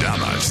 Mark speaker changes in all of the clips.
Speaker 1: Damas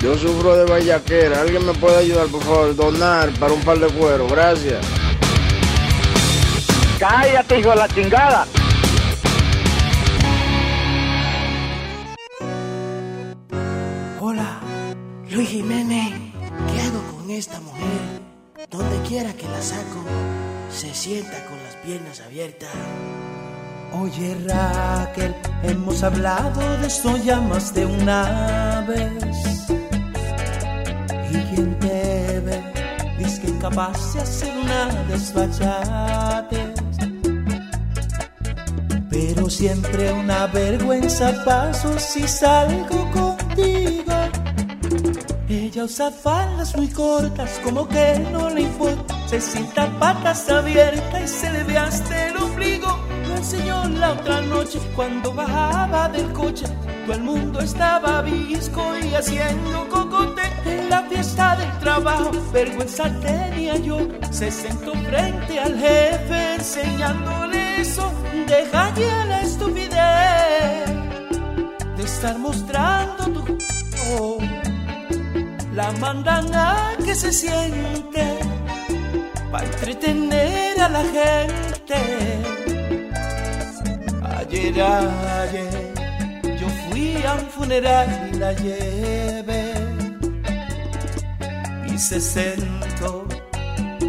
Speaker 2: Yo sufro de vallaquera. ¿Alguien me puede ayudar, por favor? Donar para un par de cuero. Gracias.
Speaker 3: Cállate, hijo de la chingada.
Speaker 4: Hola, Luis Jiménez. ¿Qué hago con esta mujer? Donde quiera que la saco, se sienta con las piernas abiertas.
Speaker 5: Oye Raquel, hemos hablado de esto ya más de una vez. Y quien te ve, dice que capaz de hacer una desfachatez. Pero siempre una vergüenza paso si salgo contigo. Ella usa faldas muy cortas, como que no le importa. Se sienta patas abiertas y se le ve hasta el ombligo. Lo enseñó la otra noche cuando bajaba del coche. Todo el mundo estaba visco y haciendo cocote en la fiesta del trabajo. Vergüenza tenía yo. Se sentó frente al jefe enseñándole eso. Deja ya la estupidez de estar mostrando tu. c- la mandan a que se siente para entretener a la gente. Ayer, ayer, yo fui a un funeral y la llevé y se sentó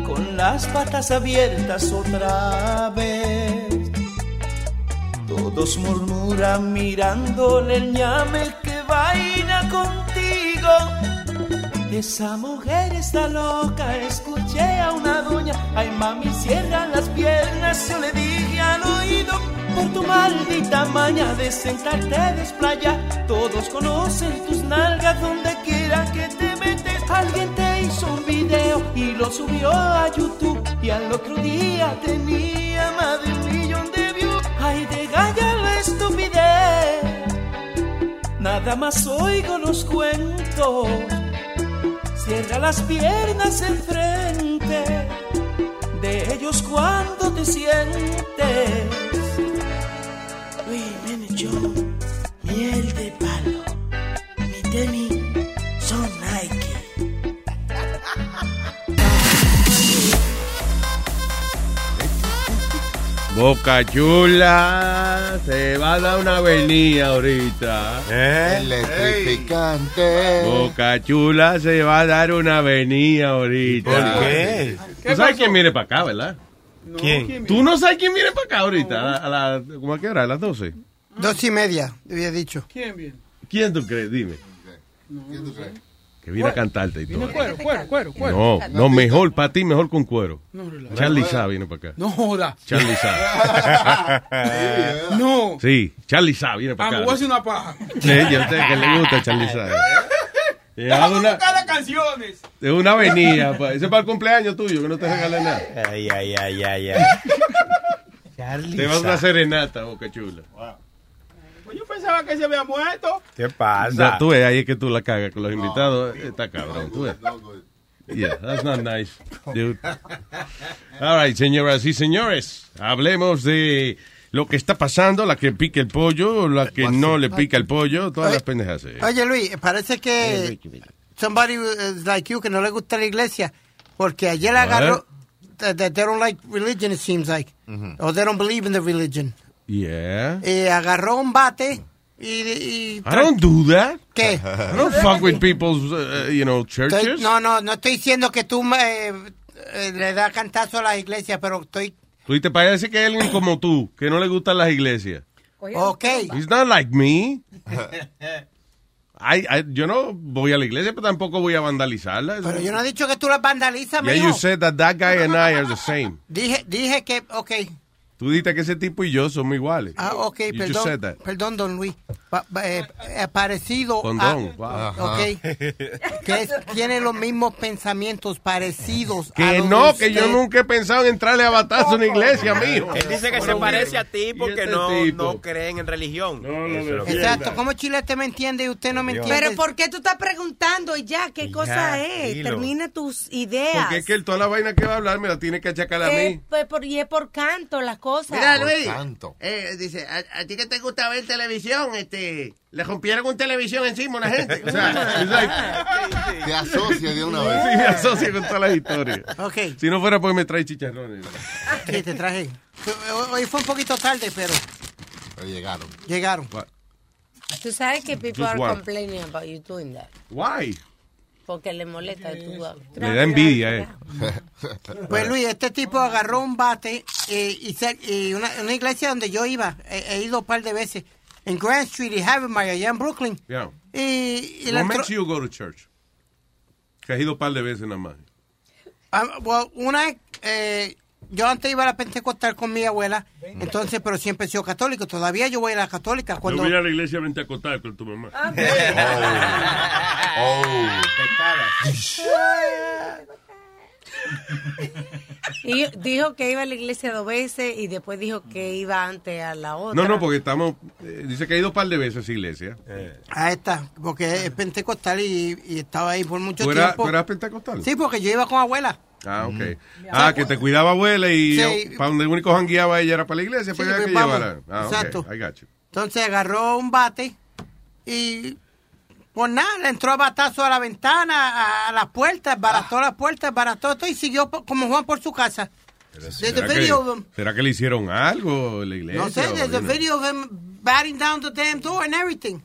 Speaker 5: con las patas abiertas otra vez. Todos murmuran mirándole el ñame que vaina contigo. Esa mujer está loca, escuché a una doña. Ay, mami, cierra las piernas, yo le dije al oído. Por tu maldita maña de sentarte a desplaya, todos conocen tus nalgas donde quiera que te metes. Alguien te hizo un video y lo subió a YouTube y al otro día tenía más de un millón de views. Ay, de galla la estupidez, nada más oigo los cuentos. Cierra las piernas enfrente de ellos cuando te sientes.
Speaker 4: Luis Jiménez Show, miel de palo. Mi tenis son Nike.
Speaker 6: Boca Chula se va a dar una avenida ahorita.
Speaker 7: ¿Eh? Electrificante.
Speaker 6: Boca Chula se va a dar una avenida ahorita.
Speaker 7: ¿Por qué?
Speaker 6: ¿Tú sabes quién mire para acá, verdad?
Speaker 7: ¿Quién? ¿quién
Speaker 6: ¿Tú no sabes quién mire para acá ahorita? A la- a la- ¿Cómo a qué hora? ¿A las 12?
Speaker 7: Dos y media, te había dicho. ¿Quién bien?
Speaker 6: ¿Quién tú crees? Dime.
Speaker 7: ¿Quién tú crees?
Speaker 6: Que viene a cantarte y todo.
Speaker 8: Cuero, cuero, cuero, cuero.
Speaker 6: No, no, mejor para ti, mejor con cuero.
Speaker 8: No, relax.
Speaker 6: Charlie Sa viene para acá.
Speaker 8: No joda.
Speaker 6: Charlie Sa.
Speaker 8: No.
Speaker 6: Sí, Charlie Sa viene
Speaker 8: Ah,
Speaker 6: para
Speaker 8: me
Speaker 6: acá.
Speaker 8: voy a hacer una paja.
Speaker 6: Sí, yo sé que le gusta Charlie Sa. Es
Speaker 8: Vamos a
Speaker 6: una,
Speaker 8: buscar las canciones.
Speaker 6: de una avenida. pa- Ese es para el cumpleaños tuyo, que no te regala nada.
Speaker 9: Ay, ay, ay, ay,
Speaker 6: Te vas a una serenata, Boca Chula.
Speaker 10: Pues yo pensaba que se había muerto.
Speaker 6: ¿Qué pasa? tú ves, ahí es que tú la cagas con los invitados. Está cabrón, tú ves. Yeah, that's not nice, dude. All right, señoras y señores, hablemos de lo que está pasando, la que pica el pollo, la que no le pica el pollo, todas las pendejas. eh.
Speaker 7: Oye, Luis, parece que somebody eh, like you que no le gusta la iglesia, porque ayer agarró. That, that they don't like religion, it seems like.
Speaker 6: Ujú.
Speaker 7: Or they don't believe in the religion.
Speaker 6: Yeah.
Speaker 7: Eh, agarró un bate y. y
Speaker 6: I don't do that.
Speaker 7: ¿Qué?
Speaker 6: I don't fuck with people's, uh, you know,
Speaker 7: Estoy-
Speaker 6: churches.
Speaker 7: no, no, no estoy diciendo que tú eh, eh, le das cantazo a la iglesia, pero estoy.
Speaker 6: Tú y te parece que hay alguien como tú, que no le gustan las iglesias.
Speaker 7: Ok.
Speaker 6: He's not like me. I- I- yo no voy a la iglesia, pero tampoco voy a vandalizarla.
Speaker 7: Pero yo no he dicho que tú las vandalizas,
Speaker 6: Yeah,
Speaker 7: mijo.
Speaker 6: you said that that guy and I are the same.
Speaker 7: Dije, dije que. Ok.
Speaker 6: Tú dijiste que ese tipo y yo somos iguales.
Speaker 7: Ah, ok,
Speaker 6: You just said
Speaker 7: perdón.
Speaker 6: that.
Speaker 7: Perdón, don Luis. Pa- pa- eh, eh, parecido
Speaker 6: Condón,
Speaker 7: a.
Speaker 6: wow.
Speaker 7: Ok. Que es- tiene los mismos pensamientos parecidos a
Speaker 6: Que
Speaker 7: los
Speaker 6: no,
Speaker 7: de
Speaker 6: que yo
Speaker 7: usted.
Speaker 6: nunca he pensado en entrarle a batazo a una iglesia, mijo.
Speaker 11: Él dice que se
Speaker 6: Pero
Speaker 11: parece a ti porque
Speaker 6: este
Speaker 11: no,
Speaker 6: tipo.
Speaker 11: no creen en religión.
Speaker 7: Exacto, ¿cómo Chilete me entiende y usted no me
Speaker 11: Dios.
Speaker 7: entiende?
Speaker 12: Pero ¿por qué tú estás preguntando ya qué cosa es?
Speaker 6: Pues dilo.
Speaker 12: Termina tus ideas.
Speaker 6: Porque es que él toda la vaina que va a hablar me la tiene que achacar a
Speaker 12: Eh,
Speaker 6: mí.
Speaker 12: pues, por- y es por canto las cosas.
Speaker 13: Mira, Luis. Eh, dice, a, a ti que te gusta ver televisión, este, le rompieron un televisión encima a una gente.
Speaker 6: O sea, it's like-
Speaker 13: Te asocia de una vez.
Speaker 6: Sí, me asocia con todas las historias.
Speaker 7: Ok.
Speaker 6: Si no fuera porque me trae chicharrones.
Speaker 7: Sí, te traje. Hoy- Hoy fue un poquito tarde, pero
Speaker 13: llegaron.
Speaker 7: llegaron.
Speaker 12: Tú sabes que people
Speaker 6: Just
Speaker 12: are
Speaker 6: one.
Speaker 12: complaining about you doing that.
Speaker 6: Why?
Speaker 12: Porque le molesta que tú hagas.
Speaker 6: Me da envidia, eh.
Speaker 7: Pues Luis, este tipo agarró un bate eh, y, se- y una, una iglesia donde yo iba, eh, he ido un par de veces, en Grand Street y Havermore, allá en Brooklyn.
Speaker 6: Yeah.
Speaker 7: Y, y le
Speaker 6: What
Speaker 7: entró-
Speaker 6: makes you go to church? Que has ido un par de veces nada más.
Speaker 7: Ah, well, una, eh, yo antes iba a la Pentecostal con mi abuela, entonces, pero siempre he sido católico, todavía yo voy a la católica. Cuando,
Speaker 6: Yo voy a la iglesia vente a acotar con tu mamá.
Speaker 2: Ah,
Speaker 11: Oh.
Speaker 12: Y dijo que iba a la iglesia dos veces y después dijo que iba antes a la otra.
Speaker 6: No, no, porque estamos. eh, dice que ha ido un par de veces a esa iglesia.
Speaker 7: Ahí está, porque es pentecostal y, y estaba ahí por mucho
Speaker 6: ¿Tú eras-
Speaker 7: tiempo.
Speaker 6: tú eras pentecostal?
Speaker 7: Sí, porque yo iba con abuela.
Speaker 6: Ah, ok. Ah, que te cuidaba abuela y
Speaker 7: Sí.
Speaker 6: para donde único jangueaba ella era para la iglesia, pero
Speaker 7: Sí,
Speaker 6: ella que
Speaker 7: pues, vamos.
Speaker 6: llevara. Ah,
Speaker 7: Exacto.
Speaker 6: ok. I got you.
Speaker 7: Entonces agarró un bate y pues nada, le entró a batazo a la ventana, a, a las puertas, barató las puertas, barató todo y siguió po- como Juan por su casa. There's a
Speaker 6: ¿Será
Speaker 7: video of
Speaker 6: que,
Speaker 7: him.
Speaker 6: será que le hicieron algo en la iglesia?
Speaker 7: No sé,
Speaker 6: o,
Speaker 7: there's a
Speaker 6: you know?
Speaker 7: video of him batting down the damn door and everything.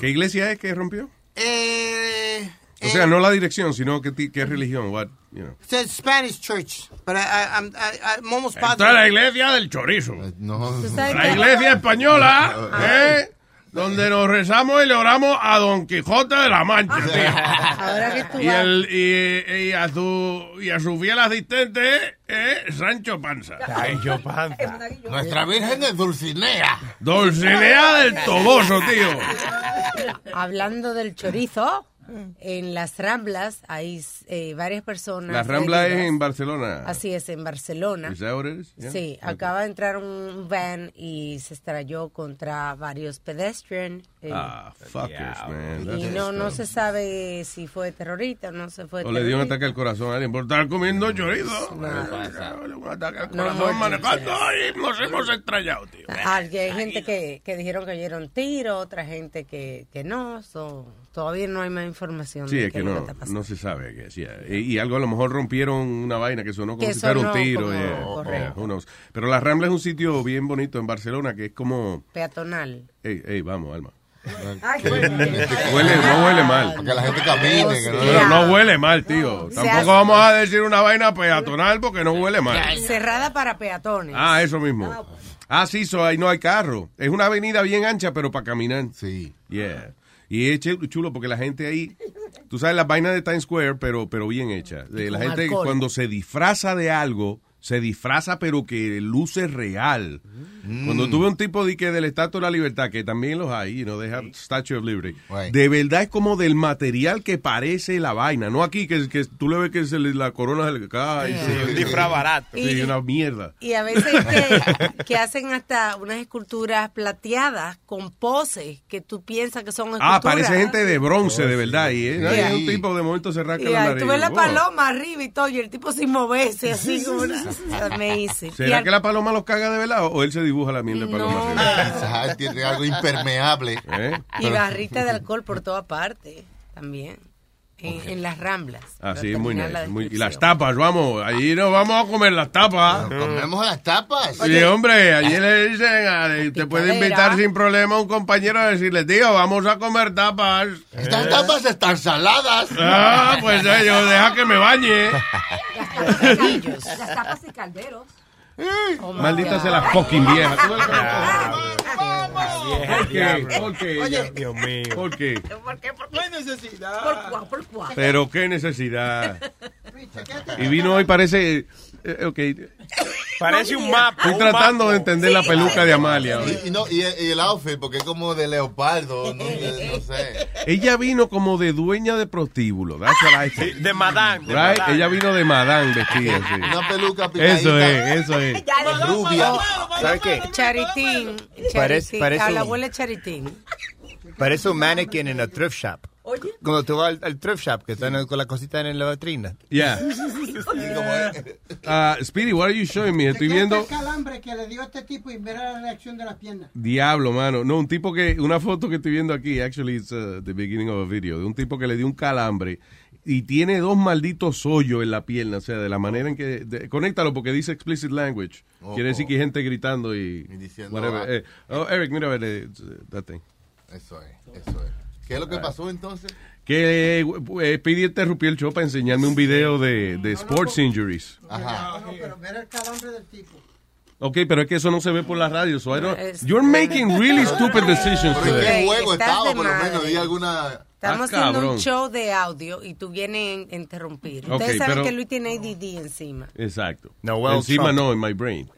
Speaker 6: ¿Qué iglesia es que rompió?
Speaker 7: Eh,
Speaker 6: O sea, no la dirección, sino qué, ti- qué religión. What, you know.
Speaker 7: it's a Spanish church, but I, I, I'm, I, I'm almost
Speaker 6: Esta es la
Speaker 7: positive.
Speaker 6: iglesia del chorizo.
Speaker 13: Eh,
Speaker 7: ¿Tú sabes
Speaker 6: La
Speaker 7: qué?
Speaker 6: iglesia
Speaker 13: Ah,
Speaker 6: española,
Speaker 12: Ah.
Speaker 6: ¿eh? Donde nos rezamos y le oramos a Don Quijote de la Mancha.
Speaker 12: Ah. Ahora que tú
Speaker 6: Y,
Speaker 12: vas-
Speaker 6: el- y- y a su, y a su fiel asistente, eh, Sancho Panza. Sancho Panza.
Speaker 13: Nuestra Virgen es Dulcinea.
Speaker 6: Dulcinea
Speaker 12: Ah.
Speaker 6: del Toboso, tío.
Speaker 12: Hablando
Speaker 6: Ah.
Speaker 12: del chorizo, en las Ramblas hay eh, varias personas.
Speaker 6: La Rambla es
Speaker 12: heridas.
Speaker 6: en Barcelona.
Speaker 12: Así es, en Barcelona.
Speaker 6: ¿Is that what it is? Yeah.
Speaker 12: Sí, acaba de entrar un van y se estrelló contra varios pedestrians.
Speaker 6: Ah, fuckers, man.
Speaker 12: y
Speaker 6: That's-
Speaker 12: no, no se sabe si fue terrorista o no se fue
Speaker 6: O le dio un
Speaker 12: terrorista.
Speaker 6: ataque al corazón a alguien por estar comiendo chorizo. Un ataque al corazón manejando y nos hemos estrellado, tío.
Speaker 12: Alguien, Ah, hay gente que, que dijeron que oyeron tiro, otra gente que, que no. so, todavía no hay más información.
Speaker 6: Sí,
Speaker 12: de
Speaker 6: es
Speaker 12: qué
Speaker 6: que
Speaker 12: lo
Speaker 6: no,
Speaker 12: está pasando.
Speaker 6: no se sabe. Que, sí, eh, y algo a lo mejor rompieron una vaina que sonó como
Speaker 12: Que
Speaker 6: si fuera un
Speaker 12: sonó
Speaker 6: tiro.
Speaker 12: como-
Speaker 6: yeah, yeah,
Speaker 12: correcto.
Speaker 6: who knows. Pero la Rambla es un sitio bien bonito en Barcelona que es como...
Speaker 12: Peatonal.
Speaker 6: Ey, ey, vamos, Alma.
Speaker 12: Ay,
Speaker 6: Huele, no huele mal.
Speaker 13: Para que la gente camine. que no-
Speaker 6: Pero no huele mal, tío.
Speaker 12: Se hace-
Speaker 6: Tampoco vamos a decir una vaina peatonal porque no huele mal.
Speaker 12: Cerrada para peatones.
Speaker 6: Ah, eso mismo. Ah, sí, so ahí no hay carro. Es una avenida bien ancha, pero para caminar. Sí. Yeah. Y es chu- chulo porque la gente ahí, tú sabes, las vainas de Times Square, pero, pero bien hechas. De La
Speaker 8: Con
Speaker 6: gente
Speaker 8: alcohol.
Speaker 6: cuando se disfraza de algo, se disfraza pero que luce real. Cuando tuve un tipo de que del Estatua de la Libertad, que también los hay, you know, they have Statue of Liberty, de verdad es como del material que parece la vaina, no aquí que, que tú le ves que se le- la corona se le cae.
Speaker 11: Sí,
Speaker 6: se-
Speaker 11: un disfraz barato.
Speaker 6: Sí,
Speaker 11: Y-
Speaker 6: una mierda.
Speaker 12: Y a veces que, que hacen hasta unas esculturas plateadas con poses que tú piensas que son esculturas.
Speaker 6: Ah, parece gente de
Speaker 8: Oh,
Speaker 6: bronce, de verdad. Y es,
Speaker 12: Yeah.
Speaker 6: es un tipo de momento se rasca
Speaker 12: Y
Speaker 6: la
Speaker 12: ahí
Speaker 6: nariz.
Speaker 12: tú ves la
Speaker 6: Wow.
Speaker 12: paloma arriba y todo, y el tipo sin moverse, así como una... Amazing. Y
Speaker 6: ¿Será
Speaker 12: al-
Speaker 6: que la paloma los caga de verdad o- o él se dibuja la miel de paloma? ¿Eh?
Speaker 8: Ajá, tiene algo impermeable.
Speaker 12: Y barrita de alcohol por toda parte también. En, en las ramblas.
Speaker 6: Así
Speaker 12: Para
Speaker 6: es Ah, muy
Speaker 12: terminar
Speaker 6: nice.
Speaker 12: la
Speaker 6: muy- y
Speaker 12: descripción.
Speaker 6: las tapas, vamos. Allí nos vamos a comer las tapas.
Speaker 8: Comemos las tapas.
Speaker 6: Sí, hombre, allí le dicen, a- te puede invitar sin problema un compañero a decirle, tío, vamos a comer tapas.
Speaker 8: Estas tapas están saladas.
Speaker 6: Ah, pues eh, yo deja que me bañe.
Speaker 14: Las tapas y calderos. Oh,
Speaker 6: Maldita sea la fucking vieja. ¿Tú sabes lo que me
Speaker 14: Ah.
Speaker 11: Vieja,
Speaker 6: ¿Por qué?
Speaker 11: diablo.
Speaker 6: ¿Por qué?
Speaker 11: Oye, Dios mío.
Speaker 6: ¿Por qué?
Speaker 14: No hay necesidad. Por cuá, por cuá.
Speaker 6: Pero qué necesidad. Y vino hoy, parece. eh, ok.
Speaker 11: Parece un mapa.
Speaker 6: Estoy
Speaker 11: un
Speaker 6: tratando
Speaker 11: mapa.
Speaker 6: de entender la peluca de Amalia.
Speaker 8: Y, y no, y, y el outfit, porque es como de leopardo, no, no sé.
Speaker 6: Ella vino como de dueña de prostíbulo. That's what I think.
Speaker 11: De Madame. de
Speaker 6: Right?
Speaker 11: Madame.
Speaker 6: Ella vino de madame vestida. sí.
Speaker 8: Una peluca picadita.
Speaker 6: Eso es, eso es.
Speaker 8: Rubia.
Speaker 11: ¿Sabes qué?
Speaker 12: Charitín.
Speaker 1: Parece-
Speaker 12: Charitín.
Speaker 1: parece
Speaker 12: A la
Speaker 1: un-
Speaker 12: abuela Charitín.
Speaker 1: Parece un mannequin en el thrift shop.
Speaker 12: Oye.
Speaker 1: Cuando tú vas al, al thrift shop, que están con las cositas en la vitrina.
Speaker 6: Yeah. Ah, Speedy, what are you showing me? Estoy viendo.
Speaker 15: El calambre que le dio a este tipo y ver la reacción de las piernas.
Speaker 6: Diablo, mano. No, un tipo que. Una foto que estoy viendo aquí, actually, it's uh, the beginning of a video. De un tipo que le dio un calambre y tiene dos malditos hoyos en la pierna. O sea, de la manera en que. de- conéctalo porque dice explicit language.
Speaker 8: Ojo.
Speaker 6: Quiere decir que hay gente gritando y.
Speaker 8: diciendo,
Speaker 6: whatever.
Speaker 8: ah.
Speaker 6: Eh, oh, Eric, mira, a ver. eh, that thing.
Speaker 8: Eso es, eso es. ¿Qué es lo que pasó entonces?
Speaker 6: Que eh, Speedy interrumpió el show para enseñarme un video de, de sports injuries.
Speaker 8: Ajá.
Speaker 15: No, pero ver el calambre del tipo.
Speaker 6: Ok, pero es que eso no se ve por la radio. So I don't- you're making really stupid decisions
Speaker 8: Pero ¿en qué
Speaker 6: today.
Speaker 8: juego
Speaker 12: estás
Speaker 8: estaba?
Speaker 12: de
Speaker 8: Por lo
Speaker 12: madre.
Speaker 8: menos di alguna.
Speaker 12: Estamos
Speaker 6: Ah,
Speaker 12: haciendo
Speaker 6: cabrón.
Speaker 12: un show de audio y tú vienes a interrumpir.
Speaker 6: Ok,
Speaker 12: Ustedes saben
Speaker 6: pero-
Speaker 12: que Luis tiene ADD encima.
Speaker 6: Exacto.
Speaker 1: No, well,
Speaker 6: Encima
Speaker 1: Trump.
Speaker 6: no, en my brain.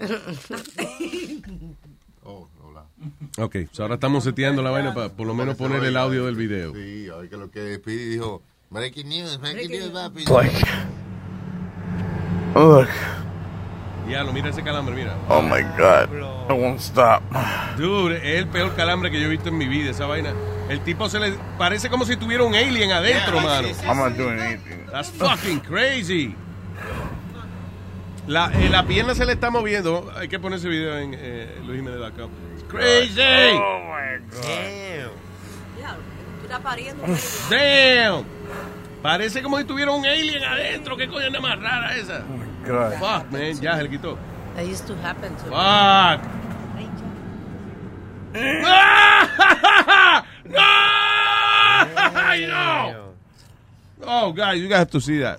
Speaker 6: Ok, so ahora estamos seteando la vaina para por lo menos poner el audio del video.
Speaker 8: Sí, a ver que lo que Speedy dijo. Breaking news, breaking news, papi.
Speaker 16: Pues, Look,
Speaker 6: Diablo, mira ese calambre, mira.
Speaker 16: oh my god, I won't stop.
Speaker 6: Dude, es el peor calambre que yo he visto en mi vida, esa vaina. El tipo se le parece como si tuviera un alien adentro, mano.
Speaker 16: I'm not doing anything.
Speaker 6: That's fucking crazy. La, eh, la pierna se le está moviendo. Hay que poner ese video en eh, Luis Jiménez de la Cama. It's crazy.
Speaker 16: Oh my god.
Speaker 14: Tú estás pariendo.
Speaker 6: Damn. Parece como si tuviera un alien adentro. ¿Qué coño es más rara esa? Fuck, man. Ya se le quitó.
Speaker 12: That used to happen to
Speaker 6: Fuck. ¡Ah! ¡No! ¡No! Oh, God, you guys have to see that.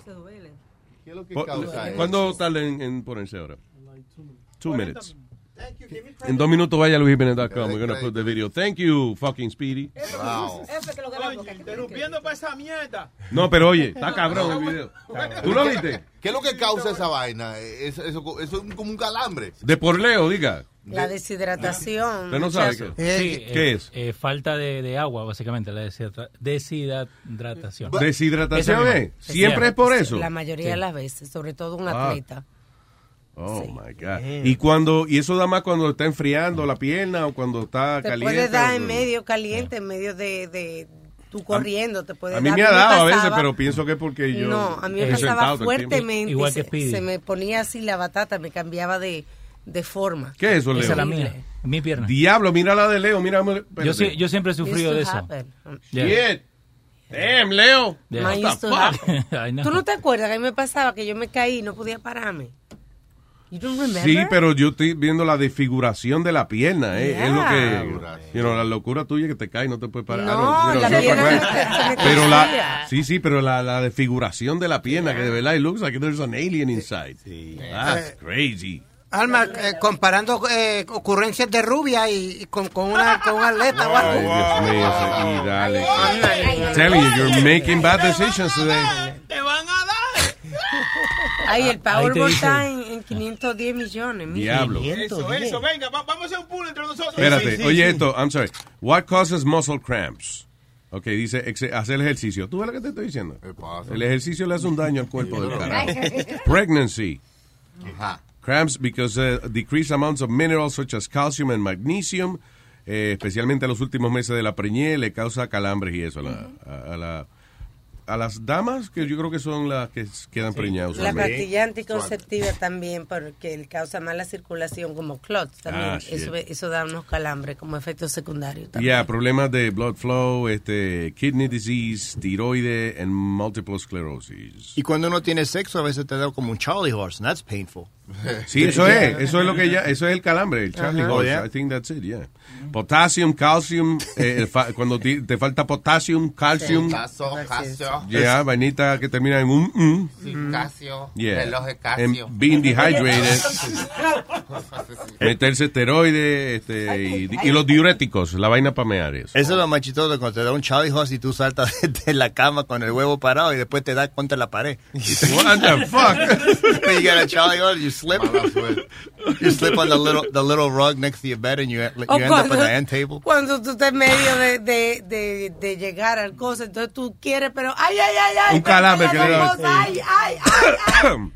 Speaker 8: ¿Qué es lo que
Speaker 6: Po-
Speaker 8: causa eso?
Speaker 6: ¿Cuándo tarda en, en ponerse ahora? Two minutes. En dos minutos vaya a luisjiménez.com. We're gonna put the video. Thank you, fucking Speedy.
Speaker 10: Eso que lo que Oye, interrumpiendo para esa mierda.
Speaker 6: No, pero oye, está cabrón el video. ¿Tú lo viste?
Speaker 8: ¿Qué es lo que causa esa vaina? Es- Eso, eso es como un calambre.
Speaker 6: De por Leo, diga.
Speaker 12: La deshidratación.
Speaker 6: Usted no sabe qué.
Speaker 17: Sí,
Speaker 6: ¿Qué
Speaker 17: eh,
Speaker 6: es?
Speaker 17: eh, falta de, de agua, básicamente, la deshidra- deshidratación.
Speaker 6: ¿Deshidratación
Speaker 17: Eso
Speaker 6: es?
Speaker 17: mismo.
Speaker 6: ¿Siempre es por eso?
Speaker 17: La
Speaker 12: La mayoría
Speaker 17: Sí.
Speaker 12: de las veces, sobre todo un
Speaker 6: Ah.
Speaker 12: atleta.
Speaker 6: Oh my God. Y cuando y eso da más cuando está enfriando la pierna o cuando está
Speaker 12: Te
Speaker 6: Ah, caliente.
Speaker 12: puede dar en
Speaker 6: o-
Speaker 12: medio caliente, en medio de, de tú corriendo, te puede
Speaker 6: a mí
Speaker 12: dar.
Speaker 6: me ha
Speaker 12: mí
Speaker 6: dado a veces,
Speaker 12: pasaba-
Speaker 6: pero pienso que es porque yo
Speaker 12: No, a mí me
Speaker 6: estoy
Speaker 12: pasaba
Speaker 6: sentado todo el tiempo.
Speaker 12: fuertemente. se, se me ponía así la batata, me cambiaba de, de forma.
Speaker 6: ¿Qué es eso, Leo?
Speaker 17: Esa es la mía, mi pierna.
Speaker 6: Diablo, mira la de Leo, mira. espérate.
Speaker 17: Yo, sí- yo siempre he sufrido
Speaker 12: Used
Speaker 17: de
Speaker 12: to
Speaker 17: eso.
Speaker 12: happen.
Speaker 17: Yeah.
Speaker 6: Shit. Damn, Leo.
Speaker 17: Yeah.
Speaker 6: What
Speaker 12: Mine used
Speaker 6: the
Speaker 12: to
Speaker 6: fuck?
Speaker 17: I know.
Speaker 12: ¿Tú no te acuerdas que a mí me pasaba que yo me caí y no podía pararme? You don't remember?
Speaker 6: Sí, pero yo estoy viendo la desfiguración de la pierna, ¿eh?
Speaker 12: Yeah.
Speaker 6: Es lo que. you know, la locura tuya que te cae y no te puedes parar.
Speaker 12: No,
Speaker 6: Ah, you know,
Speaker 12: la
Speaker 6: no,
Speaker 12: pierna
Speaker 6: pero-
Speaker 12: se me- se me
Speaker 6: Pero
Speaker 12: torcía.
Speaker 6: la. Sí, sí, pero la, la desfiguración de la pierna, que de verdad, it looks like there's an alien inside. That's crazy.
Speaker 7: Alma, eh, comparando eh, ocurrencias de rubia y, y con, con una, con un atleta o
Speaker 6: Ay,
Speaker 7: algo.
Speaker 6: Dios mío, sí, y dale. I'm telling you, you're making bad decisions today.
Speaker 12: Ay, el Powerball
Speaker 17: dice.
Speaker 12: está en, en 500 510 millones. mira.
Speaker 6: Diablo.
Speaker 18: Eso, eso, venga, va- vamos a hacer un pool entre nosotros.
Speaker 6: Espérate,
Speaker 18: Sí, sí,
Speaker 6: oye
Speaker 18: sí.
Speaker 6: esto, I'm sorry. What causes muscle cramps? Ok, dice ex- hacer ejercicio. ¿Tú ves lo que te estoy diciendo? El ejercicio le hace un daño al cuerpo del carajo. Pregnancy. Cramps because uh, decreased amounts of minerals such as calcium and magnesium, eh, especialmente en los últimos meses de la preñez, le causa calambres y eso a, la- a- a la- a las damas, que yo creo que son las que s- quedan preñadas.
Speaker 12: La
Speaker 6: usualmente.
Speaker 12: pastilla anticonceptiva también, porque él causa mala circulación, como clots también.
Speaker 6: Ah, sí.
Speaker 12: eso, eso da unos calambres como efecto secundario
Speaker 6: Ya,
Speaker 12: también.
Speaker 6: problemas de blood flow, este, kidney disease, tiroides, and multiple sclerosis.
Speaker 1: Y cuando uno tiene sexo, a veces te da como un Charlie horse, and that's painful.
Speaker 6: Sí, eso es, eso es lo que ya, eso es el calambre, el Charlie
Speaker 1: Ajá.
Speaker 6: horse.
Speaker 1: Oh, yeah.
Speaker 6: I think that's it, yeah. Potassium, calcium, eh, el fa- cuando ti- te falta potassium, calcium,
Speaker 19: Caso, caso.
Speaker 6: yeah, vainita que termina en un mm,
Speaker 19: Sí, Casio.
Speaker 6: yeah,
Speaker 19: Reloj de Casio.
Speaker 6: and being dehydrated, meterse esteroides, este, y, y los diuréticos, la vaina para mear eso.
Speaker 1: Eso es lo machito de cuando te da un Charlie horse y tú saltas de la cama con el huevo parado y después te da contra la pared.
Speaker 6: What the fuck?
Speaker 1: you got a Charlie horse, you slip. You slip on the little, the little rug next to your bed and you, you
Speaker 12: O
Speaker 1: end up on
Speaker 12: cuando-
Speaker 1: the end table.
Speaker 12: Cuando tú estás en medio de, de, de, de llegar al cosa, entonces tú quieres, pero ay, ay, ay, ay.
Speaker 6: Un calambre que le da.
Speaker 12: cosa, Ay, ay, ay.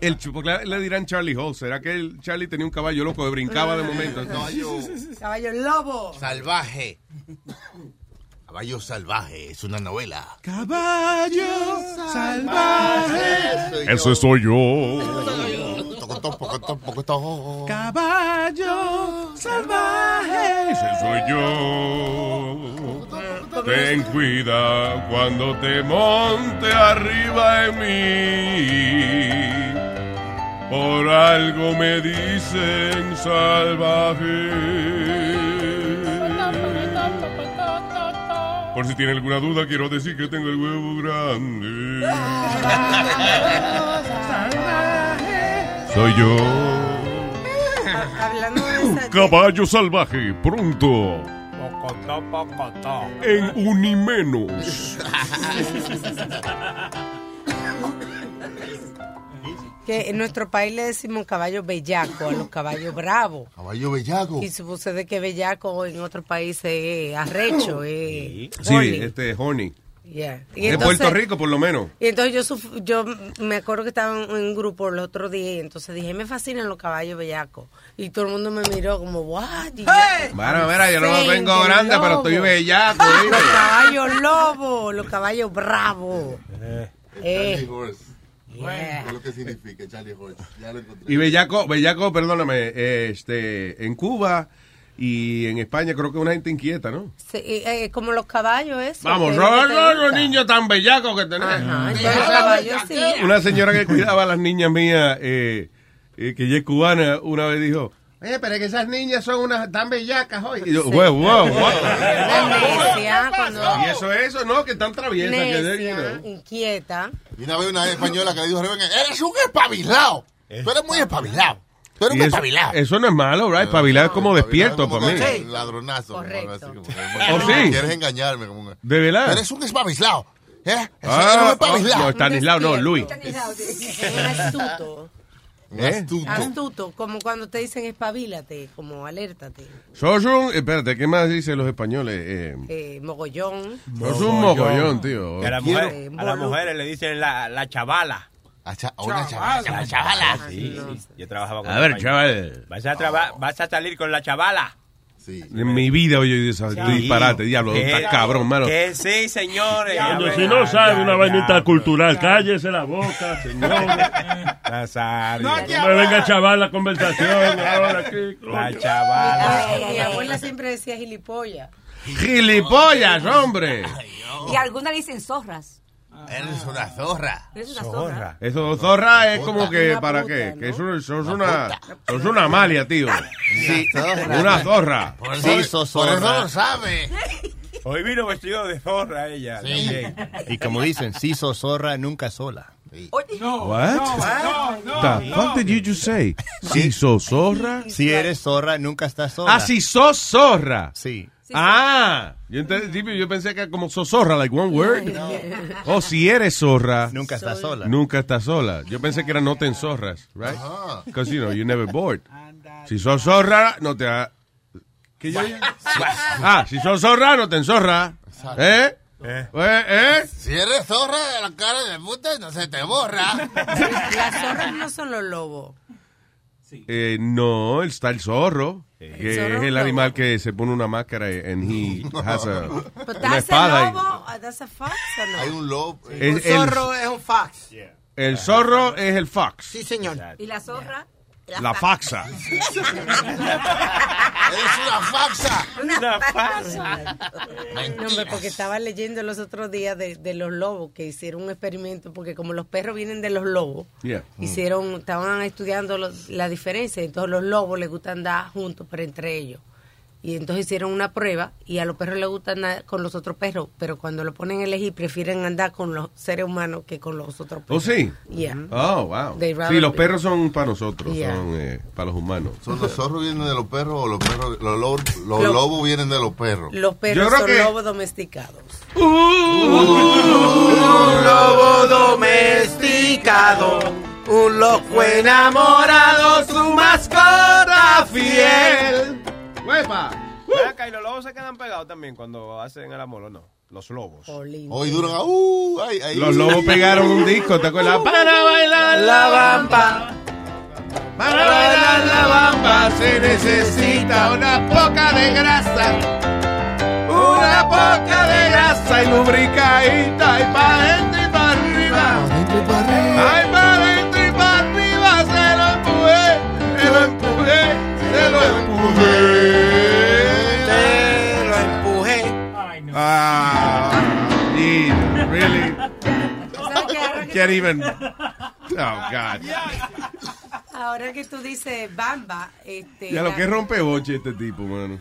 Speaker 6: El chu- porque le- le dirán Charlie Hall, ¿será que el Charlie tenía un caballo loco que brincaba de momento?
Speaker 12: Caballo lobo.
Speaker 19: Salvaje. Caballo salvaje es una novela.
Speaker 6: Caballo
Speaker 19: salvaje.
Speaker 11: Eso soy yo.
Speaker 6: Caballo salvaje.
Speaker 11: Ese soy yo. Ten cuidado cuando te monte arriba en mí. Por algo me dicen salvaje. Por si tiene alguna duda, quiero decir que tengo el huevo grande. Soy yo.
Speaker 12: Hablando de esa-
Speaker 11: Caballo salvaje, pronto. En Unimenos.
Speaker 12: que en nuestro país le decimos caballo bellaco a los caballos bravos.
Speaker 19: Caballo bellaco.
Speaker 12: Y sucede que bellaco en otros países es arrecho. es
Speaker 6: Sí,
Speaker 12: horny.
Speaker 6: este, horny.
Speaker 12: Yeah. Y
Speaker 6: De
Speaker 12: entonces-
Speaker 6: Puerto Rico, por lo menos.
Speaker 12: Y entonces yo, suf- yo me acuerdo que estaba en un grupo el otro día y entonces dije, me fascinan los caballos bellacos. Y todo el mundo me miró como, what? Y yo,
Speaker 6: Mira, mira, yo no
Speaker 12: "Vicente,
Speaker 6: vengo grande, pero
Speaker 12: lobo".
Speaker 6: estoy bellaco. ¿eh?
Speaker 12: Los caballos lobos, los caballos bravos.
Speaker 19: Charlie
Speaker 12: Eh,
Speaker 19: Horse.
Speaker 12: Yeah.
Speaker 19: Es lo que significa Charlie Horse. Ya lo encontré.
Speaker 6: Y bellaco, bellaco, perdóname, este, en Cuba y en España creo que es una gente inquieta, ¿no?
Speaker 12: sí, eh, eh, como los caballos, eso.
Speaker 6: Vamos,
Speaker 12: que-
Speaker 6: Robert,
Speaker 12: que-
Speaker 6: no, los niños tan bellacos que tenés.
Speaker 12: entonces los caballos, sí.
Speaker 6: Una señora que cuidaba a las niñas mías, eh, eh, que ella es cubana, una vez dijo,
Speaker 20: Oye, pero es que esas niñas son unas tan bellacas hoy.
Speaker 6: y yo, wow, wow, wow.
Speaker 12: Necia, cuando-
Speaker 6: Y eso es eso, ¿no? Que tan traviesa que you
Speaker 12: necia,
Speaker 6: know.
Speaker 12: inquieta.
Speaker 19: Y una vez una española que le dijo a Rebeca, eres un espabilado. Tú eres muy espabilado. Tú eres
Speaker 6: Y
Speaker 19: un
Speaker 6: eso,
Speaker 19: espabilado.
Speaker 6: eso no es malo, right? Espabilado es como despierto para mí.
Speaker 19: Ladronazo. Correcto. Así, como,
Speaker 6: ¿O sí?
Speaker 19: Quieres engañarme. Como un-
Speaker 6: ¿De verdad?
Speaker 19: Eres un espabilado. ¿Eh?
Speaker 6: Ah,
Speaker 19: eres un
Speaker 6: oh,
Speaker 19: espabilado.
Speaker 6: no, Estanislao, no, Luis. ¿Eh?
Speaker 12: astuto.
Speaker 19: Un astuto.
Speaker 12: Astuto, como cuando te dicen espabilate, como alértate.
Speaker 6: Sos un, espérate, ¿qué más dicen los españoles? Eh,
Speaker 12: Eh, mogollón.
Speaker 6: sos un mogollón, tío.
Speaker 2: Y a, la
Speaker 6: Quiero-
Speaker 2: mujer- a las mujeres le dicen la, la chavala.
Speaker 19: a una chavala.
Speaker 2: La chavala. Ah, Sí, sí. Yo trabajaba con
Speaker 6: A ver,
Speaker 2: una
Speaker 6: chaval.
Speaker 2: Vas a, traba- vas a salir con la chavala.
Speaker 6: En mi vida oye esa disparate, diablo,
Speaker 2: ¿Qué?
Speaker 6: está cabrón, mano.
Speaker 2: Que sí, señores.
Speaker 11: Coño, si no sabe una vainita cultural, cállese la boca, señor.
Speaker 2: Nazario.
Speaker 11: No me venga a chavar la conversación ahora aquí.
Speaker 2: La chavala.
Speaker 12: Ay, mi abuela siempre decía gilipollas.
Speaker 6: ¡Gilipollas, hombre!
Speaker 21: Y algunas le dicen zorras.
Speaker 19: Eres una zorra.
Speaker 21: Eres una zorra.
Speaker 6: Eso, zorra es como que,
Speaker 21: Una
Speaker 6: ¿para
Speaker 21: puta,
Speaker 6: qué? Que sos, sos
Speaker 19: Una
Speaker 6: una, sos una malia, tío.
Speaker 19: zorra.
Speaker 6: Una zorra.
Speaker 19: Por eso- Sí, sos por eso zorra. lo sabe.
Speaker 2: Hoy vino vestido de zorra ella. también.
Speaker 1: Y como dicen, si sos zorra, nunca sola.
Speaker 2: No,
Speaker 6: What?
Speaker 2: no, no,
Speaker 6: The
Speaker 2: no.
Speaker 6: fuck did you just say? Si sos zorra.
Speaker 1: Si eres zorra, nunca estás sola.
Speaker 6: Ah, si sos zorra.
Speaker 1: Sí.
Speaker 6: ah, yo, entendí, yo pensé que era como zozorra, like one word.
Speaker 1: Eh,
Speaker 6: Oh, si eres zorra.
Speaker 22: Nunca estás Soy- sola.
Speaker 6: Nunca estás sola. Yo pensé que era no te enzorras, right?
Speaker 22: Ajá.
Speaker 6: Because, you know, you're never bored. Si sos zorra, no te... ha- ¿Qué yo- Ah, si sos zorra, no te enzorra. ¿Eh? ¿Eh? ¿Eh?
Speaker 19: Si eres zorra de la cara de puta, no se te borra.
Speaker 12: Las zorras no son los lobos.
Speaker 6: Eh, no, está el zorro. Que es
Speaker 12: zorro es
Speaker 6: el
Speaker 12: un
Speaker 6: animal que se pone una máscara and he
Speaker 7: Ah,
Speaker 6: has a,
Speaker 12: But
Speaker 6: una
Speaker 12: that's
Speaker 6: espada.
Speaker 12: a lobo, uh, that's a fox or no?
Speaker 19: Hay un lobo.
Speaker 6: y- el,
Speaker 7: Un zorro es un fax.
Speaker 6: el zorro es el fox.
Speaker 7: Sí, señor.
Speaker 23: ¿Y la zorra?
Speaker 6: La faxa.
Speaker 19: ¡Es una faxa!
Speaker 23: Una
Speaker 12: faxa. No, hombre, porque estaba leyendo los otros días de, de los lobos que hicieron un experimento, porque como los perros vienen de los lobos,
Speaker 6: Yeah.
Speaker 12: hicieron, estaban estudiando los- la diferencia, entonces los lobos les gusta andar juntos, pero entre ellos. Y entonces hicieron una prueba y a los perros les gusta andar con los otros perros, pero cuando lo ponen a elegir prefieren andar con los seres humanos que con los otros
Speaker 6: ¿Oh,
Speaker 12: perros.
Speaker 6: sí?
Speaker 12: Yeah.
Speaker 6: Oh, wow.
Speaker 12: They rather
Speaker 6: Sí, los
Speaker 12: be-
Speaker 6: perros son para nosotros,
Speaker 12: Yeah.
Speaker 6: son eh, para los humanos.
Speaker 19: ¿Son los zorros vienen de los perros o los perros, los, lobos- los
Speaker 12: Lo-
Speaker 19: lobos vienen de los perros?
Speaker 12: Los
Speaker 19: Yo
Speaker 12: perros
Speaker 19: creo
Speaker 12: son
Speaker 19: que-
Speaker 12: lobos domesticados.
Speaker 6: Uh,
Speaker 11: Un lobo domesticado, un loco enamorado, su mascota fiel.
Speaker 6: ¡Huepa!
Speaker 2: Ven acá, y los lobos se quedan pegados también cuando hacen el amor, ¿o no? Los lobos.
Speaker 19: Hoy duran, ah, uh, ay, ay.
Speaker 6: Los lobos pegaron un disco, ¿te acuerdas? Para bailar
Speaker 11: la bamba.
Speaker 6: Para bailar la bamba se necesita una poca de grasa. Una poca de grasa y lubricadita y pa' dentro y pa' arriba. Ay, pa' dentro y pa' arriba se lo empujé, se lo empujé, se lo empujé.
Speaker 11: Te lo empujé.
Speaker 6: Ah, dude, really? Can't even. Oh, God.
Speaker 12: Ahora que tú dices bamba, este,
Speaker 6: Ya lo
Speaker 12: la-
Speaker 6: que rompe boche este tipo, mano.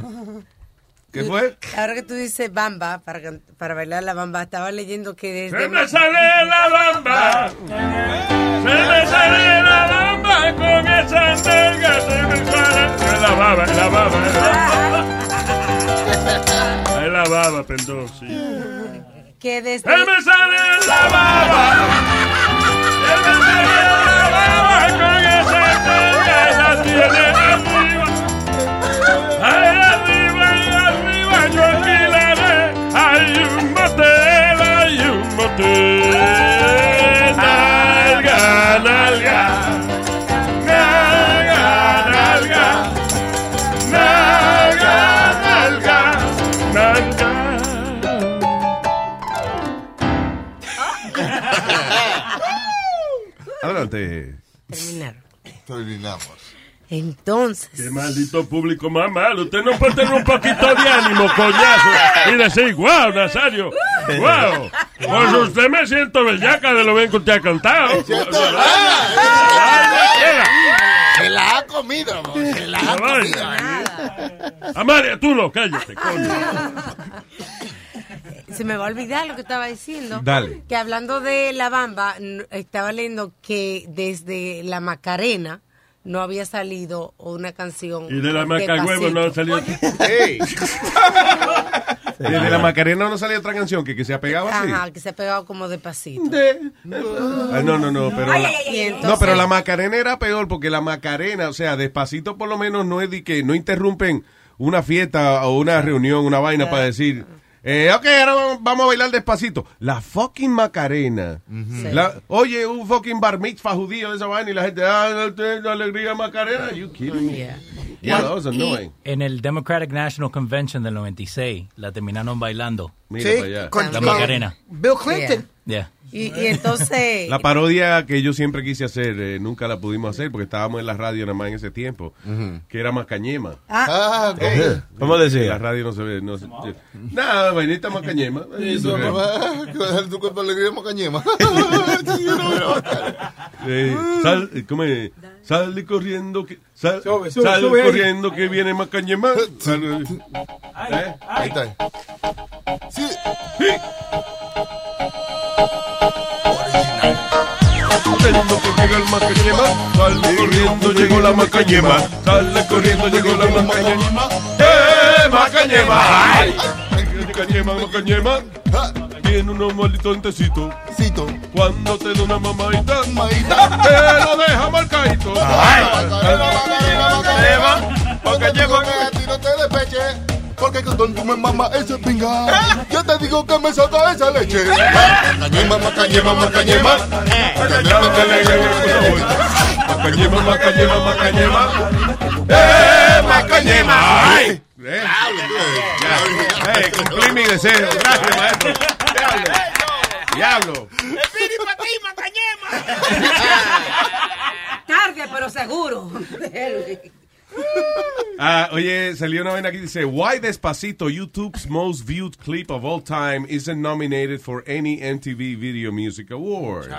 Speaker 6: ¿Qué fue?
Speaker 12: Ahora que tú dices bamba, para, can- para bailar la bamba, estaba leyendo que desde...
Speaker 11: Se me sale la bamba, se me sale la bamba, con esa nalga se me sale la baba, la baba, la baba. La baba, perdón, sí.
Speaker 12: Que desde...
Speaker 11: Se me sale la baba, se me sale la baba, con esa nalga la tiene arriba. Ahí arriba, ahí arriba, yo alquilaré, hay un motel, hay un motel, nalga, nalga. Nalga, nalga, nalga, nalga, nalga.
Speaker 6: Adelante.
Speaker 12: Terminar.
Speaker 19: Terminamos.
Speaker 12: Entonces...
Speaker 10: Qué maldito público más malo. Usted no puede tener un poquito de ánimo, coñazo. Y decir, wow, Nazario, wow. Pues usted me siento bellaca de lo bien que usted ha cantado.
Speaker 19: Se la ha comido, amor, se la ha
Speaker 10: No vale.
Speaker 19: comido.
Speaker 10: Amalia, tú no, cállate,
Speaker 19: Ah.
Speaker 10: coño.
Speaker 12: Se me va a olvidar lo que estaba diciendo.
Speaker 10: Dale.
Speaker 12: Que hablando de la bamba, n- estaba leyendo que desde la Macarena no había salido una canción...
Speaker 10: Y de la maca
Speaker 12: pasito.
Speaker 10: huevo no ha salido.
Speaker 6: Desde la Macarena no salía otra canción que, que se ha pegado así.
Speaker 12: Ajá, que se ha pegado como de pasito.
Speaker 6: Ah, no, no, no, Ah, pero
Speaker 12: Ay,
Speaker 6: la,
Speaker 12: ay, ay, ay.
Speaker 6: no, pero la Macarena era peor porque la Macarena, o sea, despacito por lo menos no es de que no interrumpen una fiesta o una reunión, una vaina para decir, eh, ok, ahora vamos- vamos a bailar despacito. La fucking Macarena. La- oye, un fucking bar mitzvah judío de esa vaina y la gente, ah, la, la alegría Macarena. You kidding me? Yeah, that was annoying.
Speaker 24: En el Democratic National Convention del 96 la terminaron bailando.
Speaker 6: Mira Sí, para allá. con-
Speaker 24: la
Speaker 6: con-
Speaker 24: Macarena.
Speaker 7: Bill Clinton.
Speaker 24: Yeah.
Speaker 12: Y, y entonces...
Speaker 6: La parodia que yo siempre quise hacer, eh, nunca la pudimos hacer porque estábamos en la radio nada más en ese tiempo, que era Macañema.
Speaker 7: Ah,
Speaker 6: Eh,
Speaker 25: ¿Cómo decía?
Speaker 6: La radio no se ve. No se, nada, vainita macañema.
Speaker 19: Y tu mamá, con tu cuerpo alegría mocañema.
Speaker 6: Eh, sal, eh, ¿cómo es? Sal corriendo, que, sal,
Speaker 19: Pues sube,
Speaker 6: sal
Speaker 19: sube ahí.
Speaker 6: corriendo que viene macañema. Sal- ¿Eh?
Speaker 19: Ahí está. Sí.
Speaker 6: Corriendo que llega el macañema. Sale corriendo, llegó la macañema. Sale corriendo, llegó la macañema. ¡Eh, macañema!
Speaker 11: Cañema. Ay. Cañema, no cañema. Tiene unos malditos entecitos. Cuando te da una mamadita, te lo deja marcadito.
Speaker 19: Porque llego que a ti no te despeche. Porque cuando tú me mamas ese pinga, yo te digo que me saca esa leche. Macañema, macañema, macañema. Macañema, que le llevo el sabor. Macañema, macañema, macañema. ¡Eh, macañema! ¡Ay!
Speaker 6: Hey, cumplí mi deseo. Gracias, maestro. Diablo. Diablo.
Speaker 26: Tarde, pero seguro.
Speaker 6: Ah, oye, salió una vaina que dice, Why Despacito, YouTube's most viewed clip of all time, isn't nominated for any MTV Video Music Award.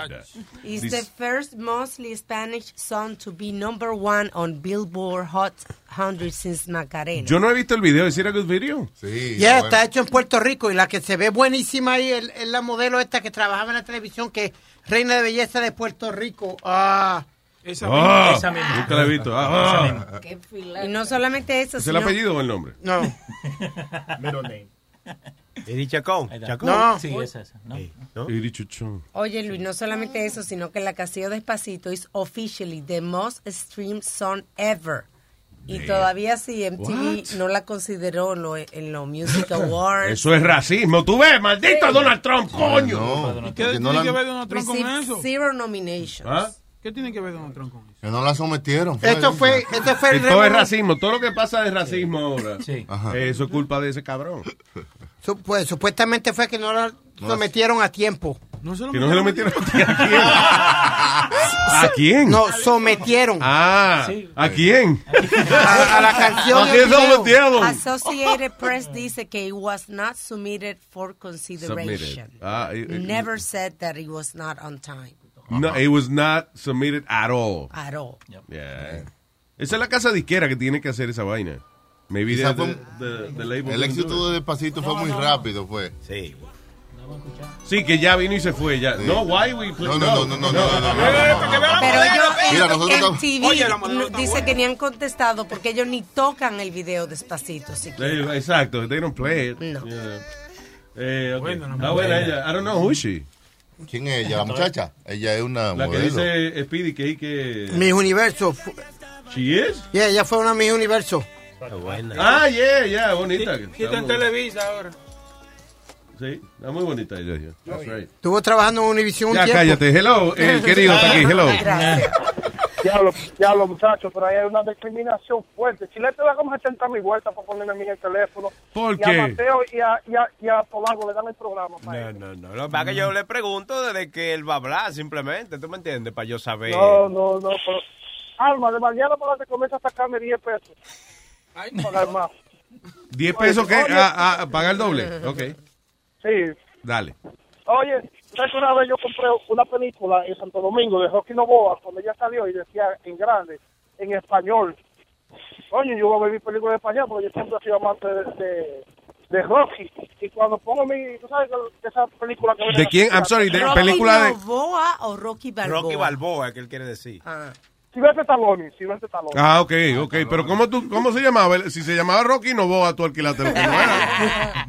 Speaker 12: It's
Speaker 6: This-
Speaker 12: the first mostly Spanish song to be number one on Billboard Hot 100 since Macarena.
Speaker 6: Yo no he visto el video. ¿Es era good video?
Speaker 19: Sí.
Speaker 7: Ya
Speaker 6: ah,
Speaker 7: está hecho en Puerto Rico y la que se ve buenísima ahí es es la modelo esta que trabajaba en la televisión, que es reina de belleza de Puerto Rico. Ah.
Speaker 6: Esa misma, Ah, esa misma. nunca la he visto. Ah, Esa misma.
Speaker 12: Y no solamente eso,
Speaker 6: ¿Es el
Speaker 12: sino-
Speaker 6: apellido o el nombre?
Speaker 7: No.
Speaker 24: Middle name.
Speaker 2: Eddie Chacón.
Speaker 24: Chacón.
Speaker 12: No.
Speaker 24: Sí,
Speaker 2: es
Speaker 24: esa, esa, ¿no?
Speaker 6: Iri Chuchón.
Speaker 12: Oye, Luis, no solamente eso, sino que la Castillo Despacito is officially the most streamed song ever. Y
Speaker 6: Yeah.
Speaker 12: todavía sí, MTV no la consideró en lo- en los Music Awards.
Speaker 6: Eso es racismo. Tú ves, maldito Donald Trump, coño.
Speaker 19: No,
Speaker 6: qué
Speaker 19: que no
Speaker 6: tiene
Speaker 19: la-
Speaker 6: que ver
Speaker 19: que
Speaker 12: Received zero nominations.
Speaker 27: ¿Qué tiene que ver Donald Trump con
Speaker 19: no la sometieron.
Speaker 7: esto
Speaker 19: fue el
Speaker 6: todo es
Speaker 19: revolú-
Speaker 6: racismo. Todo lo que pasa es racismo ahora. Ajá.
Speaker 2: Eh,
Speaker 6: Eso es culpa de ese cabrón.
Speaker 7: Su- pues, supuestamente fue que no la
Speaker 6: No
Speaker 7: lo
Speaker 6: la-
Speaker 7: metieron a tiempo.
Speaker 6: Que no se lo metieron a ti, a quién. ¿A quién?
Speaker 7: No, sometieron.
Speaker 6: Ah, ¿a quién?
Speaker 12: Ah,
Speaker 7: A, a la canción.
Speaker 6: ¿A
Speaker 7: y el
Speaker 6: quién se lo
Speaker 7: video.
Speaker 6: metieron?
Speaker 12: Associated Press dice que it was not submitted for consideration.
Speaker 6: Submitted. Ah, it- it-
Speaker 12: Never said that it was not on time
Speaker 6: No, it was not submitted at all.
Speaker 12: at all.
Speaker 6: Yeah. Esa es la casa disquera que tiene que hacer esa vaina. Maybe
Speaker 19: Quizá
Speaker 6: the,
Speaker 19: fue
Speaker 6: the,
Speaker 19: un-
Speaker 6: the label
Speaker 19: el
Speaker 6: couldn't do
Speaker 19: éxito
Speaker 6: it.
Speaker 19: de Despacito fue
Speaker 6: No,
Speaker 19: muy
Speaker 6: no, no.
Speaker 19: rápido, fue.
Speaker 2: Sí.
Speaker 6: Sí, que ya vino y se fue ya.
Speaker 19: Sí.
Speaker 6: No, why we play?
Speaker 19: No, no, no, no, no, no, no, no.
Speaker 12: Pero
Speaker 19: Mira,
Speaker 12: ellos
Speaker 19: nosotros
Speaker 12: en
Speaker 19: estamos-
Speaker 12: MTV no- dice que ni han contestado porque ellos ni tocan el video despacito. así que-
Speaker 6: They- Eh, exacto, they don't play it.
Speaker 12: No.
Speaker 6: Yeah. Eh, okay.
Speaker 12: Bueno, no
Speaker 6: Está
Speaker 12: me
Speaker 6: buena
Speaker 12: acuerdo.
Speaker 6: ella. I
Speaker 19: Ah,
Speaker 6: don't know who is she.
Speaker 19: ¿Quién es ella? La muchacha. Ella es una
Speaker 6: La que
Speaker 19: modelo.
Speaker 6: dice Speedy que que
Speaker 7: Mis Universo. fu-
Speaker 6: She is?
Speaker 7: Yeah, ella fue una Mis Universo.
Speaker 6: Ah, yeah, yeah, bonita.
Speaker 24: Y está en Televisa ahora.
Speaker 6: Sí, está muy bonita ella. yeah. That's right.
Speaker 7: Estuvo trabajando en Univision un
Speaker 6: Ya
Speaker 7: tiempo.
Speaker 6: cállate, hello, el querido está aquí, hello.
Speaker 8: Diablo, diablo, muchachos, pero ahí hay una discriminación fuerte. Chile te da como 70 mil vueltas para ponerme a mí en el teléfono.
Speaker 6: ¿Por
Speaker 8: Y a
Speaker 6: qué?
Speaker 8: Mateo y a, y a, y a Polanco le dan el programa. pa'
Speaker 2: No, no, no. Lo que pasa es que yo le pregunto desde que él va a hablar, simplemente. ¿Tú me entiendes? Para yo saber.
Speaker 8: No, no, no, pero... Alma, de mañana para te comienza a sacarme 10 pesos. Pagar más.
Speaker 6: 10 pesos que
Speaker 8: Oye, oye.
Speaker 6: ah, ah, pagar doble. Ok,
Speaker 8: Sí.
Speaker 6: dale.
Speaker 8: Oye, ¿sabes que una vez yo compré una película en Santo Domingo de Rocky Novoa cuando ella salió y decía en grande, en español? Oye, yo voy a ver mi película en español porque yo siempre he sido amante de, de, de Rocky. Y cuando pongo mi... ¿Tú sabes que esa película que...
Speaker 6: ¿De quién? I'm sorry, de película de...
Speaker 12: Balboa o Rocky Balboa?
Speaker 2: Rocky Balboa, es que él quiere decir.
Speaker 8: Silvestre Stallone, Silvestre Stallone.
Speaker 6: Ah, ok, ok. Pero ¿cómo, tú, ¿cómo se llamaba? Si se llamaba Rocky Novoa, tú alquilaste lo que no era.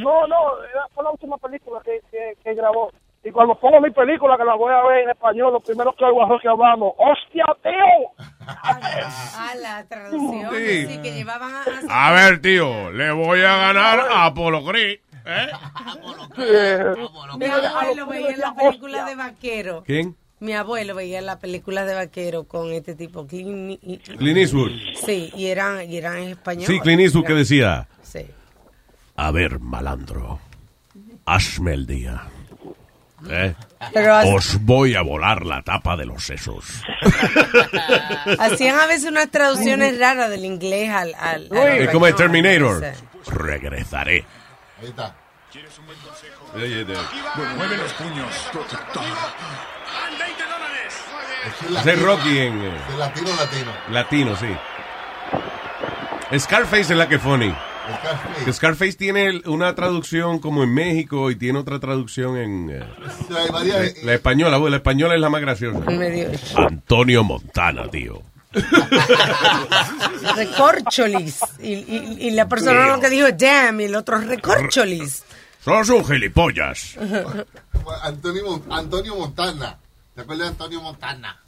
Speaker 8: No, no, era- fue la última película que, que, que grabó. Y cuando pongo mi película, que la voy a ver en español, lo primero que oigo a Rocky hablando, ¡hostia, tío!
Speaker 12: A la traducción.
Speaker 6: Sí.
Speaker 12: sí, que llevaban a...
Speaker 6: A ver, tío, le voy a ganar a Polo Gris.
Speaker 12: Mi abuelo veía la película de vaquero.
Speaker 6: ¿Quién?
Speaker 12: Mi abuelo veía la película de vaquero con este tipo, Clint,
Speaker 6: Clint Eastwood.
Speaker 12: Sí, y eran, y eran en español.
Speaker 6: Sí, Clint Eastwood que decía,
Speaker 12: Sí.
Speaker 6: a ver, malandro, hazme el día. ¿Eh?
Speaker 12: Pero as-
Speaker 6: Os voy a volar la tapa de los sesos.
Speaker 12: Hacían a veces unas traducciones raras del inglés al... al, al
Speaker 6: Es como el
Speaker 12: español.
Speaker 6: Terminator.
Speaker 12: Sí.
Speaker 6: Regresaré.
Speaker 19: Ahí está.
Speaker 28: Mueve los puños.
Speaker 6: Ese es Rocky en... eh,
Speaker 19: De latino, latino.
Speaker 6: Latino, sí. Scarface es la que funny. Que Scarface tiene el- una traducción como en México y tiene otra traducción en... eh,
Speaker 19: Sí, hay varias-
Speaker 6: la española, bueno, la española es la más graciosa.
Speaker 12: Me dio-
Speaker 6: Antonio Montana, tío.
Speaker 12: Recorcholis. Y, y- y la persona
Speaker 19: Tío.
Speaker 12: lo que dijo es damn, y el otro recorcholis.
Speaker 19: Sos un gilipollas.
Speaker 8: Antonio, Mon- Antonio Montana. ¿Te acuerdas de Antonio Montana?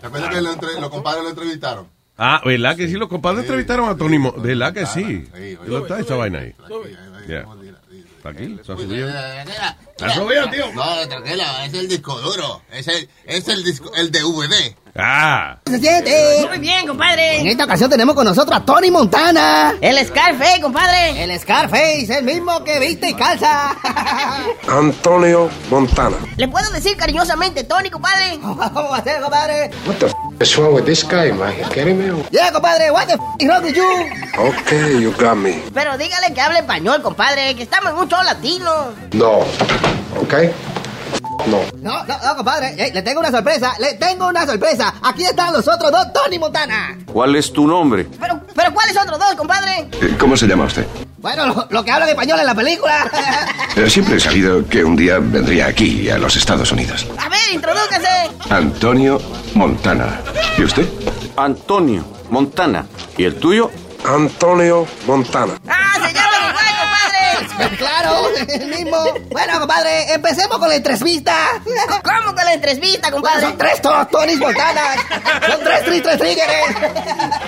Speaker 8: ¿Te acuerdas que lo entre- los compadres lo entrevistaron?
Speaker 6: Ah, ¿verdad que sí? Los compadres entrevistaron a Tony Mo- ¿Verdad que sí?
Speaker 8: Sí, oye.
Speaker 6: ¿Dónde está esa vaina ahí? Ya. ¿Está aquí? ¿Está subido? ¿Está subido, tío?
Speaker 19: No, tranquilo, es el disco duro. Es el, es el disco, el DVD.
Speaker 6: Ah.
Speaker 29: se siente? Muy bien, compadre. En esta ocasión tenemos con nosotros a Tony Montana. El Scarface, compadre. El Scarface, el mismo que viste y calza.
Speaker 2: Antonio Montana.
Speaker 29: ¿Le puedo decir cariñosamente Tony, compadre? ¿Cómo va a ser, compadre?
Speaker 2: What the f is wrong with this guy, man? You kidding me?
Speaker 29: Yeah, compadre, what the f is wrong with you?
Speaker 2: Okay, you got me.
Speaker 29: Pero dígale que hable español, compadre, que estamos en un show latino.
Speaker 2: No. Okay? No.
Speaker 29: No, no, no, compadre, eh, le tengo una sorpresa, le tengo una sorpresa. Aquí están los otros dos Tony Montana.
Speaker 2: ¿Cuál es tu nombre?
Speaker 29: Pero, pero ¿cuáles otros dos, compadre?
Speaker 2: Eh, ¿Cómo se llama usted?
Speaker 29: Bueno, lo, lo que hablan español en la película.
Speaker 2: Eh, Siempre he sabido que un día vendría aquí, a los Estados Unidos.
Speaker 29: A ver, introdúcase.
Speaker 2: Antonio Montana. ¿Y usted? Antonio Montana. ¿Y el tuyo? Antonio Montana.
Speaker 29: ¡Ah, se llaman igual, compadre! ¡Claro, el mismo! Bueno, compadre, empecemos con la entrevista. ¿Cómo con la entrevista, compadre? son tres Tony Montana. Son tres, tres, tres tigres.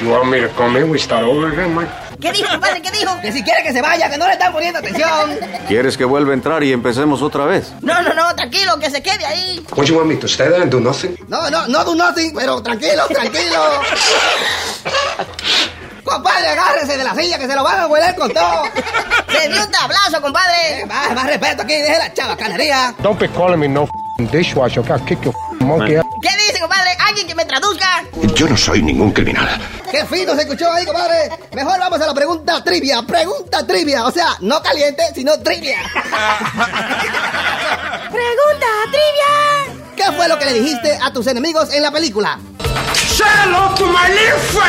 Speaker 2: You want me to come in? We start over again, Mike.
Speaker 29: ¿Qué dijo, compadre? ¿Qué dijo? Que si quiere que se vaya, que no le están poniendo atención.
Speaker 30: ¿Quieres que vuelva a entrar y empecemos otra vez?
Speaker 29: No, no, no, tranquilo, que se quede ahí.
Speaker 30: What you want me to stay there and do nothing?
Speaker 29: No, no, no do nothing, pero tranquilo, tranquilo. compadre, agárrese de la silla que se lo van a hueler con todo. Se dio un tablazo, compadre. más, más respeto aquí, deje la chabacanería.
Speaker 2: Don't be calling me no dishwasher. I'll kick your monkey
Speaker 29: ¿Qué dice, compadre? ¿Alguien que me traduzca?
Speaker 2: Yo no soy ningún criminal.
Speaker 29: Qué fino se escuchó ahí, compadre. Mejor vamos a la pregunta trivia. Pregunta trivia. O sea, no caliente, sino trivia. pregunta trivia. ¿Qué fue lo que le dijiste a tus enemigos en la película? ¡Salo tu malifa!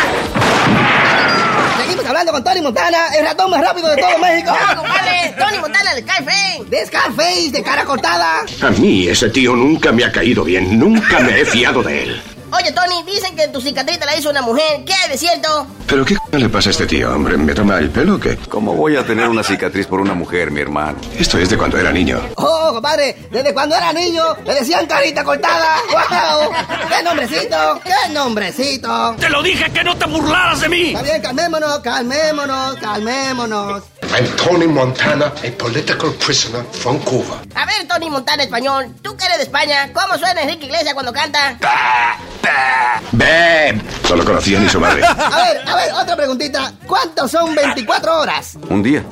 Speaker 29: Seguimos hablando con Tony Montana, el ratón más rápido de todo México.
Speaker 19: No,
Speaker 29: compadre! ¡Tony Montana de Scarface! ¡De Scarface, de cara cortada!
Speaker 2: A mí ese tío nunca me ha caído bien. Nunca me he fiado de él.
Speaker 29: Oye, Tony, dicen que tu cicatriz te la hizo una mujer. ¿Qué es de cierto?
Speaker 2: ¿Pero qué c- le pasa a este tío, hombre? ¿Me toma el pelo o qué?
Speaker 30: ¿Cómo voy a tener una cicatriz por una mujer, mi hermano?
Speaker 2: Esto es de cuando era niño.
Speaker 29: Oh, compadre, desde cuando era niño le decían carita cortada. ¡Wow! ¡Qué nombrecito! ¡Qué nombrecito!
Speaker 19: Te lo dije que no te burlaras de mí.
Speaker 29: Está bien, calmémonos, calmémonos, calmémonos.
Speaker 2: I'm Tony Montana, a political prisoner from Cuba.
Speaker 29: A ver, Tony Montana español, tú que eres de España, ¿cómo suena Enrique Iglesias cuando canta?
Speaker 19: Ah,
Speaker 2: ¡Bam! No lo conocía ni su madre.
Speaker 29: A ver, a ver, otra preguntita. ¿Cuántos son 24 horas?
Speaker 30: Un día.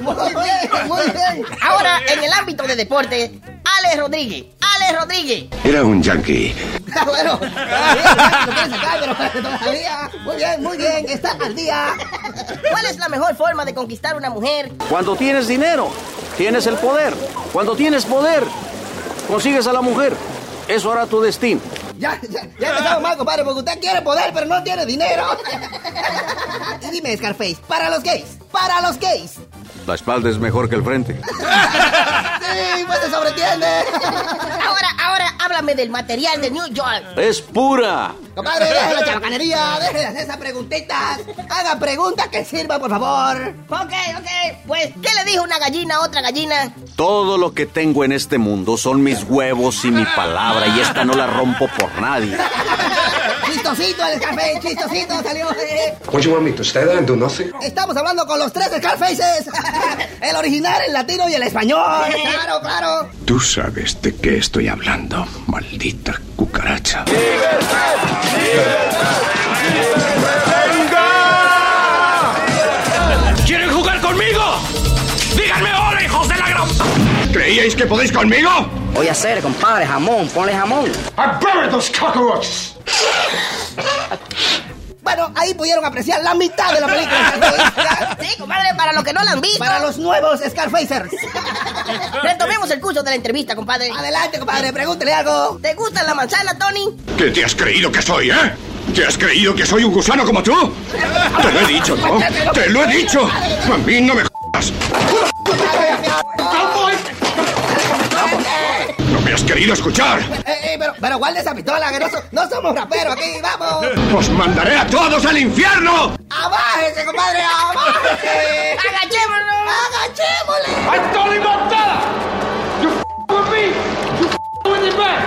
Speaker 29: Muy bien, muy bien. Ahora, en el ámbito de deporte, Alex Rodríguez, Alex Rodríguez.
Speaker 2: Era un yankee.
Speaker 29: Ah, bueno, todavía lo quieres sacar, pero todavía. Muy bien, muy bien, está al día. ¿Cuál es la mejor forma de conquistar una mujer?
Speaker 30: Cuando tienes dinero, tienes el poder. Cuando tienes poder, consigues a la mujer. Eso hará tu destino.
Speaker 29: Ya, ya, ya empezamos mal, compadre, porque usted quiere poder, pero no tiene dinero. Y dime, Scarface, para los gays, para los gays.
Speaker 30: La espalda es mejor que el frente.
Speaker 29: Sí, pues se sobreentiende. Ahora, ahora, háblame del material de New York.
Speaker 30: Es pura.
Speaker 29: Compadre, deje la chabacanería, deje de hacer esas preguntitas. Haga preguntas que sirvan, por favor. Ok, ok. Pues, ¿qué le dijo una gallina a otra gallina?
Speaker 30: Todo lo que tengo en este mundo son mis huevos y mi palabra, y esta no la rompo por nadie.
Speaker 29: Chistosito el Scarface, chistosito salió. eh.
Speaker 30: What you want me to stay there and do nothing?
Speaker 29: Estamos hablando con los tres Scarfaces. El original, el latino y el español. Claro, claro.
Speaker 2: Tú sabes de qué estoy hablando, maldita cucaracha.
Speaker 19: ¿Quieren jugar conmigo? Díganme ahora, hijos de la gran.
Speaker 2: ¿Creíais que podéis conmigo?
Speaker 31: Voy a hacer, compadre, jamón, ponle jamón.
Speaker 2: I buried those cockroaches.
Speaker 29: Bueno, ahí pudieron apreciar la mitad de la película. Sí, compadre, para los que no la han visto. Para los nuevos Scarfacers. Retomemos el curso de la entrevista, compadre. Adelante, compadre, pregúntele algo. ¿Te gusta la manzana, Tony?
Speaker 2: ¿Qué te has creído que soy, eh? ¿Te has creído que soy un gusano como tú? Te lo he dicho, ¿no? ¡Te lo he dicho! A mí no me jodas. No me hayas querido escuchar.
Speaker 29: Ey, ey, Eh, pero, pero guarda esa pistola, que no, so- no somos raperos aquí, vamos.
Speaker 2: ¡Os mandaré a todos al infierno!
Speaker 29: ¡Abájese, compadre! ¡Abájese! ¡Agachémoslo! ¡Agachémosle! ¡Antonio Montana! ¡You f with me! ¡You f with me back!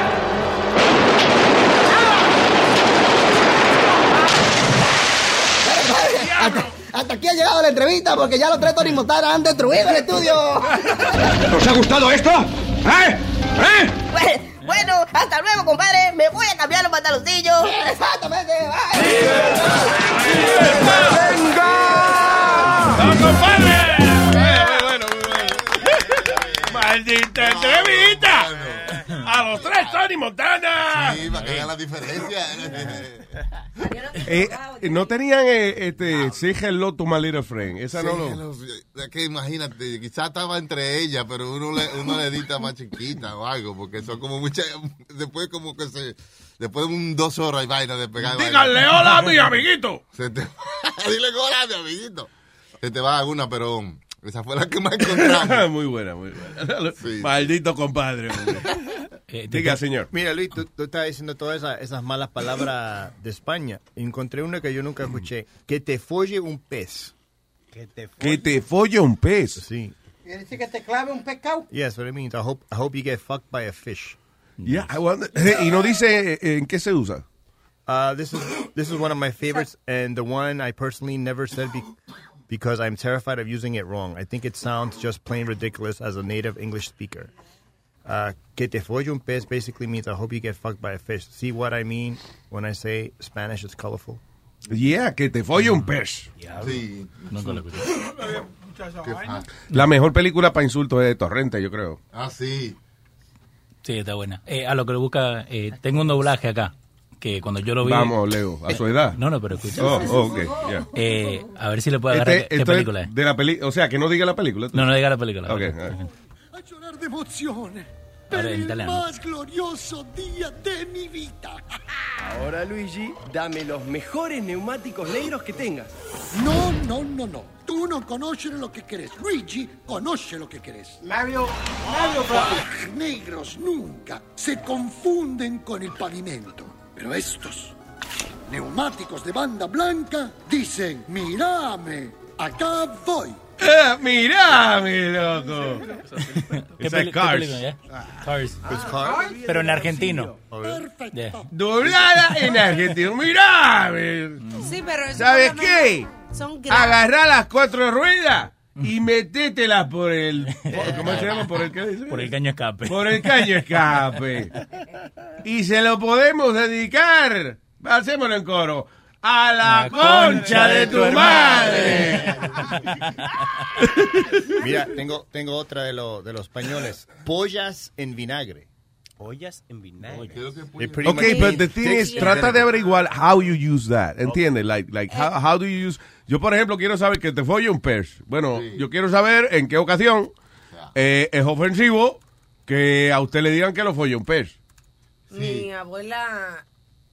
Speaker 32: Hasta,
Speaker 29: hasta aquí ha llegado la entrevista porque ya los tres Tony Montana han destruido el estudio.
Speaker 2: ¿Os ha gustado esto? ¿Eh? ¿Eh?
Speaker 29: Pues, bueno, hasta luego, compadre. Me voy a cambiar los pantaloncillos. Exactamente.
Speaker 11: ¡Maldita entrevista! ¡A los tres, Tony Montana!
Speaker 19: Sí, para que vean la diferencia.
Speaker 6: Eh, no tenían eh, este, Say Hello to My Little Friend. Esa no
Speaker 19: Sí,
Speaker 6: lo.
Speaker 19: los- es que imagínate, quizás estaba entre ellas, pero uno le, uno le edita más chiquita o algo, porque son como muchas. Después, como que se. Después de un dos horas y vaina de pegar.
Speaker 11: Díganle hola a mi amiguito.
Speaker 19: Se te, dile hola a mi amiguito. Se te va alguna, pero esa fue la que más encontramos.
Speaker 6: muy buena, muy buena. Maldito compadre. hombre. eh.
Speaker 17: Eh,
Speaker 6: Diga, señor.
Speaker 1: Mira, Luis, tú, tú estás diciendo todas esas, esas malas palabras de España. Encontré una que yo nunca escuché. Que te folle un pez.
Speaker 7: Que te
Speaker 6: Que te folle un pez.
Speaker 1: Sí.
Speaker 7: Quiere decir que te clave un pescado.
Speaker 1: Yes, what it means. I hope, I hope you get fucked by a fish.
Speaker 6: Yeah, I wonder- y no dice eh, en qué se usa.
Speaker 1: Uh, this is this is one of my favorites, and the one I personally never said be, because I'm terrified of using it wrong. I think it sounds just plain ridiculous as a native English speaker. Uh, que te folle un pez basically means I hope you get fucked by a fish. See what I mean when I say Spanish is colorful?
Speaker 6: Yeah, que te folle un pez.
Speaker 19: Sí.
Speaker 1: Nunca lo
Speaker 6: La mejor película para insultos es de Torrente, yo creo.
Speaker 19: Ah, sí.
Speaker 17: Sí, está buena. Eh, a lo que le busca, eh, tengo un doblaje acá, que cuando yo lo vi... Eh,
Speaker 6: Vamos, Leo, a su edad.
Speaker 17: No, no, pero escucha.
Speaker 6: Oh, oh, ok, ya.
Speaker 17: Eh, a ver si le puedo agarrar
Speaker 6: Este-
Speaker 17: qué, qué
Speaker 6: esto es
Speaker 17: película es.
Speaker 6: De la peli o sea, que no diga la película.
Speaker 17: No, no diga la película.
Speaker 6: Ok, ah. all right.
Speaker 33: a llorar de emoción
Speaker 17: Ahora
Speaker 33: por
Speaker 17: en
Speaker 33: el
Speaker 17: italiano.
Speaker 33: más glorioso día de mi vida.
Speaker 34: Ahora, Luigi, dame los mejores neumáticos negros que tengas.
Speaker 33: No, no, no, no. Tú no conoces lo que querés. Luigi conoce lo que querés.
Speaker 7: Labio, labio,
Speaker 33: Los negros nunca se confunden con el pavimento. Pero estos neumáticos de banda blanca dicen, mirame, acá voy.
Speaker 6: Eh, mirame, loco.
Speaker 17: ¿Qué,
Speaker 6: Esa es
Speaker 17: peli- qué
Speaker 6: Cars.
Speaker 17: película es? Cars.
Speaker 19: Ah.
Speaker 6: It's Cars.
Speaker 17: Pero en argentino. Yeah.
Speaker 6: Doblada en argentino. Mirame.
Speaker 12: Sí, pero eso
Speaker 6: ¿Sabes
Speaker 12: por lo
Speaker 6: qué?
Speaker 12: menos Son gra-
Speaker 6: Agarrá las cuatro ruedas y metételas por el. ¿Cómo se llama? Por el, ¿qué dice?
Speaker 17: Por el caño escape.
Speaker 6: Por el caño escape. Y se lo podemos dedicar. Hacémoslo en coro. A la, concha, de tu madre.
Speaker 1: Mira, tengo, tengo otra de, lo, de los españoles. Pollas en vinagre.
Speaker 21: Ollas en vinagre.
Speaker 1: They pretty
Speaker 6: Okay, but
Speaker 1: much mean
Speaker 6: the thing
Speaker 1: dicks
Speaker 6: is,
Speaker 1: in
Speaker 6: trata de
Speaker 1: vinegar.
Speaker 6: averiguar how you use
Speaker 1: Oh.
Speaker 6: that. ¿Entiendes? Like, like how, how do you use... Yo, por ejemplo, quiero saber que te folle un pez. Bueno, yo quiero saber en qué ocasión eh, es ofensivo que a usted le digan que lo folle un pez.
Speaker 12: Mi abuela,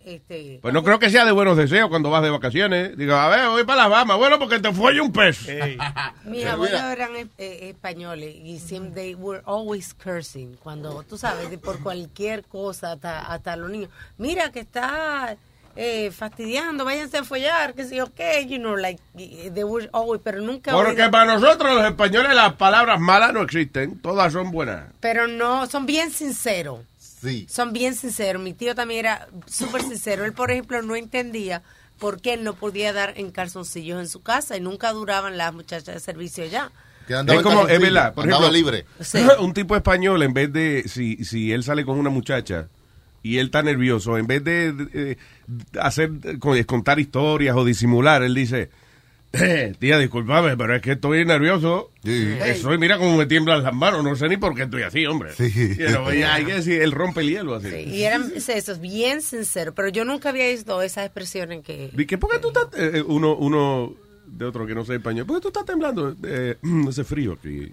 Speaker 12: este,
Speaker 6: Pues no creo que sea de buenos deseos cuando vas de vacaciones. Digo, a ver, voy para las Bahamas. Bueno, porque te folle un pez.
Speaker 12: mis abuelos eran eh, eh, españoles y siempre they were always cursing cuando tú sabes de por cualquier cosa hasta, hasta los niños. Mira que está eh, fastidiando, váyanse a follar, que sé yo qué, you know, like eh, they were always, pero nunca.
Speaker 6: Porque
Speaker 12: olvidan-
Speaker 6: para nosotros los españoles las palabras malas no existen. Todas son buenas.
Speaker 12: Pero no, son bien sinceros.
Speaker 19: Sí.
Speaker 12: Son bien sinceros. Mi tío también era súper sincero. Él, por ejemplo, no entendía por qué él no podía dar en calzoncillos en su casa y nunca duraban las muchachas de servicio ya.
Speaker 19: Que andaba
Speaker 6: es
Speaker 19: en
Speaker 6: como, es
Speaker 19: calzoncillo,
Speaker 6: verdad, por
Speaker 19: andaba
Speaker 6: ejemplo,
Speaker 19: libre.
Speaker 6: un tipo español, en vez de, si, si él sale con una muchacha y él está nervioso, en vez de, eh, hacer, eh, contar historias o disimular, él dice, "Eh, tía, discúlpame, pero es que estoy nervioso. Estoy, mira cómo me tiemblan las manos, no sé ni por qué estoy así, hombre. Y lo veía, hay que decir, él rompe el hielo así.
Speaker 12: Y eran esos bien sinceros. Pero yo nunca había visto esas expresiones que...
Speaker 6: ¿Y qué, ¿Por qué tú estás, eh, eh, uno, uno de otro que no sé español, por qué tú estás temblando? Eh, mm, hace frío aquí.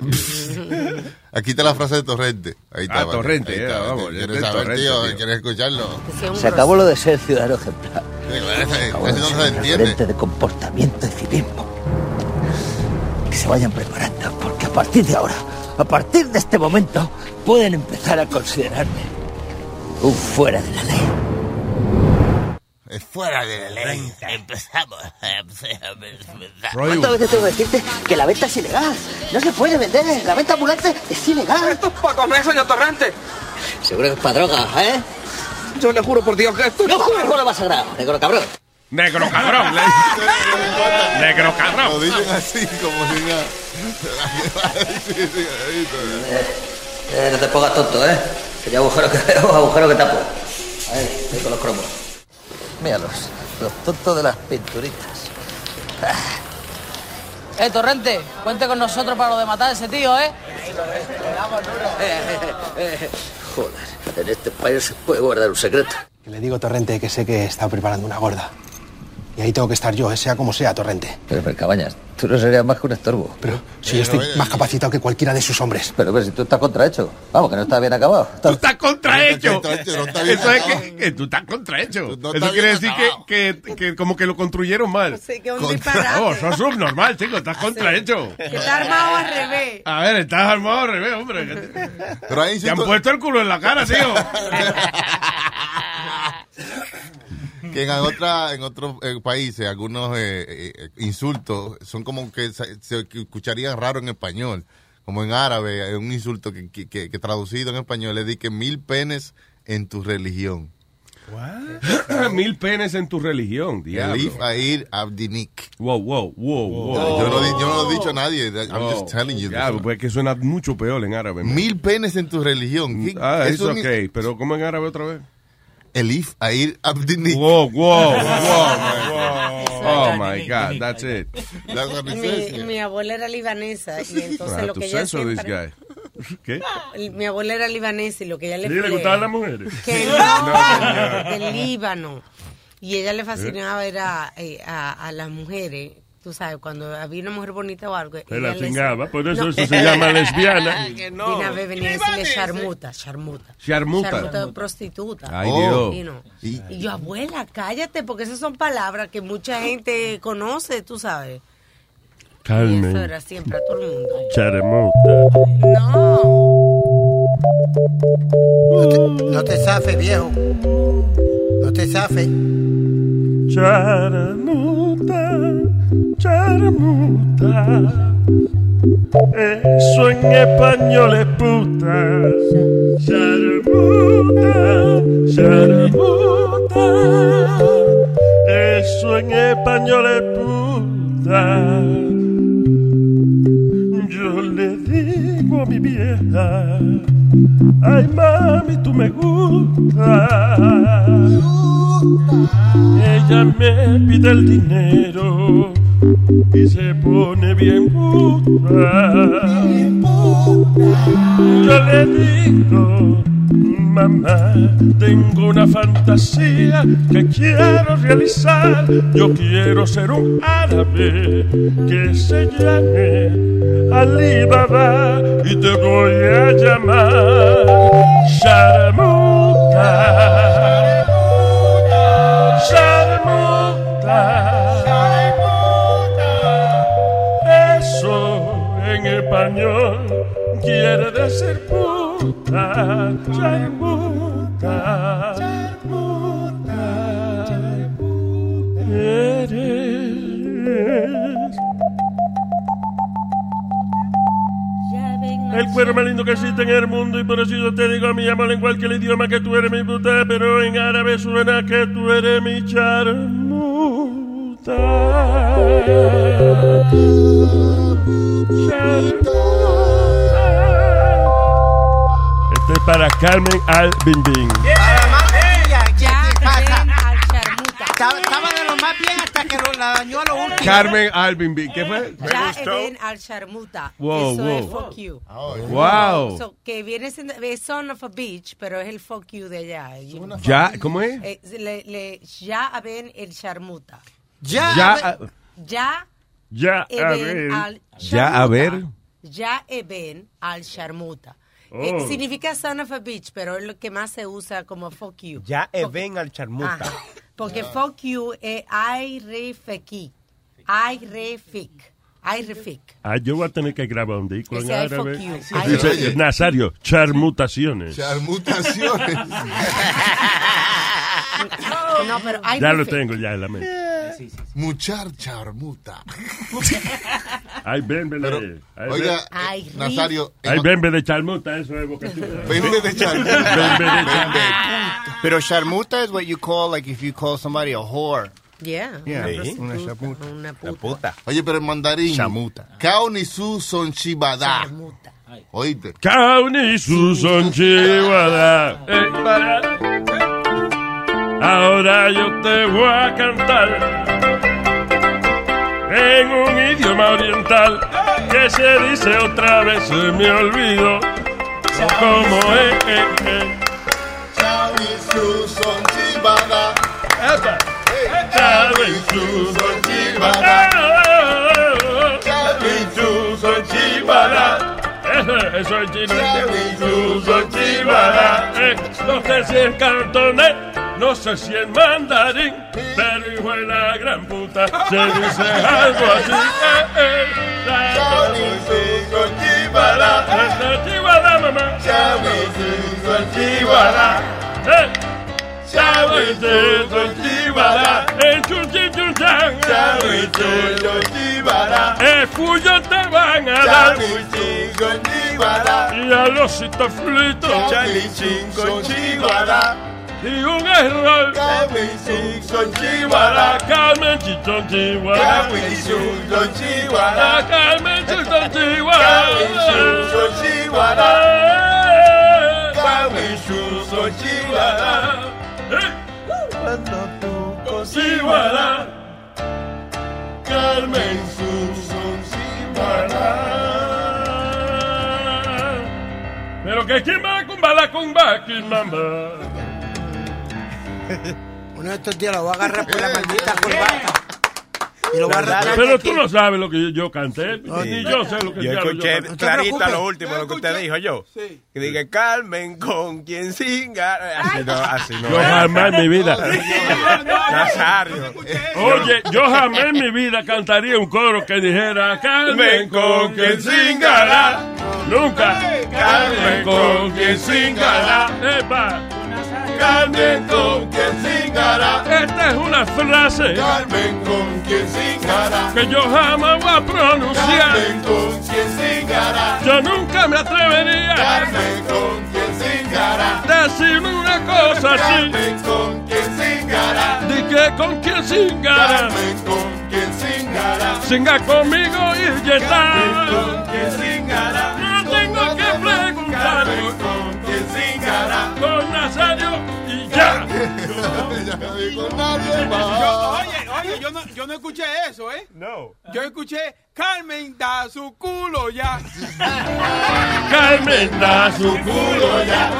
Speaker 19: Aquí está la frase de Torrente. Ahí está.
Speaker 6: Ah,
Speaker 19: Bate.
Speaker 6: Torrente,
Speaker 19: Ahí
Speaker 6: ya, vamos, ya
Speaker 19: ¿Quieres
Speaker 6: está
Speaker 19: saber,
Speaker 6: Torrente,
Speaker 19: tío?
Speaker 6: tío.
Speaker 19: ¿Quieres escucharlo?
Speaker 21: Se acabó lo de ser ciudadano ejemplar. Acabó de
Speaker 19: ese no se
Speaker 21: ser un
Speaker 19: entiende.
Speaker 21: referente de comportamiento y civismo. Que se vayan preparando, porque a partir de ahora
Speaker 2: A partir de este momento pueden empezar a considerarme un fuera de la ley.
Speaker 19: Es fuera de la ley.
Speaker 2: Empezamos.
Speaker 29: ¿Cuántas veces tengo que decirte que la venta es ilegal? No se puede vender, la venta ambulante es ilegal. Esto es para comer, señor Torrente.
Speaker 2: Seguro que es para droga, ¿eh? Yo le juro por Dios que esto no juego con la más sagrada, negro cabrón.
Speaker 6: Negro cabrón. Negro cabrón.
Speaker 19: Lo dicen así, como si nada.
Speaker 2: Eh, no te pongas tonto, ¿eh? Que yo agujero que veo, agujero que tapo. Ahí, ahí con los cromos. Míralos, los tontos de las pinturitas.
Speaker 35: Eh, Torrente, cuente con nosotros para lo de matar a ese tío, ¿eh?
Speaker 2: Joder, en este país se puede guardar un secreto.
Speaker 24: Le digo a Torrente que sé que está preparando una gorda. Y ahí tengo que estar yo, eh, sea como sea, Torrente.
Speaker 2: Pero, pero Cabañas, tú no serías más que un estorbo.
Speaker 24: Pero si yo estoy más capacitado que cualquiera de sus hombres.
Speaker 2: Pero, pero si tú estás contrahecho. Vamos, que no está bien acabado. Tú estás
Speaker 6: Contrahecho.
Speaker 19: no está bien
Speaker 6: Eso es
Speaker 19: acabado.
Speaker 6: que, que tú estás contrahecho.
Speaker 19: no
Speaker 6: Eso
Speaker 19: está
Speaker 6: quiere
Speaker 19: bien
Speaker 6: decir que, que, que como que lo construyeron mal.
Speaker 12: Sí, que un
Speaker 6: Contra-
Speaker 12: disparate.
Speaker 6: Oh, sos subnormal, chico. Estás contrahecho.
Speaker 12: Que está armado al revés.
Speaker 6: A ver, estás armado al revés, hombre.
Speaker 19: Pero ahí
Speaker 6: Te han puesto el culo en la cara, tío.
Speaker 19: Que en otra, en otros eh, países algunos eh, eh, insultos son como que se, se escucharían raro en español, como en árabe, eh, un insulto que, que- que- que traducido en español es de que mil penes en tu religión.
Speaker 6: Mil penes en tu religión, diablo.
Speaker 19: Elif Air Abdinik.
Speaker 6: Wow, wow, wow, wow.
Speaker 19: Yo, no, di- yo no lo he dicho a nadie. I'm just telling you.
Speaker 6: Diablo, pues es que suena mucho peor en árabe. man.
Speaker 19: Mil penes en tu religión. ¿Qué-
Speaker 6: Ah,
Speaker 19: eso
Speaker 6: eso
Speaker 19: ni-
Speaker 6: ok, pero ¿cómo en árabe otra vez?
Speaker 19: Elif Air Abdinik.
Speaker 6: Wow, wow, wow, Oh my God, that's it.
Speaker 12: Mi, mi abuela era libanesa y entonces
Speaker 11: Ah,
Speaker 6: I have
Speaker 12: lo
Speaker 6: to
Speaker 12: que ella
Speaker 6: censor this
Speaker 12: siempre...
Speaker 6: guy. ¿Qué?
Speaker 12: Mi abuela era libanesa y lo que ella le
Speaker 6: ¿Sí le
Speaker 12: flea-
Speaker 6: gustaban las mujeres?
Speaker 12: Que
Speaker 6: No,
Speaker 12: no,
Speaker 6: señor.
Speaker 12: del Líbano. Y ella le fascinaba era eh, a, a las mujeres, tú sabes, cuando había una mujer bonita o algo.
Speaker 6: Se la
Speaker 12: ella les-
Speaker 6: chingaba, por eso
Speaker 12: No.
Speaker 6: eso se llama lesbiana.
Speaker 12: De una vez venía a decirle charmuta, charmuta.
Speaker 6: Charmuta.
Speaker 12: de prostituta.
Speaker 6: Ay, Dios.
Speaker 12: Y, no. Y yo, abuela, cállate, porque esas son palabras que mucha gente conoce, tú sabes. Y eso
Speaker 6: Carmen,
Speaker 12: era siempre a todo el mundo.
Speaker 6: charmuta.
Speaker 7: No te, no te zafes, viejo. No te zafes.
Speaker 10: Charamuta, charamuta. Eso en español es puta. Charamuta, charamuta. Eso en español es puta. Yo le digo a mi vieja, ay mami, tú me gustas. Ella me pide el dinero y se pone bien puta. Yo le digo, mamá, tengo una fantasía que quiero realizar. Yo quiero ser un árabe que se llame Alibaba y te voy a llamar Sharamuta. Sharamuta. Eso en español quiere decir puta. Sharamuta. Eres El cuero más lindo que existe en el mundo y por eso yo te digo a mi amor en cualquier idioma que tú eres mi puta, pero en árabe suena que tú eres mi charmuta. Este es para Carmen Al Bimbing.
Speaker 7: Estaba, estaba de lo más bien hasta que lo- la dañó a lo último.
Speaker 11: Carmen Alvin, B. ¿qué fue?
Speaker 12: Ya ven al charmuta.
Speaker 11: Wow,
Speaker 12: eso es
Speaker 11: wow.
Speaker 12: fuck you.
Speaker 19: Ah,
Speaker 11: Wow.
Speaker 12: So, que viene siendo es son of a beach, pero es el fuck you de allá.
Speaker 11: of a Ya, beach. ¿cómo es?
Speaker 12: Eh, le, le- ya ven el charmuta.
Speaker 11: Ya Ya
Speaker 10: ah.
Speaker 11: a- ven-
Speaker 12: Ya
Speaker 6: Ya,
Speaker 12: ven
Speaker 6: a ver.
Speaker 12: al
Speaker 11: Ya, a ver.
Speaker 12: ya ven al charmuta.
Speaker 36: Oh.
Speaker 12: Eh, significa son of a beach, pero es lo que más se usa como fuck you.
Speaker 36: Ya ven al charmuta.
Speaker 2: Ah.
Speaker 12: Ajá. Porque fuck you es I refeki. I refik. I refit.
Speaker 10: Ah, yo voy a tener que grabar un disco en
Speaker 12: Ese I
Speaker 10: árabe.
Speaker 12: fuck you. I
Speaker 10: Dice,
Speaker 12: fuck you.
Speaker 10: Nazario, charmutaciones.
Speaker 19: Charmutaciones.
Speaker 12: No, pero I
Speaker 10: Ya lo
Speaker 12: refit.
Speaker 10: tengo ya en la mente.
Speaker 19: Muchar charmuta.
Speaker 10: Ay, bembe de...
Speaker 19: oiga,
Speaker 12: Ay,
Speaker 19: eh, Nazario,
Speaker 10: Ay, bembe de charmuta, eso es vocación.
Speaker 19: Bembe de charmuta.
Speaker 10: Bembe de charmuta.
Speaker 12: Ah,
Speaker 1: Pero charmuta is what you call, like, if you call somebody a whore.
Speaker 12: Yeah.
Speaker 1: Yeah,
Speaker 19: Sí.
Speaker 1: una chaputa.
Speaker 12: Una puta.
Speaker 19: Oye, pero en mandarín. Chamuta. Kaonisu son chibada. Oíste.
Speaker 10: Kaoni su son chivada. Eh, para. Ahora yo te voy a cantar en un idioma oriental que se dice otra vez, se me olvido. Como es, eh, eh.
Speaker 11: Chavisu son chivada. Chavisu son
Speaker 10: chivada.
Speaker 11: Chavisu son chivada.
Speaker 10: Eso, eso es chino.
Speaker 11: Chavisu son
Speaker 10: chivada. Eh, no sé si en cantonés, no sé si en mandarín, pero hijo de la gran puta, se dice algo así. Eh, eh.
Speaker 11: Chavisu son chivada.
Speaker 10: Esta chivada, mamá.
Speaker 11: Chavisu son chivada.
Speaker 10: Eh.
Speaker 11: Chavisu son chivada.
Speaker 10: Eh, chun, chin, chun, chan.
Speaker 11: Chavisu son chivada.
Speaker 10: Eh, fuyo te van a dar.
Speaker 11: Chavisu son chivada.
Speaker 10: Y a los itaflitos.
Speaker 11: Chavisu son chivada.
Speaker 10: Y un error.
Speaker 11: Chavisu son chivada.
Speaker 10: Carmen Chichón Chihuahua.
Speaker 11: Chavisu son chivada.
Speaker 10: Carmen Chichón
Speaker 11: Chavisu
Speaker 10: Chihuahua.
Speaker 11: son chivada. Chavisu son chivada. Cuando tú
Speaker 10: Chihuahua.
Speaker 11: Carmen Susan Sibana.
Speaker 10: Pero que quimba, cumba, la cumba, quimamba.
Speaker 7: Uno de estos días lo voy a agarrar por la maldita corbata. Y lo voy a arrastrar
Speaker 10: Pero
Speaker 7: aquí.
Speaker 10: tú no sabes lo que yo, yo canté, ni yo sé lo que
Speaker 2: Yo
Speaker 10: diablo
Speaker 2: escuché
Speaker 10: canté.
Speaker 2: clarita lo último, lo que usted dijo yo. Que dije, Carmen, con quien singa. Así no, así no.
Speaker 10: Yo jamás en mi vida.
Speaker 2: Nazario.
Speaker 10: Oye, yo jamás en mi vida cantaría un coro que dijera Carmen
Speaker 2: Ven
Speaker 10: con quien singará. Nunca. Carmen con quien singará. Epa.
Speaker 11: Carmen con quien singará.
Speaker 10: Esta es una frase
Speaker 11: Carmen con quien singará.
Speaker 10: que yo jamás voy a pronunciar.
Speaker 11: Carmen con quien singará.
Speaker 10: Yo nunca me atrevería
Speaker 11: Carmen con quien singará.
Speaker 10: a decir una cosa así.
Speaker 11: Carmen con quien singará.
Speaker 10: Di que con quien singará.
Speaker 11: Carmen con quien singará.
Speaker 10: Singa conmigo y ya está.
Speaker 11: Con quien singará.
Speaker 10: No Ah, tengo que preguntar
Speaker 11: Carmen con quien singará.
Speaker 10: con Nazario y ya.
Speaker 11: No digo nadie más.
Speaker 37: Oye, oye, yo no, yo no escuché eso, ¿eh?
Speaker 2: No.
Speaker 37: Yo escuché, Carmen da su culo ya.
Speaker 10: Carmen da su
Speaker 11: culo ya.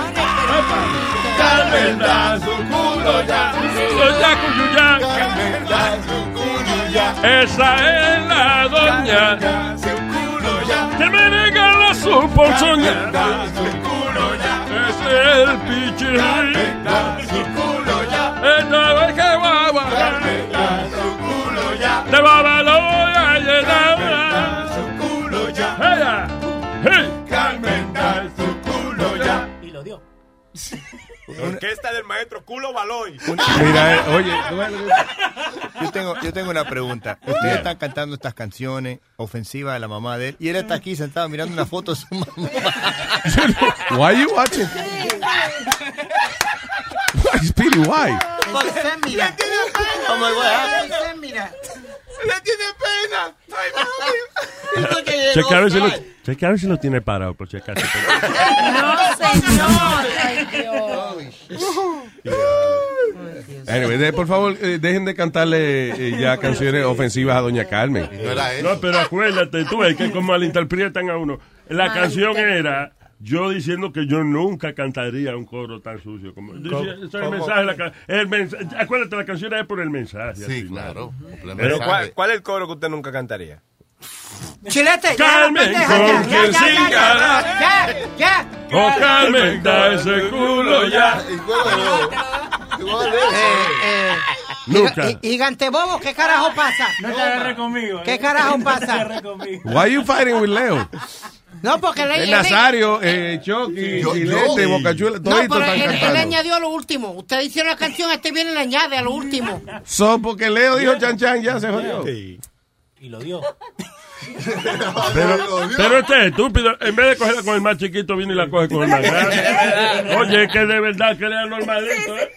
Speaker 11: Carmen da su culo ya.
Speaker 10: Culo ya, cuyo ya.
Speaker 11: Carmen da su culo ya.
Speaker 10: Esa es la doña
Speaker 11: Da su culo ya.
Speaker 10: que me regala su
Speaker 11: Carmen
Speaker 10: ponzoña.
Speaker 11: da su culo ya.
Speaker 10: Ese es el pichirri.
Speaker 11: Da su culo ya.
Speaker 10: Esta vez que guagua
Speaker 11: Carmen da su culo ya.
Speaker 10: te va a valorar y llenar.
Speaker 11: Su culo ya.
Speaker 10: Ella. Hey.
Speaker 11: Carmen da su culo ya.
Speaker 38: Y lo dio.
Speaker 2: Orquesta del maestro Culo Baloy.
Speaker 1: Mira, eh, oye, yo tengo, yo tengo una pregunta. Ustedes
Speaker 10: Yeah.
Speaker 1: están cantando estas canciones ofensivas de la mamá de él y él está aquí sentado mirando una foto de su mamá.
Speaker 6: Why you watching? Why, Speedy, why?
Speaker 7: Consentida.
Speaker 1: Oh my God.
Speaker 7: Consentida.
Speaker 11: ¡Le tiene pena! ¡Ay, mami!
Speaker 10: Checa a ver si lo, checa a ver si lo tiene parado, por si acaso.
Speaker 12: No, señor. Ay,
Speaker 6: Anyway, de- por favor, eh, dejen de cantarle eh, ya canciones ofensivas a Doña Carmen.
Speaker 10: No, pero acuérdate, tú es que como malinterpretan a uno. La canción era yo diciendo que yo nunca cantaría un coro tan sucio como. Dice, ese es el
Speaker 2: ¿Cómo?
Speaker 10: mensaje, la ca- el mensa- acuérdate, la canción es por el mensaje. al
Speaker 19: Sí,
Speaker 10: final.
Speaker 19: claro. El
Speaker 2: Pero
Speaker 19: mensaje.
Speaker 2: ¿cuál, ¿cuál es el coro que usted nunca cantaría?
Speaker 7: Chilete, ya,
Speaker 10: Carmen,
Speaker 7: pendeja,
Speaker 10: con
Speaker 7: ya, ya,
Speaker 10: quien
Speaker 7: ya, ya,
Speaker 10: singará.
Speaker 7: ya, ya.
Speaker 10: Oh, Carmen, da ese culo ya.
Speaker 19: Y bueno, bueno,
Speaker 7: Eh, eh,
Speaker 10: Nunca.
Speaker 7: Y Gantebobo, ¿qué carajo pasa? No te agarres conmigo. eh. ¿Qué carajo pasa?
Speaker 6: Why are you fighting with Leo?
Speaker 7: No, porque él,
Speaker 6: El
Speaker 7: él-
Speaker 6: Nazario, eh, Chucky,
Speaker 7: Yo-
Speaker 6: Chilete,
Speaker 7: yo-
Speaker 6: Bocachula,
Speaker 7: No,
Speaker 6: toditos
Speaker 7: pero
Speaker 6: están
Speaker 7: él, él
Speaker 6: cantando.
Speaker 7: añadió lo último. Usted hizo la canción, este viene y le añade a lo último.
Speaker 6: So, porque Leo dijo Chan Chan, ya se jodió.
Speaker 17: Y lo dio.
Speaker 11: Pero,
Speaker 10: Pero este estúpido, en vez de cogerla con el más chiquito, viene y la coge con el más grande. Oye, que de verdad que era normalito, ¿eh?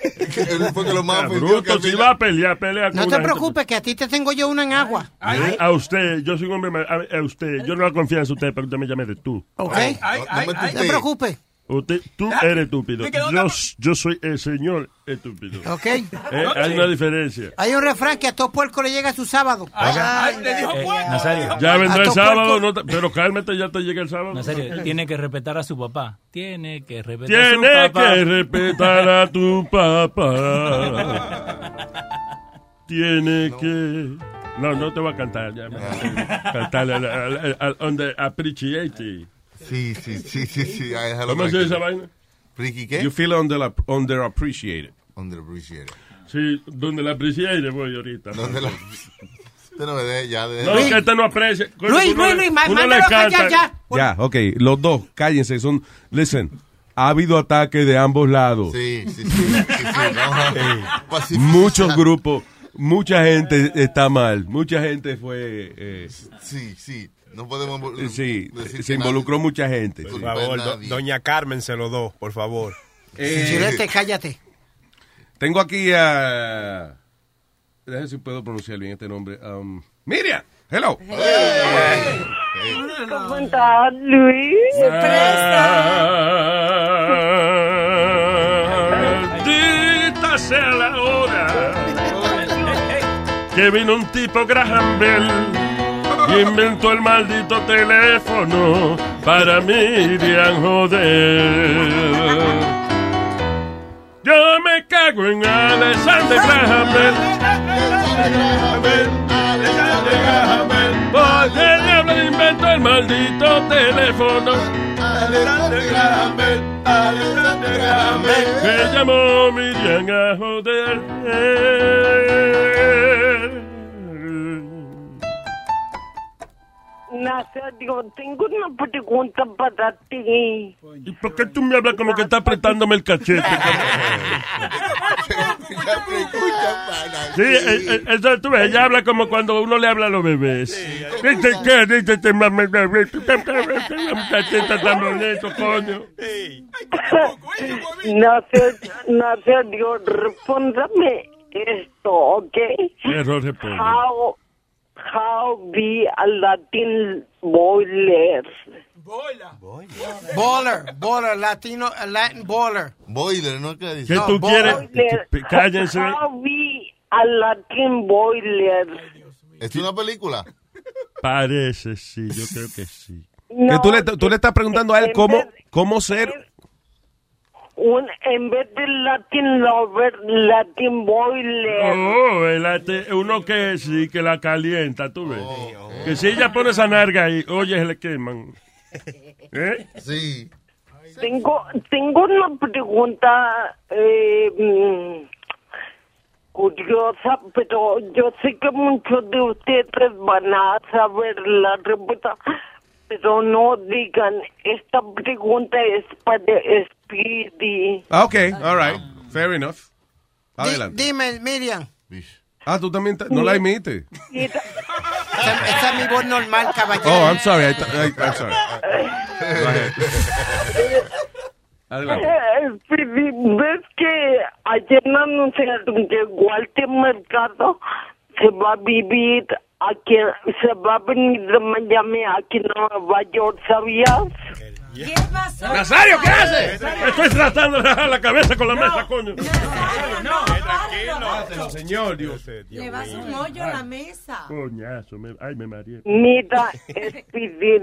Speaker 19: Porque lo más
Speaker 10: Bruto, si va a pelear, pelea con
Speaker 7: No
Speaker 10: una
Speaker 7: te
Speaker 10: gente.
Speaker 7: preocupes, que a ti te tengo yo una en agua.
Speaker 10: Eh, A usted, yo soy un hombre, ma- a, a usted, yo no la confianza en usted, pero usted me llame de tú.
Speaker 7: ¿Ok? no te preocupes. Ah,
Speaker 10: Usted, tú eres estúpido. Yo, s- yo soy el señor estúpido.
Speaker 7: ¿Ok?
Speaker 10: Eh, hay una diferencia.
Speaker 7: Hay un refrán que a todo puerco le llega su sábado.
Speaker 10: Eh,
Speaker 17: Nazario.
Speaker 10: Ya vendrá el
Speaker 17: Hasta
Speaker 10: sábado, no te- pero cálmate, ya te llega el sábado.
Speaker 17: Nazario, tiene que respetar a su papá. Tiene que respetar a
Speaker 10: Tiene
Speaker 17: su papá.
Speaker 10: que respetar a tu papá. Tiene que. No, no te voy a cantar. Ya, Cantarle al, al, al, al on the appreciate.
Speaker 19: Sí, sí, sí, sí, sí. I hello,
Speaker 10: ¿Cómo se dice esa
Speaker 19: Frankie.
Speaker 10: vaina?
Speaker 19: Ricky, ¿qué?
Speaker 6: You feel under, underappreciated.
Speaker 19: Underappreciated.
Speaker 10: Sí, donde la appreciate voy ahorita.
Speaker 19: Donde la- Usted no me dé ya. De...
Speaker 10: No, que este no aprecia. Coño,
Speaker 7: Luis,
Speaker 10: uno
Speaker 7: Luis,
Speaker 10: le-
Speaker 7: Luis, ma-
Speaker 10: uno le
Speaker 7: mándalo a callar
Speaker 10: canta.
Speaker 7: ya.
Speaker 6: Ya, ok, los dos, cállense, son, listen, ha habido ataques de ambos lados.
Speaker 19: Sí, sí, sí. sí, sí, no. Pacif-
Speaker 6: Muchos grupos, mucha gente está mal, mucha gente fue... eh,
Speaker 19: Sí, sí. No podemos.
Speaker 6: eh, sí,
Speaker 19: decir
Speaker 6: se
Speaker 19: que nadie-
Speaker 6: involucró mucha gente.
Speaker 39: Por favor, do- doña Carmen se lo do, por favor.
Speaker 7: Chilete, cállate.
Speaker 6: Eh, Tengo aquí a... Déjame si puedo pronunciar bien este nombre. Um, Miriam, hello.
Speaker 35: ¿Cómo estás, Luis? Se
Speaker 10: Ah.
Speaker 11: Maldita sea la hora
Speaker 10: que vino un tipo Graham Bell y inventó el maldito teléfono para Miriam joder. Yo me cago en Alexander Graham Bell. Porque el diablo le inventó el maldito teléfono. Que llamó Miriam a joder.
Speaker 35: Nazario, tengo una pregunta para ti.
Speaker 10: ¿Y por qué tú me hablas como que está apretándome el cachete? Sí, eh, eh, eso tú ves, ella habla como cuando uno le habla a los bebés. Dice que, dice que, mami, bebé, tú te- la muchachita tan bonito, coño.
Speaker 35: Nazario, Nazario, respóndame esto, ¿ok?
Speaker 10: Error responde.
Speaker 35: How, how be a Latin boiler?
Speaker 7: Baller, baller, latino, Latin baller.
Speaker 19: Boiler, ¿no? ¿Qué dice?
Speaker 7: ¿Qué tú
Speaker 35: Boiler.
Speaker 19: quieres? Cállense.
Speaker 35: How be a Latin boiler?
Speaker 19: ¿Es una película?
Speaker 10: Parece, sí, yo creo que sí.
Speaker 6: que tú, le, tú le estás preguntando a él cómo, cómo ser...
Speaker 35: Un, en vez de Latin lover, Latin boiler.
Speaker 10: Oh, el ate- uno que sí, que la calienta, tú ves. Que si ella pone esa narga ahí, oye, se le queman. ¿Eh?
Speaker 19: Sí.
Speaker 35: Tengo, tengo una pregunta eh, mm, curiosa, pero yo sé que muchos de ustedes van a saber la respuesta, pero no digan, esta pregunta es para Speedy.
Speaker 6: Ah, ok, all right, fair enough. Adelante.
Speaker 7: Dime, Miriam.
Speaker 6: Ah, tú también ta- no la imites.
Speaker 35: Mira,
Speaker 7: Esa, esa es mi voz normal, caballero.
Speaker 6: Oh, I'm sorry. I I- I'm sorry. Go ahead. Adelante.
Speaker 35: eh, Speedy, ¿ves que ayer anunciaron que Walter Mercado se va a vivir aquí, se va a venir de Miami aquí en Nueva York, ¿sabías?
Speaker 12: ¿Qué pasó?
Speaker 10: Nazario, ¿qué haces? Estoy tratando de rajar la cabeza con la
Speaker 6: Ah,
Speaker 10: mesa, coño. Señor, Dios.
Speaker 12: Le vas un hoyo a la mesa.
Speaker 10: Coñazo, me- ay, me mareé.
Speaker 35: Mira, Eh, Speedy.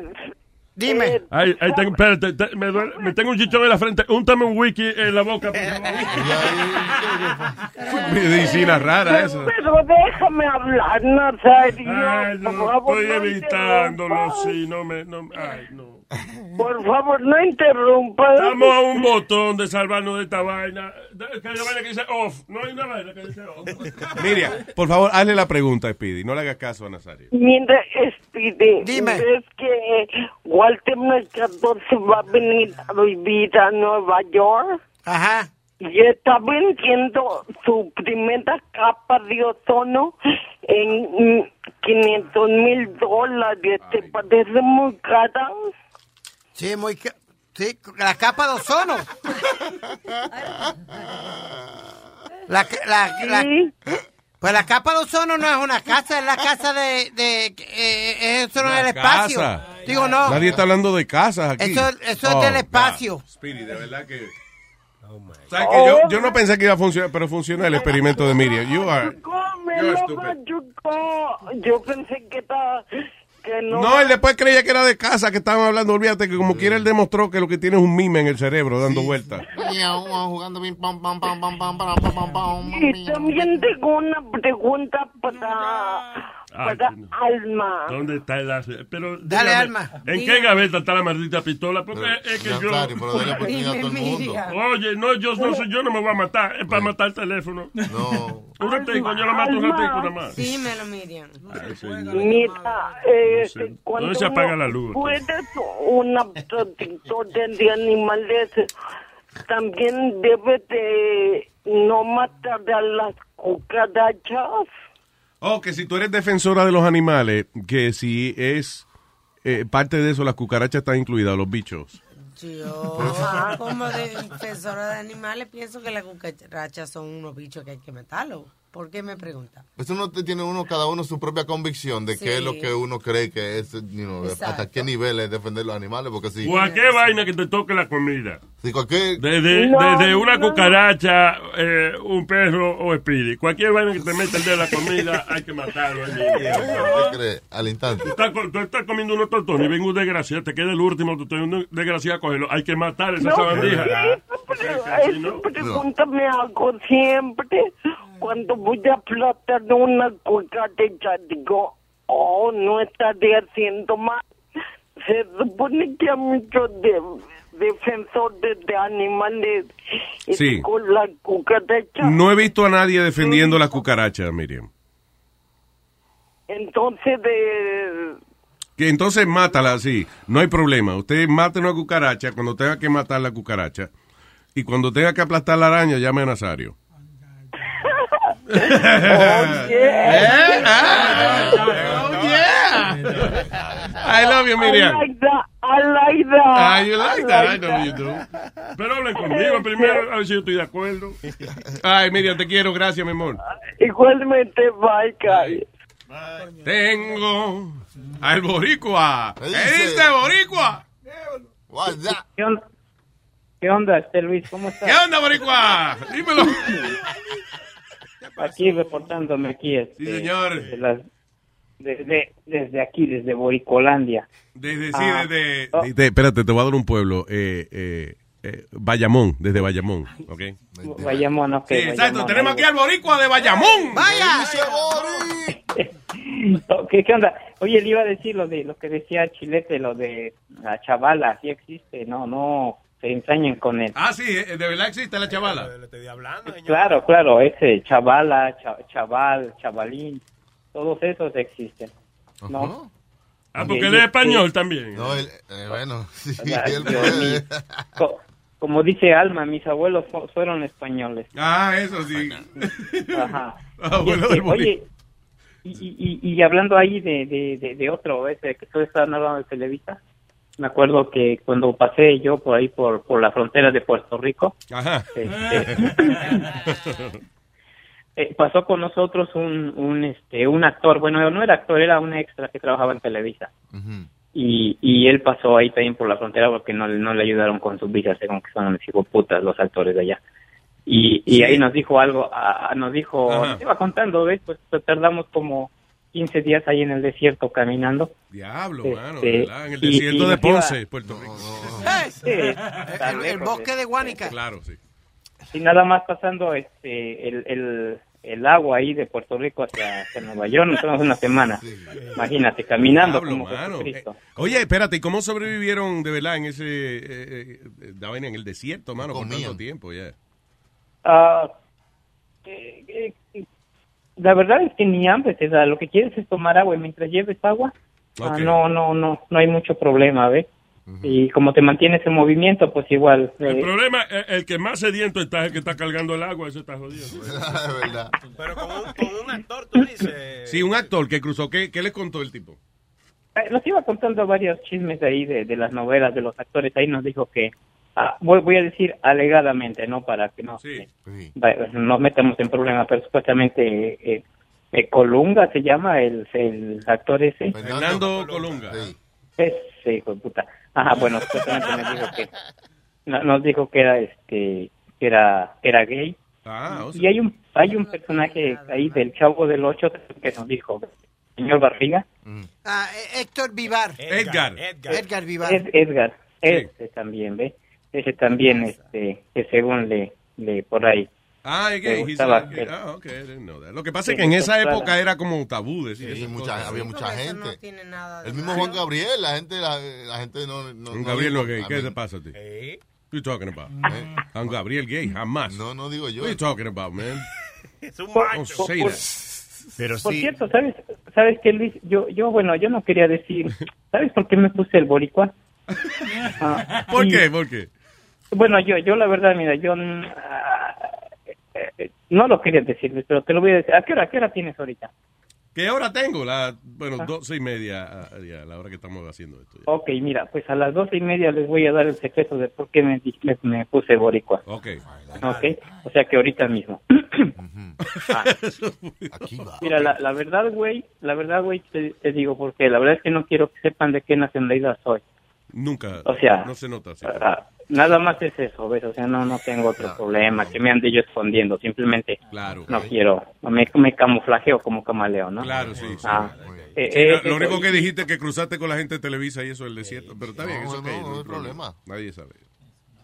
Speaker 35: Dime.
Speaker 10: Ay, ay, tengo, espérate, te- me, duele- me tengo un chichón en la frente. Úntame un wiki en la boca. por favor.
Speaker 6: Medicina rara eso.
Speaker 35: Pero déjame hablar, Nazario.
Speaker 10: Ay, no,
Speaker 35: por favor,
Speaker 10: estoy
Speaker 35: no
Speaker 10: evitándolo,
Speaker 35: interrumpas.
Speaker 10: sí, no me, no, ay, no.
Speaker 35: Por favor, no interrumpa.
Speaker 11: Estamos a un botón de salvarnos de esta vaina. De- Que hay una vaina que dice off. No hay una vaina que dice off.
Speaker 6: Miriam, por favor, hazle la pregunta, Speedy. No le hagas caso a Nazario.
Speaker 35: Mientras expide, ¿ves que Walter Mercado se va a venir a vivir a Nueva York?
Speaker 7: Ajá.
Speaker 35: Y está vendiendo su primera capa de ozono en 500 mil dólares. ¿Te parece muy cara?
Speaker 7: Sí, muy ca- sí, la capa de ozono. La, ca- la- la- pues la capa de ozono no es una casa, es la casa de... de eh, eso no es el espacio.
Speaker 6: Casa.
Speaker 7: Digo, no.
Speaker 6: Nadie está hablando de casas aquí.
Speaker 7: Eso, eso es
Speaker 6: Oh,
Speaker 7: del
Speaker 6: God.
Speaker 7: espacio.
Speaker 6: Speedy, de verdad que... ¿Sabes qué? Yo, yo no pensé que iba a funcionar, pero funciona el experimento de Miriam. You are-
Speaker 35: Cómelo, machuco. Yo pensé que estaba... Que no,
Speaker 6: No, él después creía que era de casa que estaban hablando. Olvídate que como quiera él demostró que lo que tiene es un mime en el cerebro dando vueltas.
Speaker 8: Jugando bien, pam, pam, pam, pam, pam, pam, pam, pam, pam.
Speaker 35: Y también tengo una pregunta para,
Speaker 11: Ay,
Speaker 35: para
Speaker 11: no.
Speaker 35: Alma.
Speaker 11: ¿Dónde está el as- Pero,
Speaker 35: Dale,
Speaker 11: dígame,
Speaker 35: Alma.
Speaker 11: ¿En
Speaker 35: Diga.
Speaker 11: qué gaveta está la maldita pistola? Porque
Speaker 8: Pero,
Speaker 11: es que
Speaker 8: ya,
Speaker 11: yo.
Speaker 8: claro, pero dale oportunidad a todo el mundo. Miriam.
Speaker 11: Oye, no, yo no, soy- yo no me voy a matar. Es para matar el teléfono.
Speaker 8: No.
Speaker 11: Un ratico, yo lo mato un
Speaker 35: Alma.
Speaker 11: ratico nada más.
Speaker 12: Sí, me lo miran.
Speaker 11: Ay, señor.
Speaker 35: Mira, eh, cuando
Speaker 11: ¿Dónde se apaga
Speaker 35: uno
Speaker 11: la luz? pues.
Speaker 35: Puede una protectora de animales. También debe de no matar a las cucarachas.
Speaker 6: Oh, que si tú eres defensora de los animales, que si es eh, parte de eso, las cucarachas están incluidas, los bichos.
Speaker 12: Yo, ah, como defensora de animales, pienso que las cucarachas son unos bichos que hay que matarlos. ¿Por qué me pregunta?
Speaker 19: Eso no te tiene uno, cada uno su propia convicción de qué es lo
Speaker 12: Sí.
Speaker 19: que uno cree que es, you know,
Speaker 12: Exacto.
Speaker 19: hasta qué nivel es defender los animales, porque si...
Speaker 11: ¿O a qué vaina que te toque la comida? Desde,
Speaker 19: No,
Speaker 11: desde una
Speaker 19: no.
Speaker 11: cucaracha, eh, un perro o espíritu. Cualquier vaina que te meta el dedo en la comida, hay que matarlo. ahí mismo.
Speaker 19: ¿Qué crees? Al instante.
Speaker 11: Tú estás, co- tú estás comiendo unos tortones y vengo un desgraciado, te queda el último, tú tienes un desgraciado, cógelo. Hay que matar esa
Speaker 35: No,
Speaker 11: sabandija.
Speaker 19: Ah.
Speaker 35: Esa pregunta me hago siempre cuando voy a plantar una cucaracha. Digo, oh, no estaré haciendo mal. Se supone que hay muchos de, defensores de animales y
Speaker 6: Sí.
Speaker 35: con la cucaracha.
Speaker 6: No he visto a nadie defendiendo las cucarachas, Miriam.
Speaker 35: Entonces, de,
Speaker 6: Que entonces mátala, sí, no hay problema. Usted mate una cucaracha cuando tenga que matar la cucaracha. Y cuando tenga que aplastar la araña, llame a Nazario. I love you, Miriam.
Speaker 35: I like that. I like that.
Speaker 11: Ah, you like that. I know
Speaker 6: you do.
Speaker 11: Pero hablen conmigo primero, a ver si yo estoy de acuerdo.
Speaker 6: Ay, Miriam, te quiero, gracias, mi amor.
Speaker 35: Igualmente, bye, Kai.
Speaker 6: Tengo al boricua. ¿Qué
Speaker 8: dice?
Speaker 6: dice boricua?
Speaker 30: ¿Qué onda? ¿Qué onda, este Luis? ¿Cómo estás?
Speaker 6: ¿Qué onda, boricua? Dímelo.
Speaker 30: Aquí reportándome aquí. Este,
Speaker 6: Sí, señor.
Speaker 30: de las- desde, desde aquí, desde Boricolandia. Ah.
Speaker 6: Desde,
Speaker 30: sí,
Speaker 6: desde... Te- te- espérate, te voy a dar un pueblo. Eh, eh, eh, Bayamón, desde Bayamón. ok.
Speaker 30: Oh, Bayamón, ok.
Speaker 6: Sí, exacto,
Speaker 30: Bayamón,
Speaker 6: tenemos
Speaker 30: ahí.
Speaker 6: aquí al boricua de Bayamón.
Speaker 30: ¡Vaya! Ok, ¿Qué onda? Oye, le iba a decir lo de lo que decía Chilete, lo de la chavala, sí existe, no, no, se ensañan con él.
Speaker 6: Ah, sí, eh, de verdad existe la chavala. eh.
Speaker 30: Claro, claro, ese chavala, cha- chaval, chavalín, todos esos existen. ¿no?
Speaker 11: Ah,
Speaker 30: Y-
Speaker 11: porque
Speaker 30: y
Speaker 11: él es
Speaker 30: este-
Speaker 11: español también.
Speaker 30: No,
Speaker 19: él- Eh, bueno, sí,
Speaker 30: O sea,
Speaker 19: él
Speaker 30: yo,
Speaker 19: puede.
Speaker 30: mi- co- como dice Alma, mis abuelos fu- fueron españoles.
Speaker 6: Ah, eso sí.
Speaker 30: Ajá.
Speaker 6: Abuelo
Speaker 30: Y este,
Speaker 6: del Bolí.
Speaker 30: oye, y, y- y hablando ahí de, de, de, de otro, ese que tú estás hablando de Televisa, me acuerdo que cuando pasé yo por ahí, por, por la frontera de Puerto Rico,
Speaker 6: Ajá.
Speaker 30: este, eh, pasó con nosotros un, un, este, un actor, bueno, no era actor, era un extra que trabajaba en Televisa. Y, y él pasó ahí también por la frontera porque no, no le ayudaron con sus visas, según que son unos hijos putas los actores de allá. Y, y
Speaker 13: Sí.
Speaker 30: ahí nos dijo algo, a- a- nos dijo,
Speaker 13: Ajá.
Speaker 30: nos iba contando, ¿ves? Pues, pues, tardamos como 15 dídías ahí en el desierto caminando.
Speaker 6: Diablo,
Speaker 30: Este,
Speaker 6: mano, ¿verdad? En el
Speaker 30: y- y
Speaker 6: desierto de
Speaker 30: nos iba-
Speaker 6: Ponce, Puerto Rico.
Speaker 30: Sí, está
Speaker 7: el, el
Speaker 30: lejos,
Speaker 7: bosque de Guanica.
Speaker 6: Claro, sí.
Speaker 30: Y nada más pasando este el, el, el agua ahí de Puerto Rico hacia, hacia Nueva York, nos tomamos una semana. Imagínate, caminando
Speaker 6: Diablo,
Speaker 30: como
Speaker 6: mano. Eh,
Speaker 30: Jesucristo.
Speaker 6: Oye, espérate, ¿y cómo sobrevivieron de verdad en ese eh, eh, la vaina en el desierto, mano, por tanto tiempo ya?
Speaker 30: Ah, eh, eh, la verdad es que ni hambre te da, lo que quieres es tomar agua y mientras lleves agua, ah,
Speaker 35: Ok.
Speaker 30: no, no, no, no hay mucho problema, ¿ves? Y como te mantienes en movimiento, pues igual. eh,
Speaker 11: El problema, el, el que más sediento está es el que está cargando el agua, eso está jodido.
Speaker 6: Sí, un actor que cruzó, ¿qué, qué les contó el tipo?
Speaker 30: Eh, Nos iba contando varios chismes ahí de, de las novelas, de los actores. Ahí nos dijo que, ah, voy, voy a decir alegadamente, ¿no? Para que no eh, va- nos metamos en problemas, pero supuestamente eh, eh, Colunga se llama el, el actor ese.
Speaker 6: Fernando Colunga.
Speaker 30: Ese hijo de puta. Ajá, bueno, supuestamente nos dijo que, no- nos dijo que era, este, que era, que era gay.
Speaker 6: Ah, o sea.
Speaker 30: Y hay un, hay un personaje ahí del Chavo del Ocho que nos dijo, señor Barriga.
Speaker 7: Ah, eh, Héctor Vivar.
Speaker 30: Edgar.
Speaker 7: Edgar, Vivar.
Speaker 30: Ed- Edgar, este también, ¿ve? Ese también, este, que según le, le por ahí.
Speaker 6: Ah, es
Speaker 30: le
Speaker 6: gay, he's
Speaker 30: gustaba
Speaker 6: like-
Speaker 30: que-
Speaker 6: ah, ok, I didn't know that. Lo que pasa es que en esa época era como tabú decir
Speaker 19: Sí,
Speaker 6: esas
Speaker 19: mucha-
Speaker 6: cosas.
Speaker 19: había mucha Porque eso no gente.
Speaker 12: tiene nada
Speaker 19: El mismo Juan Gabriel, la gente, la, la gente no, no.
Speaker 6: Juan Gabriel no es gay.
Speaker 19: I
Speaker 6: ¿Qué
Speaker 19: mean,
Speaker 6: te pasa a ti? ¿Qué
Speaker 13: Eh.
Speaker 6: you talking about? Juan Gabriel gay, jamás. No,
Speaker 19: no digo yo.
Speaker 6: What are you talking about, man?
Speaker 39: Es un
Speaker 30: Por-
Speaker 6: Don't
Speaker 30: por-
Speaker 6: say
Speaker 30: por-
Speaker 6: that. Pero
Speaker 30: Por cierto, ¿sabes, ¿sabes qué, Luis? Yo, yo, bueno, yo no quería decir, ¿sabes por qué me puse el boricua? Ah,
Speaker 6: ¿Por
Speaker 30: y-
Speaker 6: qué? ¿Por qué?
Speaker 30: Bueno, yo, yo la verdad, mira, yo mm, ah, eh, eh, no lo quería decir, Luis, pero te lo voy a decir. ¿A qué hora, qué hora tienes ahorita?
Speaker 6: ¿Qué hora tengo? La, bueno,
Speaker 30: Ah.
Speaker 6: doce y media, ah, ya, la hora que estamos haciendo esto.
Speaker 30: Ok, mira, pues a las doce y media les voy a dar el secreto de por qué me, di- me, me puse boricua.
Speaker 6: Ok.
Speaker 30: Ok, o sea que ahorita mismo. Ah. Mira, la, la verdad, güey, la verdad, güey, te, te digo porque la verdad es que no quiero que sepan de qué nacionalidad soy.
Speaker 6: Nunca.
Speaker 30: O sea,
Speaker 6: No se nota. sí.
Speaker 30: ah, nada más es eso, ¿ves? O sea, no, no tengo otro problema que me ande yo escondiendo, simplemente
Speaker 6: Claro.
Speaker 30: no quiero, me, me camuflajeo como camaleón, ¿no?
Speaker 6: Claro, sí, sí.
Speaker 30: Ah, eh,
Speaker 6: Sí,
Speaker 30: eh,
Speaker 6: lo-
Speaker 30: es
Speaker 6: lo
Speaker 30: eso.
Speaker 6: único que dijiste es que cruzaste con la gente de Televisa y eso el
Speaker 13: Eh,
Speaker 6: desierto. Pero está bien,
Speaker 19: No,
Speaker 6: eso es
Speaker 19: no,
Speaker 6: okay,
Speaker 19: no
Speaker 6: hay
Speaker 19: hay problema.
Speaker 6: Nadie sabe.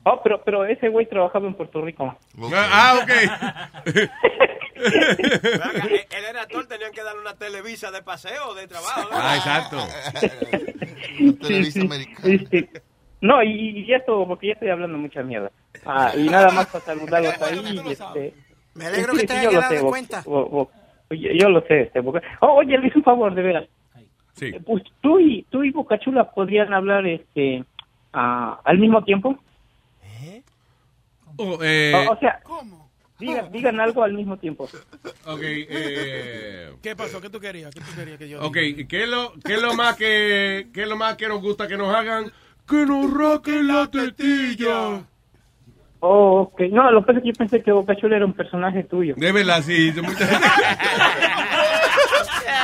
Speaker 30: Oh, pero, pero ese güey trabajaba en Puerto Rico.
Speaker 6: Ah, ok.
Speaker 39: e-, Él era actor, tenían que darle una televisa de paseo, de trabajo.
Speaker 6: Ah, exacto.
Speaker 30: Sí, sí. Este, no, y, y esto, porque ya estoy hablando mucha mierda. Ah, y nada más para saludarlos ahí. y este,
Speaker 7: Me alegro que te
Speaker 30: sí,
Speaker 7: hayas
Speaker 30: yo lo
Speaker 7: dado
Speaker 30: sé, bo-
Speaker 7: cuenta.
Speaker 30: bo- bo- yo, yo lo sé, este, Boca- Oh, oye, le hice un favor, de veras.
Speaker 6: Sí.
Speaker 30: Eh, Pues tú y, tú y Bocachula podrían hablar este, ah, al mismo tiempo.
Speaker 7: ¿Eh?
Speaker 6: Oh, eh,
Speaker 30: o, o sea, Digan, digan algo al mismo tiempo.
Speaker 6: ok, eh,
Speaker 13: ¿Qué pasó? ¿Qué tú querías? ¿Qué tú querías que yo
Speaker 6: ok,
Speaker 13: diga?
Speaker 6: ¿qué es, lo, qué es lo más que qué es lo más que nos gusta que nos hagan?
Speaker 11: Que nos roque la tetilla.
Speaker 30: Oh, ok. No, lo que pasa es que yo pensé que Bocachula era un personaje tuyo.
Speaker 6: De verdad, sí. muchas-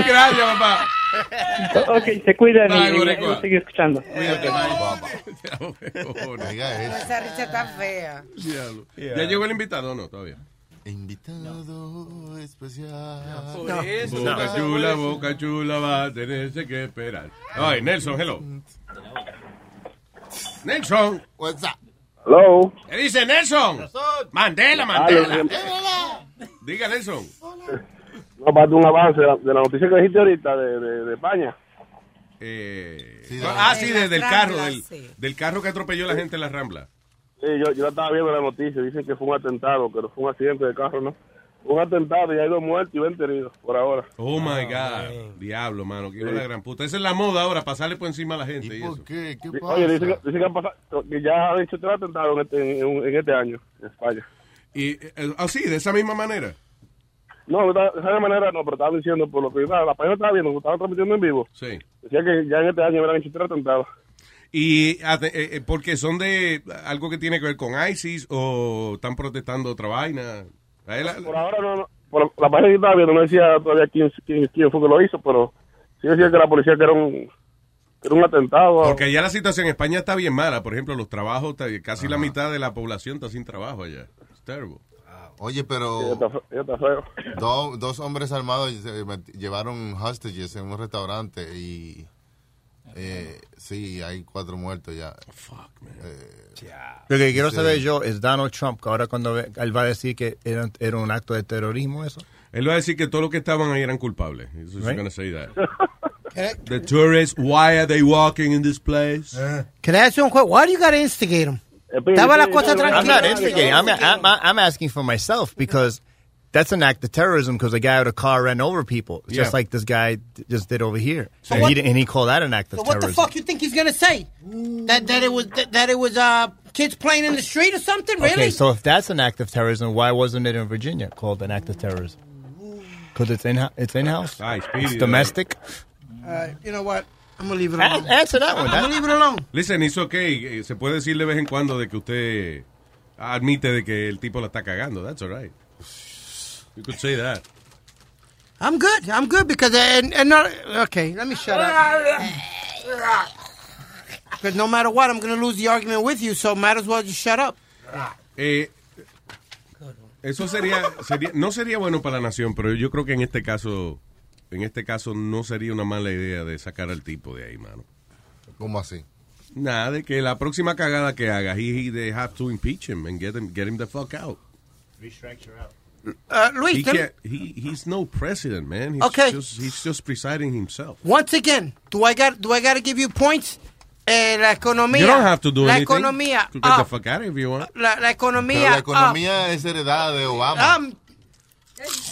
Speaker 6: Gracias, papá.
Speaker 30: Ok, se cuidan
Speaker 6: Bye,
Speaker 30: y, y-
Speaker 6: boricua.
Speaker 30: y sigue escuchando.
Speaker 6: Cuídate, bye.
Speaker 12: Pues Esa richa está fea.
Speaker 6: Diablo. ¿Ya llegó el invitado o no? Todavía.
Speaker 19: Invitado especial.
Speaker 6: No. Boca chula, boca chula va a tenerse que esperar. Ay, Nelson, hello. Nelson.
Speaker 19: What's up?
Speaker 14: Hello.
Speaker 6: ¿Qué dice Nelson? Mandela,
Speaker 14: Hello.
Speaker 6: Mandela. Diga, Nelson.
Speaker 14: No, para dar un avance de la, de la noticia que dijiste ahorita de, de, de España.
Speaker 6: Eh,
Speaker 14: Sí, de-
Speaker 6: ah, sí,
Speaker 14: De
Speaker 6: de-
Speaker 14: las
Speaker 6: del carro,
Speaker 14: Ramblas,
Speaker 6: del, del carro que atropelló la gente en la Rambla.
Speaker 14: Sí, yo, yo estaba viendo la noticia, dicen que fue un atentado, pero fue un accidente de carro, ¿no? Un atentado y hay dos muertos y 20 heridos por ahora.
Speaker 6: Oh my God. Diablo, mano, qué la gran puta. Esa es la moda ahora, pasarle por encima a la gente. ¿Y, eso.
Speaker 19: ¿Qué? ¿Qué
Speaker 14: Oye, dicen que, dicen que han pasado- que ya han hecho tres atentados en este, en, en este año en España.
Speaker 6: Y, eh, así, de esa misma manera.
Speaker 14: No, de esa de esa manera no, pero estaba diciendo por lo que nada, la página estaba viendo, lo estaban transmitiendo en vivo.
Speaker 6: Sí.
Speaker 14: Decía que ya en este año habrán hecho tres atentados.
Speaker 6: Y ate- eh, eh, porque son de algo que tiene que ver con ISIS o están protestando otra vaina. Ahí la-
Speaker 14: Por ahora no, no. Por la página que estaba viendo no decía todavía quién, quién, quién fue que lo hizo, pero sí decía que la policía que era un, que era un atentado.
Speaker 6: Porque allá la situación en España está bien mala. Por ejemplo, los trabajos, está- casi la mitad de la población está sin trabajo allá. It's terrible.
Speaker 19: Oye, pero do- dos hombres armados eh, met- llevaron hostages en un restaurante y eh, sí, hay cuatro muertos ya. Eh, Fuck, man.
Speaker 1: Lo que quiero saber yo es Donald Trump, que ahora cuando ve- él va a decir que era, era un acto de terrorismo eso.
Speaker 6: Él va a decir que todos los que estaban ahí eran culpables. He's just gonna say that. The tourists, why are they walking in this place?
Speaker 7: Eh. Que le hace un juego. Why do you gotta instigate him?
Speaker 1: Eh,
Speaker 7: Estaba la cosa tranquila.
Speaker 1: I'm not
Speaker 7: instigating.
Speaker 1: instigating. I'm, I'm, I'm asking for myself because that's an act of terrorism because the guy with a car ran over people, just
Speaker 7: Yeah.
Speaker 1: like this guy d- just did over here.
Speaker 7: So
Speaker 1: and,
Speaker 7: what-
Speaker 1: he, didn't- and he called that an act of
Speaker 7: So what
Speaker 1: terrorism.
Speaker 7: the fuck you think he's gonna say? That that it was that, that it was uh kids playing in the street or something? Really?
Speaker 1: Okay, so if that's an act of terrorism, why wasn't it in Virginia called an act of terrorism? Because it's in it's in house. It's
Speaker 6: Speedy,
Speaker 1: domestic.
Speaker 7: Alright, you know what? I'm gonna leave it
Speaker 1: alone. Answer that one.
Speaker 7: I'm gonna leave it alone.
Speaker 6: Listen, it's okay. Eh, Se puede decir de vez en cuando de que usted admite de que el tipo la está cagando. That's all right. You could say that.
Speaker 7: I'm good. I'm good because and, and not okay. Let me shut up. Because no matter what, I'm gonna lose the argument with you. So might as well just shut up.
Speaker 6: Eh, eso sería, sería, no sería bueno para la nación, pero yo creo que en este caso, en este caso no sería una mala idea de sacar al tipo de ahí, mano.
Speaker 19: ¿Cómo así?
Speaker 6: Nada, de que la próxima cagada que haga, he, he- they have to impeach him and get him, get him the fuck out.
Speaker 7: Uh, Luis,
Speaker 6: he
Speaker 7: tell me-
Speaker 6: can't- he- he's no president, man. He's
Speaker 7: Okay.
Speaker 6: Just, he's just presiding himself.
Speaker 7: Once again, do I got do I got to give you points? Eh, la economía.
Speaker 6: You don't have to do
Speaker 7: la
Speaker 6: anything.
Speaker 7: Economía ah.
Speaker 6: You get the
Speaker 7: up.
Speaker 6: fuck out if you want.
Speaker 7: La, la economía.
Speaker 19: Pero la
Speaker 7: up.
Speaker 19: economía es heredada de Obama.
Speaker 7: Um,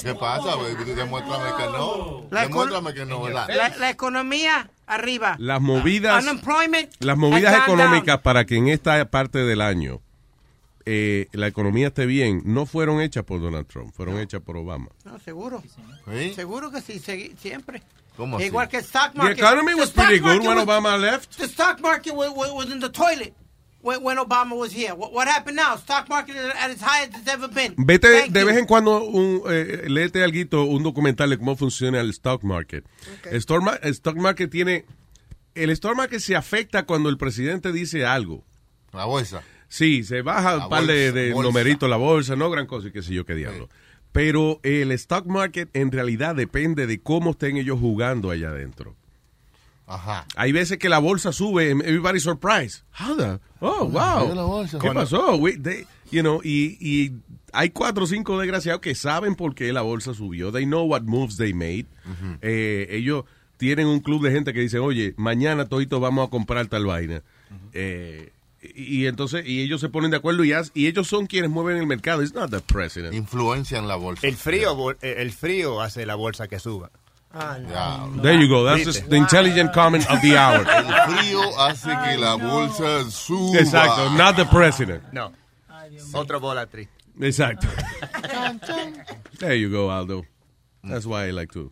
Speaker 19: ¿Qué pasa? baby? Demuéstrame que no.
Speaker 7: La econo-
Speaker 19: Demuéstrame que no, ¿verdad?
Speaker 7: la, la economía arriba.
Speaker 6: Las movidas-
Speaker 7: Unemployment.
Speaker 6: Las movidas
Speaker 7: has gone
Speaker 6: económicas para que en esta parte del año eh, la economía esté bien no fueron hechas por Donald Trump, fueron hechas por Obama.
Speaker 7: down. No, seguro.
Speaker 19: ¿Sí?
Speaker 7: Seguro que sí, segui- siempre.
Speaker 6: ¿Cómo así?
Speaker 7: Igual que el stock
Speaker 6: The
Speaker 7: market.
Speaker 6: economy was
Speaker 7: stock
Speaker 6: pretty good
Speaker 7: market
Speaker 6: when
Speaker 7: was-
Speaker 6: Obama left.
Speaker 7: The stock market was, was in the toilet when, when Obama was here. What, what happened now? Stock market is at its highest it's ever been.
Speaker 6: Vete de,
Speaker 7: Thank
Speaker 6: de
Speaker 7: you.
Speaker 6: vez en cuando, un, eh, léete algo, un documental de cómo funciona el stock market. El, stock ma- el stock market tiene... El stock market se afecta cuando el presidente dice algo.
Speaker 19: La bolsa.
Speaker 6: Sí, se baja
Speaker 19: La
Speaker 6: un par de,
Speaker 19: bolsa,
Speaker 6: de
Speaker 19: bolsa.
Speaker 6: numeritos la bolsa, no gran cosa y qué sé yo qué diablo. Pero el stock market en realidad depende de cómo estén ellos jugando allá adentro.
Speaker 19: Ajá.
Speaker 6: Hay veces que la bolsa sube, and everybody surprised. How the- Oh, wow.
Speaker 19: Subió la bolsa.
Speaker 6: ¿Qué
Speaker 19: Cuando-
Speaker 6: pasó? We- they- you know, y, y hay cuatro o cinco desgraciados que saben por qué la bolsa subió. They know what moves they made. Eh, ellos tienen un club de gente que dice, oye, mañana todito vamos a comprar tal vaina. Eh, y, y entonces, y ellos se ponen de acuerdo y, haz- y ellos son quienes mueven el mercado. It's not the president.
Speaker 19: Influencian la bolsa.
Speaker 1: El frío, bol- eh, el frío hace la bolsa que suba.
Speaker 6: There you go. That's the intelligent comment of the hour.
Speaker 19: El frío hace que la bolsa suba.
Speaker 6: Exacto. Not the president.
Speaker 1: No. Otra bola triste.
Speaker 6: Exacto. There you go, Aldo. That's why I like to.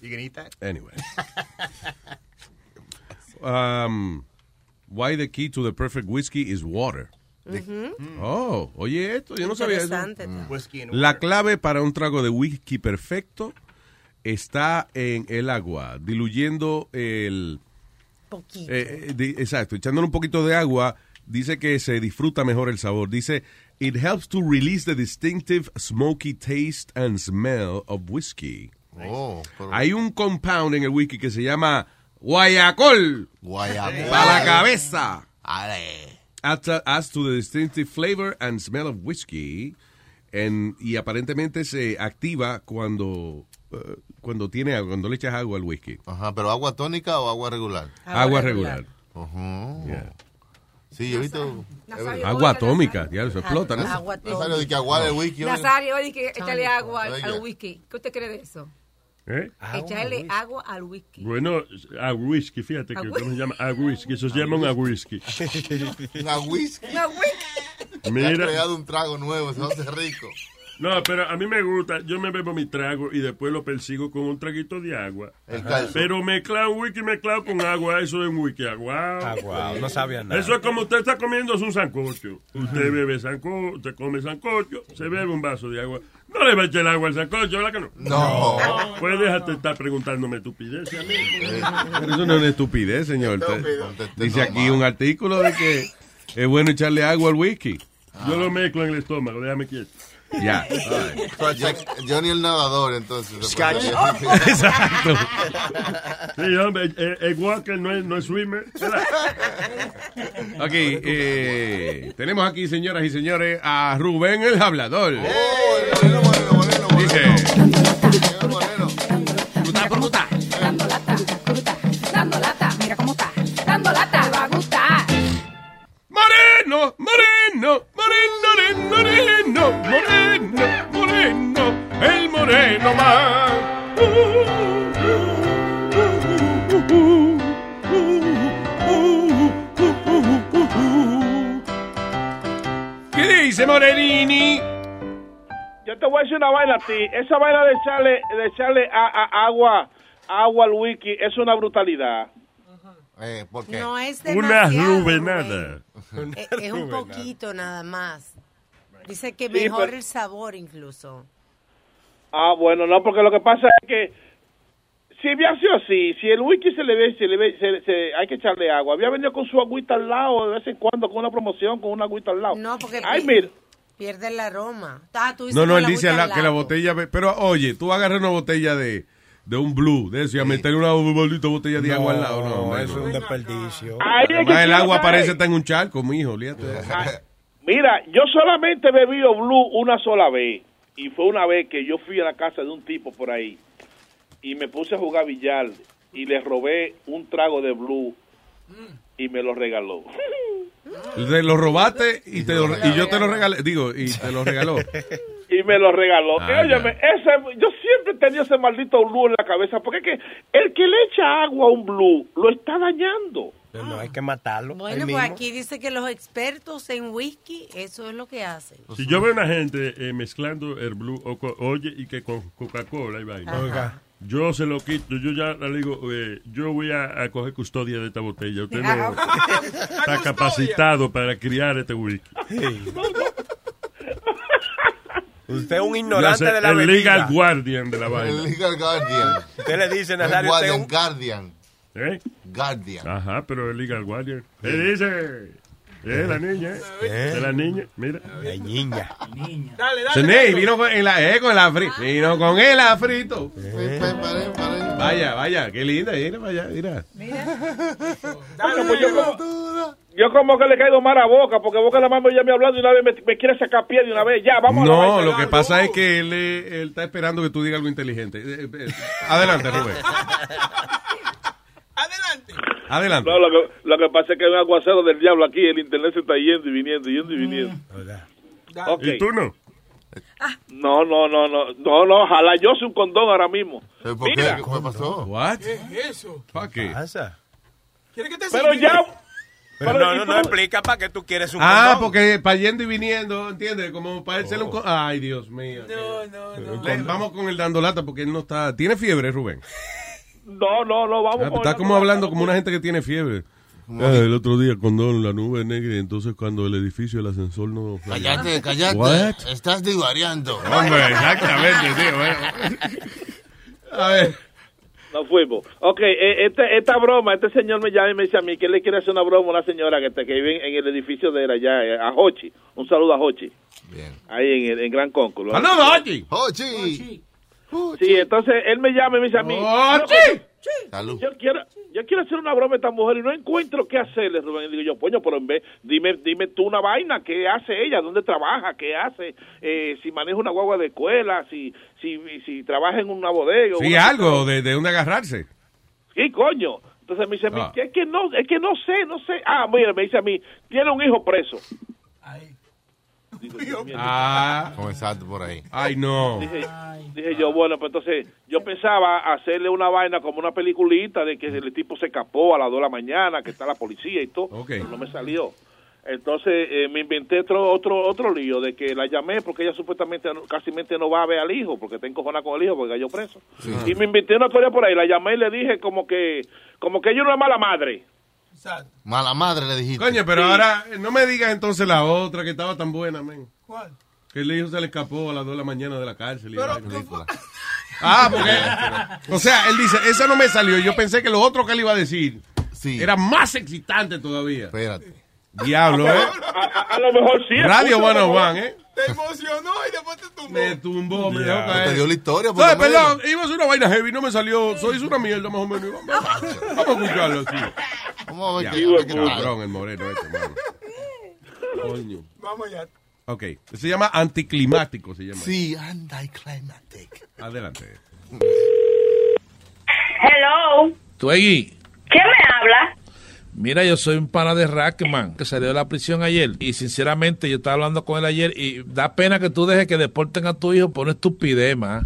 Speaker 1: You can eat that?
Speaker 6: Anyway. Um, why the key to the perfect whiskey is water.
Speaker 11: Mm.
Speaker 6: Oh, oye esto, yo no sabía eso.
Speaker 11: Interesante,
Speaker 19: Mm.
Speaker 11: está.
Speaker 1: Whiskey and
Speaker 6: La clave para un trago de whisky perfecto está en el agua, diluyendo el...
Speaker 11: Poquito.
Speaker 6: Eh, eh, di- exacto, echándole un poquito de agua, dice que se disfruta mejor el sabor. Dice, it helps to release the distinctive smoky taste and smell of whiskey.
Speaker 19: Oh, pero-
Speaker 6: Hay un compound en el whisky que se llama guayacol.
Speaker 19: Guayacol.
Speaker 6: Para la cabeza. As to, as to the distinctive flavor and smell of whiskey. En- y aparentemente se activa cuando, eh, cuando, tiene, agua, cuando le echas agua al
Speaker 19: ah,
Speaker 6: whisky.
Speaker 19: Ajá, pero agua tónica o agua regular. Uh-huh.
Speaker 6: Agua regular.
Speaker 19: Ujú. Sí, yo he visto.
Speaker 6: Agua atómica, diablo, eso explota, ¿no?
Speaker 19: Agua atómica. Dice que agua de wiki. oye. pues,
Speaker 29: Nazario, oye, que échale
Speaker 12: Tónico.
Speaker 29: agua al, al
Speaker 19: Oiga.
Speaker 29: whisky. ¿Qué usted cree de eso?
Speaker 10: ¿Eh?
Speaker 12: Ah,
Speaker 29: Echarle agua al whisky.
Speaker 10: Bueno, a whisky, fíjate que ¿cómo se llama? A whisky, eso se llama un a whisky.
Speaker 19: Una whisky.
Speaker 29: Una whisky.
Speaker 19: Me ha
Speaker 10: Mira.
Speaker 19: creado un trago nuevo, se hace rico.
Speaker 10: No, pero a mí me gusta, yo me bebo mi trago y después lo persigo con un traguito de agua.
Speaker 19: calzo.
Speaker 10: Pero mezclado whisky, mezclado con agua, eso es un whisky agua.
Speaker 19: Ah,
Speaker 39: Aguao, no sabía nada.
Speaker 10: Eso es como usted está comiendo es un sancocho. Usted bebe sancocho, usted come sancocho, se bebe un vaso de agua. No le va a echar el agua al sancocho, ¿verdad que no?
Speaker 19: No.
Speaker 10: Pues déjate estar preguntándome estupideces a mí.
Speaker 19: Eh,
Speaker 6: Pero eso no es una estupidez, señor. Dice aquí un artículo de que es bueno echarle agua al whisky.
Speaker 19: Ah.
Speaker 10: Yo lo mezclo en el estómago, déjame quieto.
Speaker 6: Ya.
Speaker 19: Johnny el nadador, entonces.
Speaker 10: Scotch.
Speaker 19: Exacto.
Speaker 10: Sí, hombre, el, el- el Walker no es, no es swimmer. ¿verdad?
Speaker 6: Ok, eh, tenemos aquí, señoras y señores, a Rubén el Hablador. Dice,
Speaker 29: Dando lata, mira cómo está. Dando lata, le va a gustar.
Speaker 10: Moreno, moreno, moreno, moreno, moreno, moreno, el moreno más. ¿Qué dice Morenini?
Speaker 33: Yo te voy a decir una vaina a ti. Esa vaina de echarle, de echarle a, a- agua, agua al wiki es una brutalidad.
Speaker 19: Eh, ¿Por qué?
Speaker 12: No es
Speaker 10: Una
Speaker 12: demasiado. Eh,
Speaker 10: rubenada.
Speaker 12: Es, es un poquito nada más. Dice que
Speaker 33: Sí,
Speaker 12: mejora
Speaker 33: pero-
Speaker 12: el sabor incluso.
Speaker 33: Ah, bueno, no, porque lo que pasa es que si hubiera sido así, si el wiki se le ve, se le ve, se- se- hay que echarle agua. Había venido con su agüita al lado de vez en cuando, con una promoción, con una agüita al lado. No,
Speaker 12: porque-
Speaker 33: Ay, mira.
Speaker 12: Pierde el aroma. Ah, tú dices
Speaker 6: no, no,
Speaker 12: que
Speaker 6: él
Speaker 12: la
Speaker 6: dice
Speaker 12: gusta
Speaker 6: la-
Speaker 12: al
Speaker 6: que la
Speaker 12: lado.
Speaker 6: botella. Pero oye, tú agarras una botella de, de un blue, de eso, y a meterle una bolita botella de agua al lado. No, hombre,
Speaker 39: eso es
Speaker 6: no.
Speaker 39: un desperdicio.
Speaker 6: Además, el agua parece estar en un charco, mijo, olvídate.
Speaker 33: Ah, Mira, yo solamente bebí o Blue una sola vez. Y fue una vez que yo fui a la casa de un tipo por ahí. Y me puse a jugar billar. Y le robé un trago de Blue. Y me lo regaló.
Speaker 6: Te lo robaste y, te lo- y yo te lo regalé. Digo, y te lo regaló.
Speaker 33: Y me lo regaló.
Speaker 6: Ah,
Speaker 33: Y óyeme, ese- yo siempre tenía ese maldito Blue en la cabeza. Porque es que el que le echa agua a un Blue lo está dañando.
Speaker 39: No, no, hay que matarlo.
Speaker 12: Bueno, pues aquí dice que los expertos en whisky, eso es lo que hacen.
Speaker 10: Si yo veo una gente eh, mezclando el blue, o co- oye, y que con Coca-Cola y vaina.
Speaker 12: Ajá. Oiga.
Speaker 10: Yo se lo quito, yo ya le digo, eh, yo voy a, a coger custodia de esta botella. Usted
Speaker 33: Ah,
Speaker 10: no está capacitado para criar este whisky.
Speaker 39: Usted es un ignorante
Speaker 10: Ya sé,
Speaker 39: de la
Speaker 10: El
Speaker 39: bebida.
Speaker 10: legal guardian de la vaina.
Speaker 19: El legal guardian.
Speaker 39: Usted le dice,
Speaker 19: El
Speaker 39: Nazario, usted es
Speaker 19: guardian,
Speaker 39: un-
Speaker 19: guardian.
Speaker 10: ¿Eh?
Speaker 19: Guardian.
Speaker 10: Ajá, pero el legal guardian. ¿Qué dice? Eh, la niña, eh.
Speaker 6: Eh.
Speaker 10: De la niña, mira.
Speaker 39: La niña.
Speaker 10: Dale,
Speaker 6: Ney vino con el, eh, con el afri-
Speaker 33: Ah.
Speaker 6: vino con el afrito. Vaya, vaya, qué linda, mira, vaya, mira.
Speaker 33: Bueno, pues yo, como, yo como que le caigo mal a Boca. Porque Boca la mano ya me hablando y una vez me, me quiere sacar pie de una vez. Ya, vamos a la
Speaker 6: No,
Speaker 33: vaina.
Speaker 6: lo que pasa es que él, eh, él está esperando que tú digas algo inteligente. Eh, eh, Adelante, Rubén. Adelante.
Speaker 33: No, lo que, lo que pasa es que hay un aguacero del diablo aquí. El internet se está yendo y viniendo, yendo y viniendo. Ok.
Speaker 10: ¿Y tú no?
Speaker 33: No, no, no, no. No, no, ojalá yo soy un condón ahora mismo.
Speaker 19: ¿Por qué?
Speaker 33: Mira,
Speaker 19: ¿Qué pasó?
Speaker 6: What?
Speaker 33: ¿Qué
Speaker 39: es eso?
Speaker 6: ¿Qué
Speaker 39: pasa?
Speaker 33: Pero ya.
Speaker 39: Pero
Speaker 6: Pero
Speaker 39: no,
Speaker 6: ¿y
Speaker 39: no,
Speaker 6: tú
Speaker 39: no
Speaker 6: no-
Speaker 39: explica para qué tú quieres un
Speaker 6: Ah,
Speaker 39: condón. Oh.
Speaker 6: porque para yendo y viniendo, ¿entiendes? Como para él ser un... co- Ay, Dios mío. No, no, no. vamos con el dando lata porque él no está... ¿Tiene fiebre, Rubén?
Speaker 33: No, no, no, vamos.
Speaker 6: Ah,
Speaker 33: con
Speaker 6: está
Speaker 33: la-
Speaker 6: como hablando como una gente que tiene fiebre.
Speaker 10: Ah,
Speaker 6: el otro día condón, la nube negra, y entonces cuando el edificio, el ascensor no...
Speaker 19: Cállate, cállate.
Speaker 6: What?
Speaker 19: Estás divariando.
Speaker 6: Hombre, exactamente, tío. eh. A ver.
Speaker 33: Nos fuimos. Ok, eh, este- esta broma, este señor me llama y me dice a mí que él le quiere hacer una broma a una señora que, está- que vive en el edificio de él allá, eh, a Hochi. Un saludo a Hochi. Bien. Ahí en, el- en Gran Cónculo.
Speaker 6: ¡Saludos, Hochi!
Speaker 33: ¡Hochi! Sí, entonces él me llama y me dice a mí. "Loco,
Speaker 19: Salud.
Speaker 33: Yo quiero, yo quiero hacer una broma a esta mujer y no encuentro qué hacerle, Rubén. Y digo yo, poño, pero en vez, dime, dime tú una vaina, qué hace ella, dónde trabaja, qué hace, eh, si maneja una guagua de escuela, si, si, si trabaja en una bodega. o
Speaker 6: Sí,
Speaker 33: una-
Speaker 6: algo de, de dónde agarrarse.
Speaker 33: Sí, coño. Entonces me dice a mí,
Speaker 32: Ah.
Speaker 33: que es que no, es que no sé, no sé. Ah, mira, me dice a mí, tiene un hijo preso.
Speaker 19: Ah. Comenzaste por ahí.
Speaker 6: Ay, no.
Speaker 33: Dije, dije yo, bueno, pues entonces yo pensaba hacerle una vaina como una peliculita de que el tipo se escapó a las 2 de la mañana, que está la policía y todo. Pero no me salió. Entonces eh, me inventé otro, otro otro lío de que la llamé porque ella supuestamente no- casi mente no va a ver al hijo porque está encojonada con el hijo porque yo preso. Y me inventé una historia por ahí. La llamé y le dije como que como que ella no es mala madre.
Speaker 19: Mala madre le dijiste.
Speaker 6: Coño, pero
Speaker 19: Sí.
Speaker 6: ahora eh, no me digas entonces la otra que estaba tan buena, men. ¿Cuál? Que el hijo se le escapó a las 2 de la mañana de la cárcel. y vaina. ah, porque. o sea, él dice, esa no me salió. Yo pensé que lo otro que él iba a decir era más excitante todavía.
Speaker 19: Espérate. Ah,
Speaker 6: Diablo, ¿eh?
Speaker 33: A, lo mejor sí.
Speaker 6: Radio
Speaker 10: escucha,
Speaker 6: 101, ¿eh?
Speaker 40: Te emocionó y después te tumbó.
Speaker 6: Me tumbó, me
Speaker 10: Ya.
Speaker 6: dejó caer.
Speaker 10: Te dio la historia, por
Speaker 6: No,
Speaker 10: lo menos.
Speaker 6: perdón, iba a hacer una vaina heavy, no me salió. Soy hizo una mierda, más o menos. Vamos vamos a escucharlo aquí.
Speaker 19: Vamos
Speaker 6: Ya,
Speaker 19: a ver qué- a ver qué tal.
Speaker 6: cabrón, el moreno este, mano. Coño.
Speaker 40: Vamos ya.
Speaker 6: Ok, se llama anticlimático, se llama.
Speaker 19: Sí, anticlimactic.
Speaker 6: Adelante.
Speaker 41: Hello,
Speaker 15: Tuegui,
Speaker 41: ¿quién me habla?
Speaker 15: mira, yo soy un pana de Rackman que salió de la prisión ayer. Y sinceramente, yo estaba hablando con él ayer y da pena que tú dejes que deporten a tu hijo por una estupidez, más.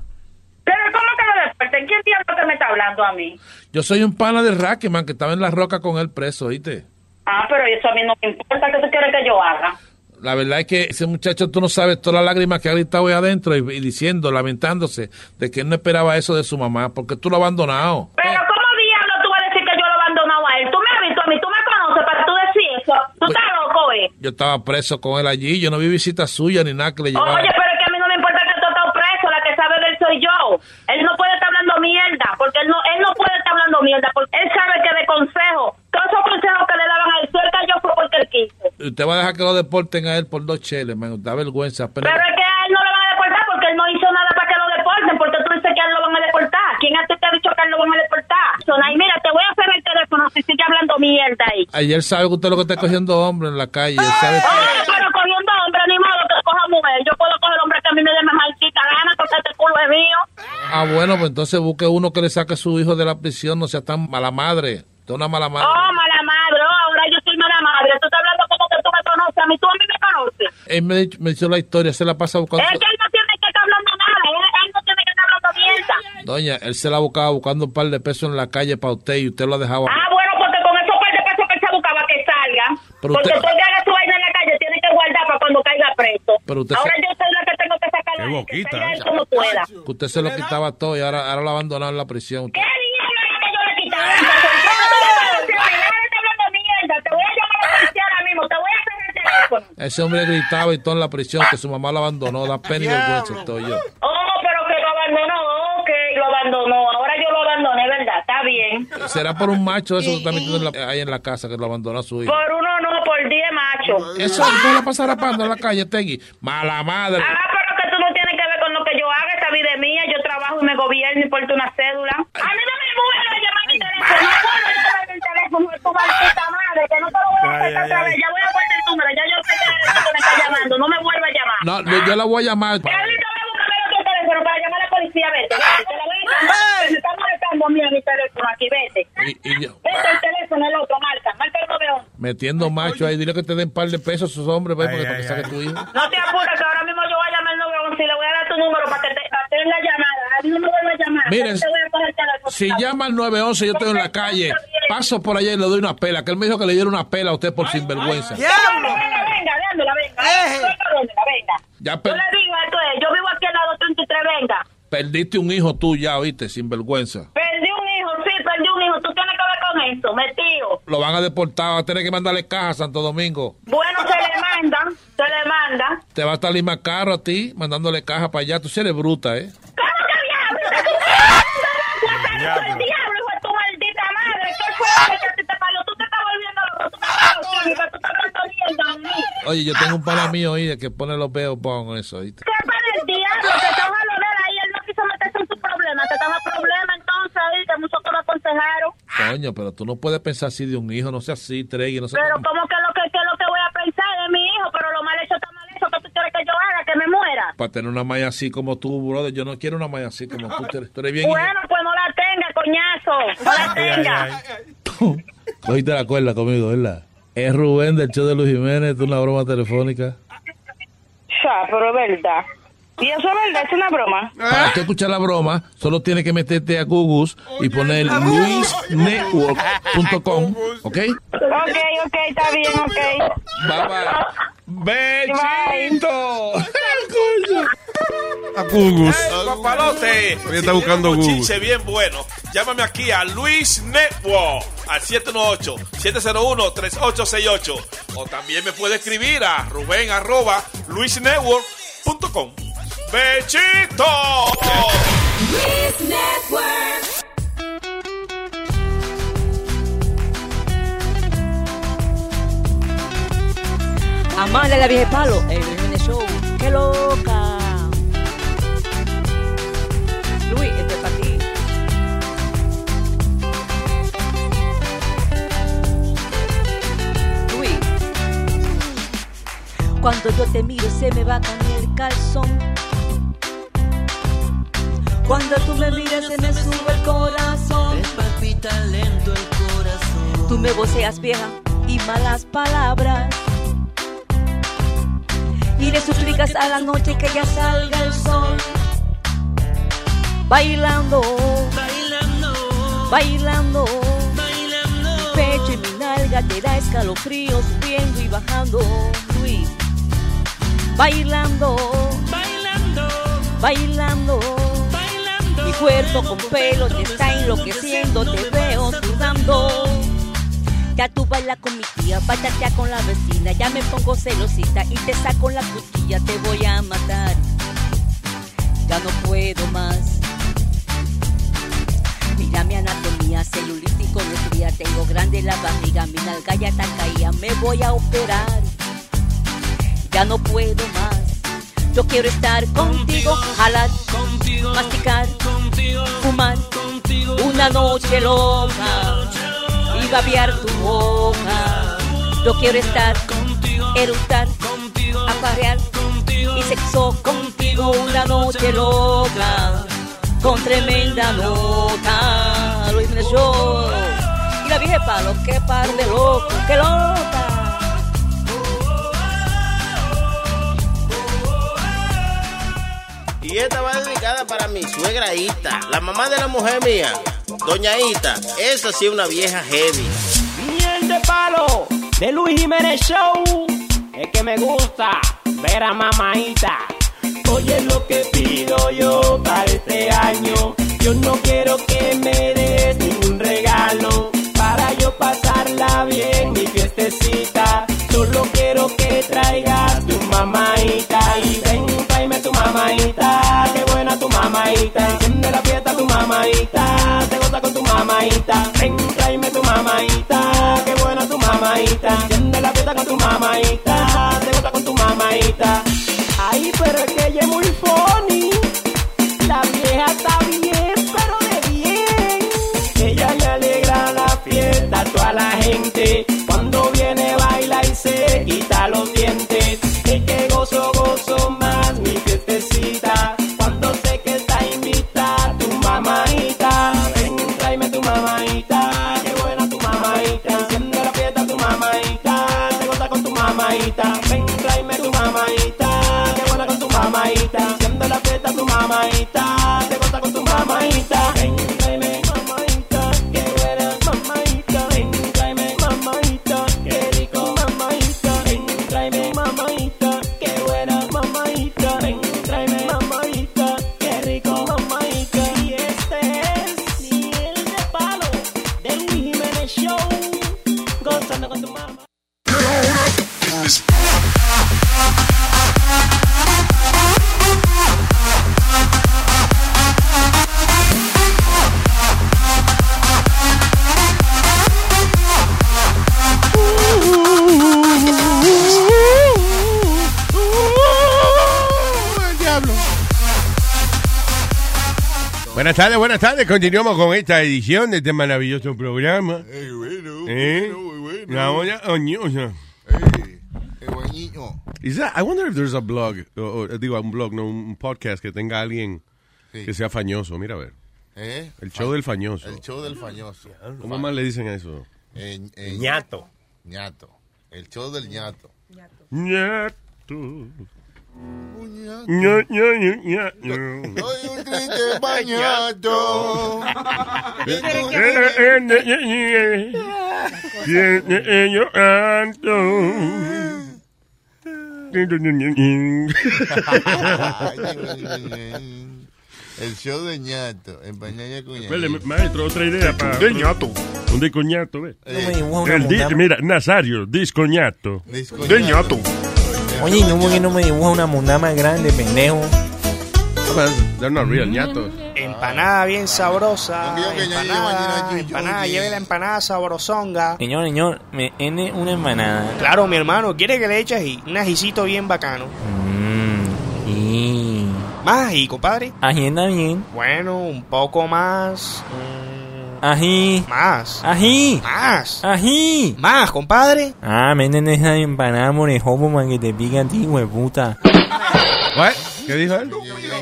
Speaker 41: Pero ¿cómo que lo desperté? ¿Quién diablo que me está hablando a mí?
Speaker 15: Yo soy un pana de Rackman que estaba en la roca con él preso, ¿oíste?
Speaker 41: Ah, pero eso a mí no me importa. ¿Qué tú quieres que yo haga?
Speaker 15: La verdad es que ese muchacho, tú no sabes todas las lágrimas que ha gritado ahí adentro y, y diciendo, lamentándose de que él no esperaba eso de su mamá, porque tú lo has abandonado.
Speaker 41: Pero ¿cómo diablo tú vas a decir que yo lo he abandonado a él? Tú me has visto a mí, tú me conoces para tú decir eso. Tú estás loco, ¿eh?
Speaker 15: Yo estaba preso con él allí, yo no vi visita suya ni nada que le llevara.
Speaker 41: Oye, pero es que a mí no me importa que tú estás preso, la que sabe de él soy yo. Él no puede estar hablando mierda, porque él no, él no puede estar hablando mierda, porque él sabe que de consejo, todos esos consejos que le daban a él, suelta yo fue porque él quiso.
Speaker 15: Usted va a dejar que lo deporten a él por dos cheles, man. Da vergüenza. Pero,
Speaker 41: Pero es que a él no lo van a deportar porque él no hizo nada para que lo deporten, porque tú dices que a él lo van a deportar. ¿Quién a ti te ha dicho que a él lo van a deportar? Sonay, mira, te voy a hacer el teléfono si sigue hablando mierda ahí.
Speaker 15: ayer sabe que usted lo que
Speaker 41: Ah.
Speaker 15: está cogiendo hombre en la calle. Sabe
Speaker 41: Oye, pero cogiendo hombre, ni modo que coja mujer. Yo puedo coger hombre que a mí me dé más maldita gana porque este culo es mío.
Speaker 15: Ah, bueno, pues entonces busque uno que le saque a su hijo de la prisión. No sea tan mala madre. Tú una mala madre.
Speaker 41: Oh, mala madre, oh, ahora yo soy mala madre. Tú estás hablando como que tú me conoces, a mí tú a mí me conoces.
Speaker 15: Él me, dicho- me hizo la historia, se la pasa buscando.
Speaker 41: Es que él no tiene que estar hablando nada, él, él no tiene que estar hablando mierda.
Speaker 15: Doña, él se la buscaba buscando un par de pesos en la calle para usted y usted lo dejaba.
Speaker 41: Ah, bueno, porque con esos par de pesos que él se buscaba que salga.
Speaker 15: Pero
Speaker 41: porque
Speaker 15: usted-
Speaker 41: tú que haga su vaina en la calle tiene que guardar para cuando caiga preso.
Speaker 15: Pero usted
Speaker 41: ahora
Speaker 15: se-
Speaker 41: yo soy la que tengo que sacar
Speaker 15: Qué boquita,
Speaker 41: a él
Speaker 15: ¿eh?
Speaker 41: como pueda.
Speaker 15: Que usted se lo quitaba todo y ahora, ahora lo abandonaron en la prisión.
Speaker 41: ¿Qué diablo era que yo le quitaba? Entonces, tú me vas a decir, "Ahora está hablando mierda, Te voy a llamar a la policía ahora mismo, te voy a hacer el teléfono.
Speaker 15: Ese hombre gritaba y todo en la prisión que su mamá lo abandonó. Da pena y vergüenza estoy yo.
Speaker 41: Oh, pero que lo abandonó, ok, lo abandonó. Ahora yo lo abandoné, ¿verdad? Está bien.
Speaker 15: ¿Será por un macho eso que está metido en la- ahí en la casa que lo abandonó a su hijo?
Speaker 41: Por uno no, por diez machos.
Speaker 15: Eso no la pasa rapando en la calle, Tegui. Mala madre.
Speaker 41: Ah, pero que tú no tienes que ver con lo que yo haga, esta vida es mía, yo trabajo y me gobierno y porto una cédula. A mí no me muero de llamar mi teléfono, no me muero de llamar mi teléfono, es tu maldita madre, que no te lo voy a
Speaker 15: Ay,
Speaker 41: hacer
Speaker 15: ay,
Speaker 41: otra vez,
Speaker 15: ay.
Speaker 41: ya voy a poner el número, ya yo sé que eres tú que me está llamando, no me vuelva a llamar.
Speaker 15: No, yo, yo la voy a llamar.
Speaker 41: Carlito, me busca ver otro teléfono para llamar a la policía, vete, vete, te la voy a llamar, Pues me está molestando a mí a mi teléfono aquí, vete.
Speaker 15: Y, y yo,
Speaker 41: Vete el teléfono, el otro, marca, marca el 911.
Speaker 15: metiendo macho ahí, dile que te den par de pesos a sus hombres, ve, porque para que saque tu hijo.
Speaker 41: No te apures, que ahora mismo yo voy a llamar al 911 y le voy a dar tu número para que te para hacer la llamada. A mí no me vuelvas a llamar.
Speaker 15: Mire,
Speaker 41: Yo te voy a coger el teléfono.
Speaker 15: Si llama al 911, yo estoy en la calle. Paso por allá y le doy una pela. Que él me dijo que le diera una pela a usted por sinvergüenza.
Speaker 41: Venga, venga, venga, dándole, venga. Dándole, venga.
Speaker 15: Ya
Speaker 41: Yo
Speaker 15: per-
Speaker 41: le digo esto es, yo vivo aquí al lado 33, venga.
Speaker 15: perdiste un hijo tú ya, oíste, sinvergüenza.
Speaker 41: Perdí un hijo, sí, perdí un hijo. Tú tienes que ver con eso, metido.
Speaker 15: Lo van a deportar, va a tener que mandarle caja a Santo Domingo.
Speaker 41: Bueno, se le manda, se le manda.
Speaker 15: Te va a salir más caro a ti mandándole caja para allá. Tú sí eres bruta, ¿eh?
Speaker 41: El diablo, hijo de tu maldita madre. ¿Qué fue lo que a ti te paró? Tú te estás volviendo loco. Tú te estás volviendo loco. Tú te estás volviendo loco.
Speaker 15: Oye, yo tengo un pana mío oíste, que pone los beos con eso, ¿oíste?
Speaker 41: ¿Qué para el diablo? Te estaba a ver ahí. Él no quiso meterse en tu problema. Te estaba problema entonces ahí. Que muchos te lo aconsejaron.
Speaker 15: Coño, pero tú no puedes pensar así de un hijo, no sea así, Trey, no sea...
Speaker 41: Pero como que lo que, que lo que voy a pensar de mi hijo, pero lo mal hecho está mal hecho, ¿qué tú quieres que yo haga? Que me muera.
Speaker 15: Para tener una malla así como tú, brother, yo no quiero una malla así como tú, tú eres, tú eres bien...
Speaker 41: Bueno, pues no la tenga, coñazo. No la
Speaker 15: Ay, ay,
Speaker 41: tenga.
Speaker 15: ay. Cogiste la cuerda conmigo, ¿verdad? Es Rubén del show de Luis Jiménez, de una broma telefónica.
Speaker 32: Ya, pero es verdad. Y eso es verdad, es una broma.
Speaker 15: Para tú escuchar la broma, solo tienes que meterte a Google y poner luisnetwork.com, ¿ok?
Speaker 32: Ok, ok, está bien, ok.
Speaker 15: ¡Bechito!
Speaker 39: A
Speaker 6: Gugus.
Speaker 39: papalote.
Speaker 6: Oye, está buscando
Speaker 39: un
Speaker 6: Gugus.
Speaker 39: Chiste bien bueno. Llámame aquí a Luis Network al 718-701-3868. O también me puede escribir a Rubén arroba luisnetwork.com. ¡Bechito!
Speaker 29: Luis Network.
Speaker 21: Amanda la vieja palo, el Jiménez Show. ¡Qué loca! Luis, este es para ti. Luis. Cuando yo te miro se me va a caer el calzón. Cuando tú me miras se me sube el corazón. palpita lento el corazón. Tú me voceas vieja y malas palabras. Y le suplicas a la noche que ya salga el sol. Bailando, bailando, bailando. Mi pecho y mi nalga te da escalofríos subiendo y bajando. Luis. Bailando, bailando, bailando. Mi cuerpo con pelo te está enloqueciendo, te veo sudando. Ya tú bailas con mi tía, bachatea con la vecina, ya me pongo celosita y te saco la cuchilla, te voy a matar. Ya no puedo más. Mira mi anatomía, celulitis y colestría, tengo grande la barriga, mi nalga ya está caída, me voy a operar. Ya no puedo más. Yo quiero estar contigo, jalar, masticar, fumar, una noche loca y babear tu boca. Yo quiero estar contigo, eructar, aparear y sexo contigo una noche loca, con tremenda nota. Luis Jiménez Show. Y la vieja de palo, qué par de loco, qué loca.
Speaker 16: Y esta va dedicada para mi suegra Ita, la mamá de la mujer mía, doña Ita. Esa sí es una vieja heavy.
Speaker 17: Miel de palo de Luis Jiménez Show. Es que me gusta ver a mamaita. Oye lo que pido yo para este año. Yo no quiero que me des ningún regalo. Para yo pasarla bien mi fiestecita. Solo quiero que traigas tu mamaita. Y ven, tráeme tu mamaita. Qué buena tu mamaita. Enciende la fiesta tu mamaita. Te gusta con tu mamaita. Ven, tráeme tu mamaita. Qué buena tu mamaita. Enciende la fiesta con tu mamaita. Te gusta con tu mamaita. Ay, pero es que ella es muy funny. La vieja está bien, pero de bien. Ella le alegra la fiesta a toda la gente. Cuando viene, baila y se quita los dientes. Es que gozo, gozo más mi fiestecita. Cuando sé que está invitada tu mamaita. Ven, tráeme tu mamaita. Qué buena tu mamaita. Enciende la fiesta tu mamaita. Te gusta con tu mamaita. Ven, tráeme tu mamaita. Qué buena con tu mamaita. Enciende la fiesta tu mamaita. Te gusta con tu mamaita. Ven, tráeme mamaita. Qué buena mamaita. Ven, tráeme mamaita. Qué rico mamaita. Ven, tráeme mamaita. Qué buena mamaita. Ven, tráeme mamaita. Qué rico mamaita. Y este es Miel de Palo de Luis Jiménez Show. Gozando con tu mamá.
Speaker 6: El diablo. Buenas tardes, buenas tardes. Continuamos con esta edición de este maravilloso programa. Eh, una olla oñosa. Is that- I wonder if there's a blog, o, o, digo, un blog, no, un podcast que tenga alguien que sea fañoso. Mira a ver.
Speaker 19: ¿Eh?
Speaker 6: El show del fañoso.
Speaker 19: El show del fañoso.
Speaker 6: ¿Cómo más le dicen a eso?
Speaker 19: Eh, eh,
Speaker 6: Ñato.
Speaker 19: Ñato. El show del ñato.
Speaker 10: Ñato.
Speaker 19: Ñato.
Speaker 10: Ña, ña, ña, ña, ña.
Speaker 19: Soy un triste bañato.
Speaker 10: Eh, eh, eh, eh, eh, eh. Tiene eh, yo canto.
Speaker 19: El show de ñato. En pañalla con
Speaker 10: Vele, maestro, otra idea para.
Speaker 19: De ñato.
Speaker 10: Un discoñato, ¿ves?
Speaker 19: Eh. No me
Speaker 10: El di-
Speaker 19: dibuja.
Speaker 10: mira, Nazario, discoñato.
Speaker 19: Discoñato. De ñato.
Speaker 35: Oye, ¿y no, porque no me dibuja una mundá más grande, pendejo.
Speaker 6: They're not real ñatos.
Speaker 35: Empanada bien sabrosa.
Speaker 11: Empanada, empanada, lleve la empanada sabrosonga.
Speaker 35: Señor, señor, me N una empanada.
Speaker 11: Claro, mi hermano, quiere que le eche ají, un ajicito bien bacano.
Speaker 35: Mmm. Y...
Speaker 11: Más ají, compadre.
Speaker 35: Ají anda bien.
Speaker 11: Bueno, un poco más.
Speaker 35: Ají.
Speaker 11: Más.
Speaker 35: Ají.
Speaker 11: Más.
Speaker 35: Ají.
Speaker 11: Más, compadre.
Speaker 35: Ah, me den esa empanada morejopo para que te pica a ti, hueputa.
Speaker 6: ¿Qué dijo él?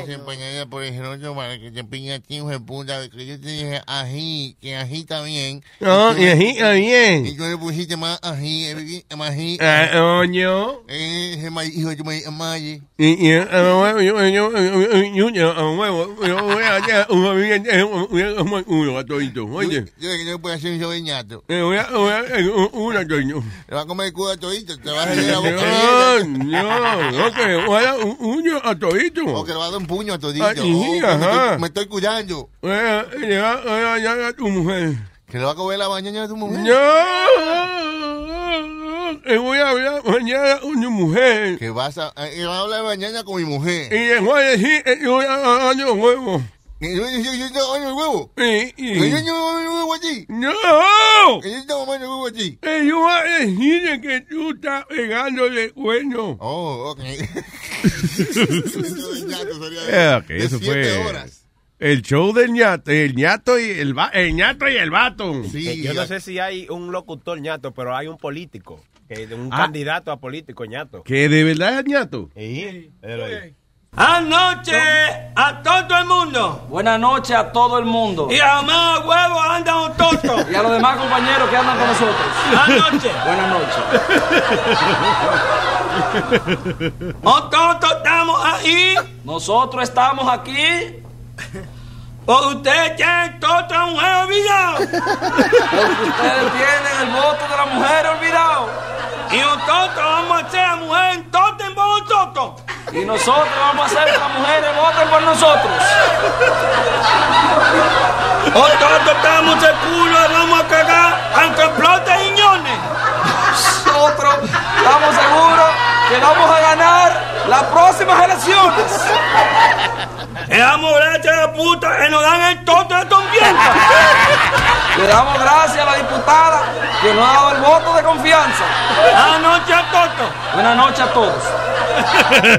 Speaker 19: En pañalla por el rocho para que te piña aquí, hijo de puta. Que yo te dije ají, que ají está bien.
Speaker 6: No, Ah, y ají está bien.
Speaker 19: Y tú le pusiste más ají, eh, más ají.
Speaker 6: Ah, oño.
Speaker 19: Eh, ese ma- hijo, yo me dije, amaye.
Speaker 6: Y, y, a huevo, yo, yo, yo, yo, yo, a huevo, yo voy a hacer un un- un- un- un- a todito, oye.
Speaker 19: Yo dije que yo puedo hacer un show de ñato.
Speaker 6: Eh, voy a, voy a hacer un- una todito.
Speaker 19: Te va a comer el culo a todito, te va a hacer la boca llena.
Speaker 6: No, no, ok, voy a dar un puño a todito.
Speaker 19: O que le va a dar un puño a todito.
Speaker 6: Ah, sí,
Speaker 19: Oh, me,
Speaker 6: ajá. Eh,
Speaker 19: estoy, me estoy cuidando.
Speaker 6: Voy a- le va a voy a dar a eh, tu mujer.
Speaker 19: Que le va a comer la mañana a tu mujer.
Speaker 6: No, eh, voy a hablar mañana con mi mujer.
Speaker 19: Que vas a, eh, que va a hablar mañana con mi mujer.
Speaker 6: Y le voy a decir que yo voy a dar los huevos.
Speaker 19: Que yo, yo, yo, yo te baño el huevo.
Speaker 6: Y,
Speaker 19: Que yo, yo,
Speaker 6: y,
Speaker 19: yo baño el huevo allí.
Speaker 6: no.
Speaker 19: Que yo te baño el huevo allí.
Speaker 6: Eh, yo voy a decirle que tú estás pegándole cuerno.
Speaker 19: Oh, ok.
Speaker 6: Eh, ok, eso fue el show del ñato, el ñato y el, va- el ñato y el vato.
Speaker 13: Eh, yo no sé si hay un locutor ñato, pero hay un político, que- un
Speaker 6: Ah.
Speaker 13: candidato a político ñato.
Speaker 6: que de verdad es ñato.
Speaker 13: Sí, pero- Anoche a todo el mundo. Buenas noches a todo el mundo. Y a más huevos andan un tonto. y a los demás compañeros que andan con nosotros. Anoche. Buenas noches. Nosotros estamos ahí. Nosotros estamos aquí. Porque ustedes tienen todo a mujer olvidado. Porque ustedes tienen el voto de la mujer olvidado. Y nosotros vamos a hacer a mujer en toto en bobo toto. Y nosotros vamos a hacer que las mujeres voten por nosotros. Nosotros estamos de culo y vamos a cagar aunque explote riñones. Nosotros estamos seguros que vamos a ganar las próximas elecciones. Esa mujer de puta que nos dan el toto de confianza. Le damos gracias a la diputada que nos ha dado el voto de confianza. Buenas noches a todos. Buenas noches a todos.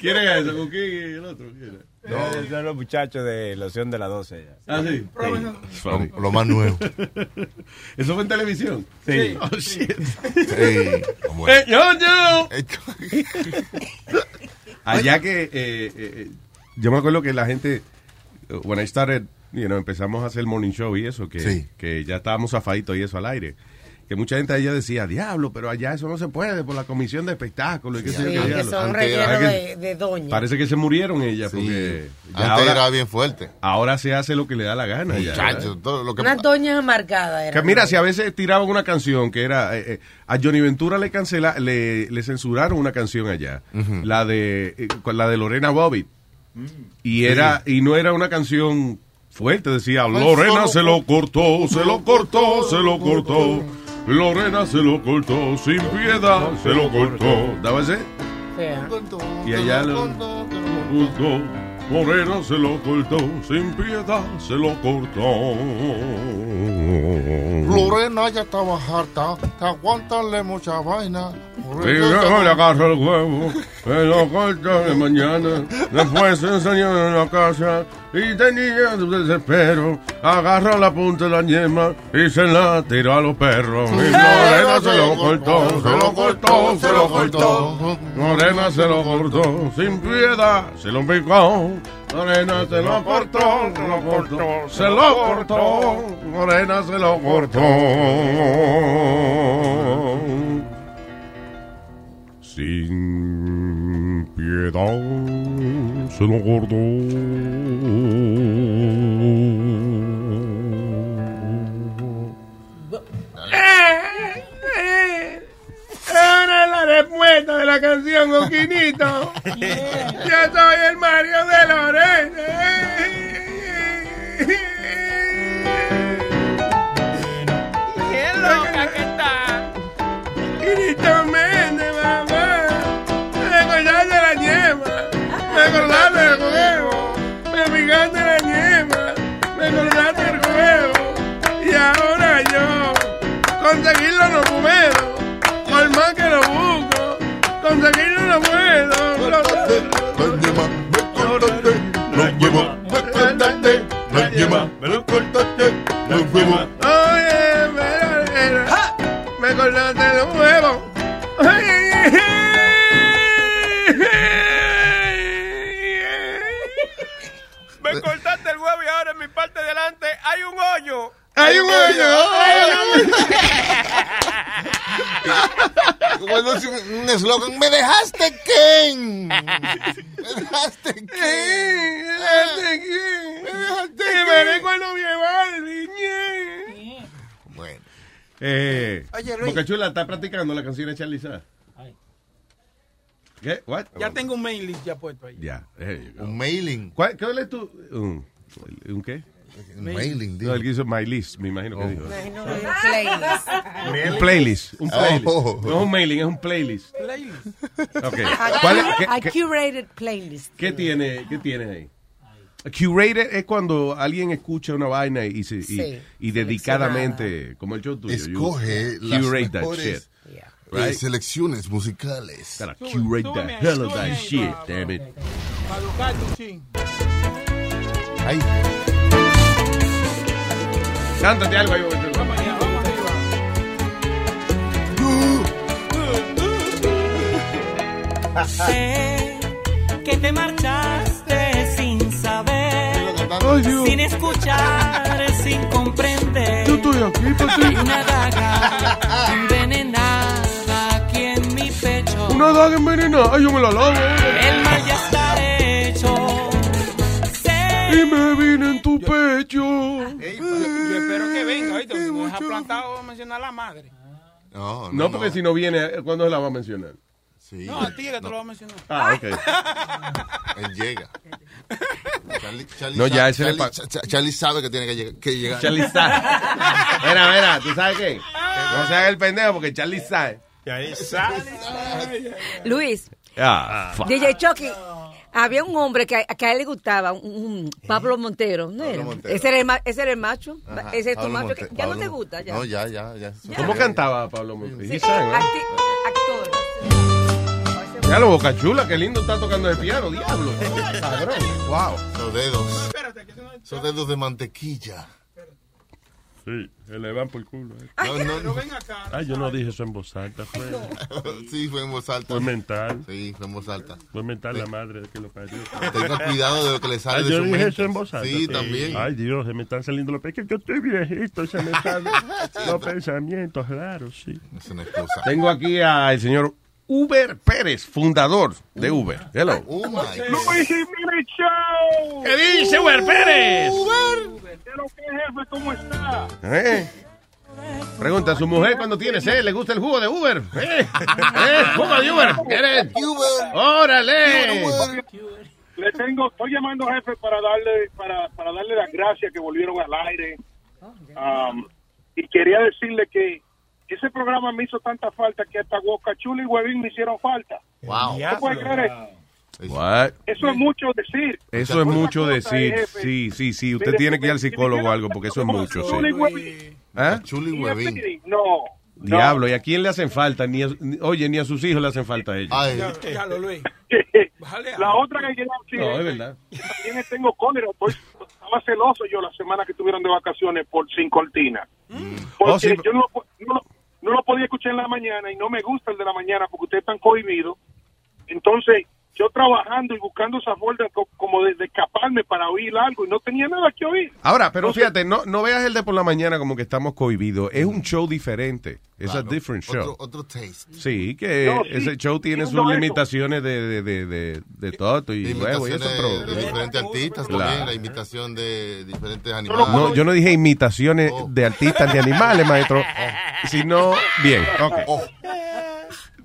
Speaker 6: ¿Quién es eso? ¿Con quién el otro? ¿Quién es?
Speaker 13: Eh, Son los muchachos de loción de las 12 ya.
Speaker 6: Ah, sí.
Speaker 19: Lo, lo más nuevo.
Speaker 6: ¿Eso fue en televisión?
Speaker 13: Sí.
Speaker 6: Oh, shit.
Speaker 19: Sí.
Speaker 6: Eh, yo, yo. Eh, Allá que eh, eh, eh, yo me acuerdo que la gente uh, when I started, you know, empezamos a hacer el morning show y eso que,
Speaker 19: Sí.
Speaker 6: que ya estábamos afaditos y eso al aire. Que mucha gente allá decía, "Diablo, pero allá eso no se puede por la comisión de espectáculos y qué
Speaker 12: Sí,
Speaker 6: sé yo qué
Speaker 12: que
Speaker 6: diablo".
Speaker 12: son
Speaker 6: Antes era
Speaker 12: rellenos
Speaker 6: que-
Speaker 12: de, de doña.
Speaker 6: Parece que se murieron ellas porque
Speaker 19: Antes era bien fuerte.
Speaker 6: Ahora se hace lo que le da la gana. ya,
Speaker 19: Muchacho,
Speaker 6: ¿verdad?
Speaker 19: todo lo que
Speaker 12: Unas doñas amargadas
Speaker 6: Que
Speaker 12: eran.
Speaker 6: mira, si a veces tiraban una canción que era. eh, eh, a Johnny Ventura le cancela, le, le censuraron una canción allá. La de eh, con la de Lorena Bobbitt. Y era y no era una canción fuerte, decía Lorena se lo cortó, se lo cortó, se lo cortó. Lorena se lo cortó, sin piedad se lo cortó. ¿Daba ese? Y allá lo cortó. Moreno se lo cortó, sin piedad se lo cortó.
Speaker 19: Lorena ya estaba harta, te aguantarle mucha vaina.
Speaker 10: Y yo le agarro el huevo, me lo corto de mañana. Después se enseñó en la casa y tenía su desespero. Agarra la punta de la yema y se la tiró a los perros. Y Morena se lo cortó, se lo cortó, se lo cortó. Morena se lo cortó, sin piedad se lo picó. Morena se lo cortó, se lo cortó, se lo cortó. Morena se lo Oh, cortó sin piedad se lo cortó.
Speaker 11: Ahora la respuesta de la canción, Coquinito. Yo soy el Mario de
Speaker 14: ¡Qué loca que está!
Speaker 11: Quinito Méndez, mamá. Recordaste la yema. Recordaste el huevo. Me picaste la yema. Recordaste el huevo. Y ahora yo. Conseguirlo no puedo. Por más que lo busco. Conseguirlo no puedo. Lo- Oye, mira, mira. Me cortaste los huevos.
Speaker 14: Me cortaste el huevo y ahora en mi parte de delante hay un hoyo.
Speaker 11: Hay un hoyo.
Speaker 19: Como es un un eslogan, me dejaste Ken.
Speaker 11: Me dejaste que. Me dejaste que. Me dejaste que. Me veré cuando me Balvin.
Speaker 6: Eh,
Speaker 14: Oye, Luis.
Speaker 6: Bocachula, ¿está practicando la canción de Charliza?
Speaker 14: Ay.
Speaker 6: ¿Qué? ¿What?
Speaker 2: Ya tengo un mailing ya puesto ahí.
Speaker 6: Ya. eh,
Speaker 19: Un mailing.
Speaker 6: ¿Cuál, ¿Cuál es tu...? ¿Un, un qué?
Speaker 19: Un mailing, Oh.
Speaker 6: No, él hizo My List, me imagino que dijo.
Speaker 14: Playlist.
Speaker 6: Un playlist. Un
Speaker 19: Oh.
Speaker 6: playlist. No es un mailing, es un playlist.
Speaker 2: Playlist.
Speaker 6: Ok.
Speaker 12: A,
Speaker 6: ¿Cuál es- qué-
Speaker 12: a
Speaker 6: qué-
Speaker 12: curated playlist.
Speaker 6: ¿Qué tiene, qué tiene ahí? Curated es cuando alguien escucha una vaina y, se, y,
Speaker 12: Sí.
Speaker 6: y dedicadamente, como el show tuyo. you
Speaker 19: Escoge las
Speaker 6: curate that
Speaker 19: mejores
Speaker 6: shit,
Speaker 19: eh,
Speaker 6: right?
Speaker 19: selecciones musicales.
Speaker 6: Gotta curate the hell of that shit, damn it.
Speaker 2: Para educarte un ching.
Speaker 19: Ay.
Speaker 6: Cántate algo ahí,
Speaker 2: Vamos allá, vamos arriba.
Speaker 14: Sé que te marchaste sin saber, sin escuchar, sin comprender. Hay una daga envenenada aquí en mi pecho.
Speaker 6: Una daga envenenada, ay, yo me la lavo.
Speaker 14: El mal ya está hecho.
Speaker 6: Y me vine en tu pecho.
Speaker 2: Yo espero que venga, oíste, porque me has plantado mencionar a la madre.
Speaker 19: No,
Speaker 6: No, porque si no viene, ¿cuándo se la va a mencionar?
Speaker 19: Sí.
Speaker 2: No, a ti es que te lo voy a mencionar.
Speaker 6: Ah, ok.
Speaker 19: Él llega. Charlie, Charlie
Speaker 6: No, ya
Speaker 19: sabe-
Speaker 6: ese le pa-
Speaker 19: Charlie, Cha- Cha- Charlie sabe que tiene que llegar. Que llegar.
Speaker 6: Charlie sabe. Mira, mira, ¿tú sabes qué? No se haga el pendejo porque Charlie sabe. Charlie
Speaker 21: Luis,
Speaker 6: Ah, fuck.
Speaker 21: DJ Chucky, había un hombre que a, que a él le gustaba, un, un Pablo Montero, ¿no era?
Speaker 19: Eh, Montero.
Speaker 21: Ese era el, ma- ese era el macho,
Speaker 19: Ajá,
Speaker 21: ese es tu
Speaker 19: Pablo
Speaker 21: macho, que-
Speaker 19: Monte-
Speaker 21: ya no
Speaker 19: Pablo-
Speaker 21: te gusta, ya.
Speaker 19: No, ya, ya, ya.
Speaker 6: ¿Cómo cantaba Pablo Montes? He sang, ¿eh?
Speaker 21: Actor.
Speaker 6: Ya lo bocachula, qué lindo está tocando el piano, diablo. Cabrón.
Speaker 19: Wow. Los dedos. Esos dedos de mantequilla.
Speaker 10: Sí, se le van por el culo. eh.
Speaker 19: No, no, no.
Speaker 10: Ah, yo no dije eso en voz alta. Fue,
Speaker 19: Sí, fue en voz alta.
Speaker 10: fue mental.
Speaker 19: Sí, fue en voz alta.
Speaker 10: Fue mental la madre que lo parió.
Speaker 19: Tenga cuidado de lo que le sale
Speaker 10: Ah,
Speaker 19: de
Speaker 10: yo
Speaker 19: su
Speaker 10: dije
Speaker 19: mente.
Speaker 10: eso en voz alta.
Speaker 19: Sí, también.
Speaker 10: Ay, Dios, se me están saliendo los pequeños. Yo estoy viejito, se me salen los pensamientos raros, sí.
Speaker 19: Es una excusa.
Speaker 6: Tengo aquí al señor Uber Pérez, fundador de Uber. Hello.
Speaker 19: Oh my
Speaker 11: Luis
Speaker 14: Jiménez Show.
Speaker 6: ¿Qué dice, Uber Pérez?
Speaker 14: Uber. ¿Qué lo que es, jefe? ¿Cómo está?
Speaker 6: ¿Eh? Pregunta a su mujer cuando tiene sed, ¿le gusta el jugo de Uber? ¿Eh? ¿Eh? ¿Jugo de Uber? ¿Quieren? ¡Órale!
Speaker 8: Le tengo, estoy llamando jefe para darle para, para darle las gracias que volvieron al aire. Um, y quería decirle que ese programa me hizo tanta falta que hasta Guacachula y Huevín me hicieron falta.
Speaker 6: Wow.
Speaker 8: ¿No puede creer eso?
Speaker 6: What?
Speaker 8: Eso es mucho decir.
Speaker 6: Eso es mucho
Speaker 8: Otra cosa,
Speaker 6: decir.
Speaker 8: jefe,
Speaker 6: Sí, sí, sí. Usted tiene que ir al psicólogo o algo porque eso es mucho,
Speaker 8: Chuli
Speaker 6: sí.
Speaker 8: y Huevín.
Speaker 6: ¿Eh?
Speaker 8: y Speedy, No,
Speaker 6: Diablo, ¿y a quién le hacen falta? Ni a- ni- oye, ni a sus hijos le hacen falta a ellos.
Speaker 8: Ya lo Luis. La otra que quería decir
Speaker 6: No, es
Speaker 8: que
Speaker 6: verdad.
Speaker 8: también es tengo cólera. pues, estaba celoso yo la semana que estuvieron de vacaciones por sin cortina. Porque
Speaker 6: Oh, sí,
Speaker 8: yo no, lo po- no lo- no lo podía escuchar en la mañana y no me gusta el de la mañana porque ustedes están cohibidos. Entonces, yo trabajando y buscando esa forma co- como de, de escaparme para oír algo y no tenía nada que oír.
Speaker 6: Ahora, pero
Speaker 8: Entonces,
Speaker 6: fíjate, no, no veas el de por la mañana como que estamos cohibidos. Es un show diferente. Es a different show.
Speaker 19: Otro, otro taste.
Speaker 6: Sí, que
Speaker 19: No, sí,
Speaker 6: ese show tiene sus
Speaker 19: entiendo eso.
Speaker 6: limitaciones de, de, de, de, de todo y huevo y eso,
Speaker 19: Imitaciones
Speaker 6: pero...
Speaker 19: de diferentes artistas
Speaker 6: Claro.
Speaker 19: también, la imitación de diferentes animales.
Speaker 6: No, yo no dije imitaciones
Speaker 19: Oh.
Speaker 6: de artistas de animales, maestro, sino... Bien, ok.
Speaker 19: Oh.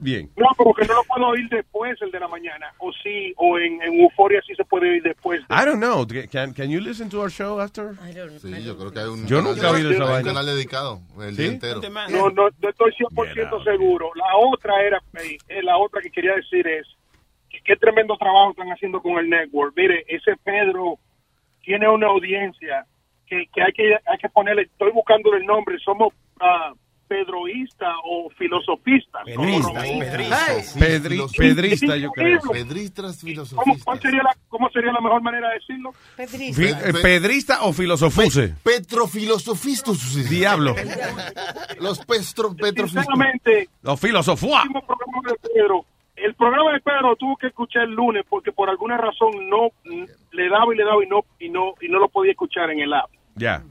Speaker 6: Bien.
Speaker 8: No, porque no lo puedo oír después el de la mañana. O sí, o en, en euforia sí se puede oír después.
Speaker 6: I don't know. Can, can you listen to our show after?
Speaker 19: Sí, yo creo que hay un
Speaker 6: Yo nunca he oído esa
Speaker 19: hay un
Speaker 6: vaina.
Speaker 19: canal dedicado el
Speaker 6: ¿Sí?
Speaker 19: día entero.
Speaker 8: No, no, no estoy 100% seguro. La otra era, eh, la otra que quería decir es, que qué tremendo trabajo están haciendo con el network. Mire, ese Pedro tiene una audiencia que, que hay que hay que ponerle, estoy buscando el nombre, somos ah, pedroístas o filosofistas. ¿no?
Speaker 6: Pedri- pedrista, yo creo.
Speaker 19: Pedristas
Speaker 8: ¿Cómo,
Speaker 19: filosofistas.
Speaker 8: cuál sería la, ¿Cómo sería la mejor manera de decirlo?
Speaker 6: Fi- eh, ¿Pedrista o filosofuse?
Speaker 19: Petrofilosofistas.
Speaker 6: Diablo.
Speaker 19: Los pestro, petrofistas.
Speaker 8: Sinceramente,
Speaker 6: O filosofua.
Speaker 8: último programa de Pedro. El programa de Pedro tuvo que escuchar el lunes porque por alguna razón no mm, le daba y le daba y no y no y no lo podía escuchar en el app.
Speaker 6: Ya.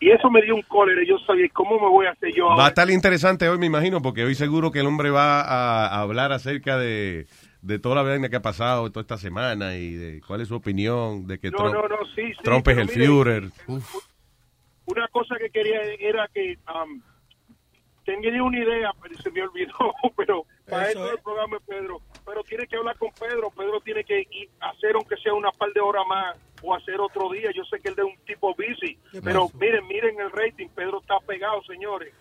Speaker 8: Y eso me dio un cólera. Yo sabía cómo me voy a hacer yo
Speaker 6: Va a
Speaker 8: ahora.
Speaker 6: estar interesante hoy, me imagino, porque hoy seguro que el hombre va a, a hablar acerca de, de toda la vaina que ha pasado toda esta semana y de cuál es su opinión de que
Speaker 8: No,
Speaker 6: Trump,
Speaker 8: no, no, sí, sí,
Speaker 6: Trump es
Speaker 8: pero
Speaker 6: el
Speaker 8: mire.
Speaker 6: Führer.
Speaker 8: Una cosa que quería era que um, tenía una idea, pero se me olvidó. Pero para
Speaker 2: Eso
Speaker 8: eso el programa de Pedro. Pero tiene que hablar con Pedro. Pedro tiene que ir a hacer aunque sea una par de horas más o hacer otro día. Yo sé que él es un tipo busy. Pero miren, miren el rating. Pedro está pegado, señores.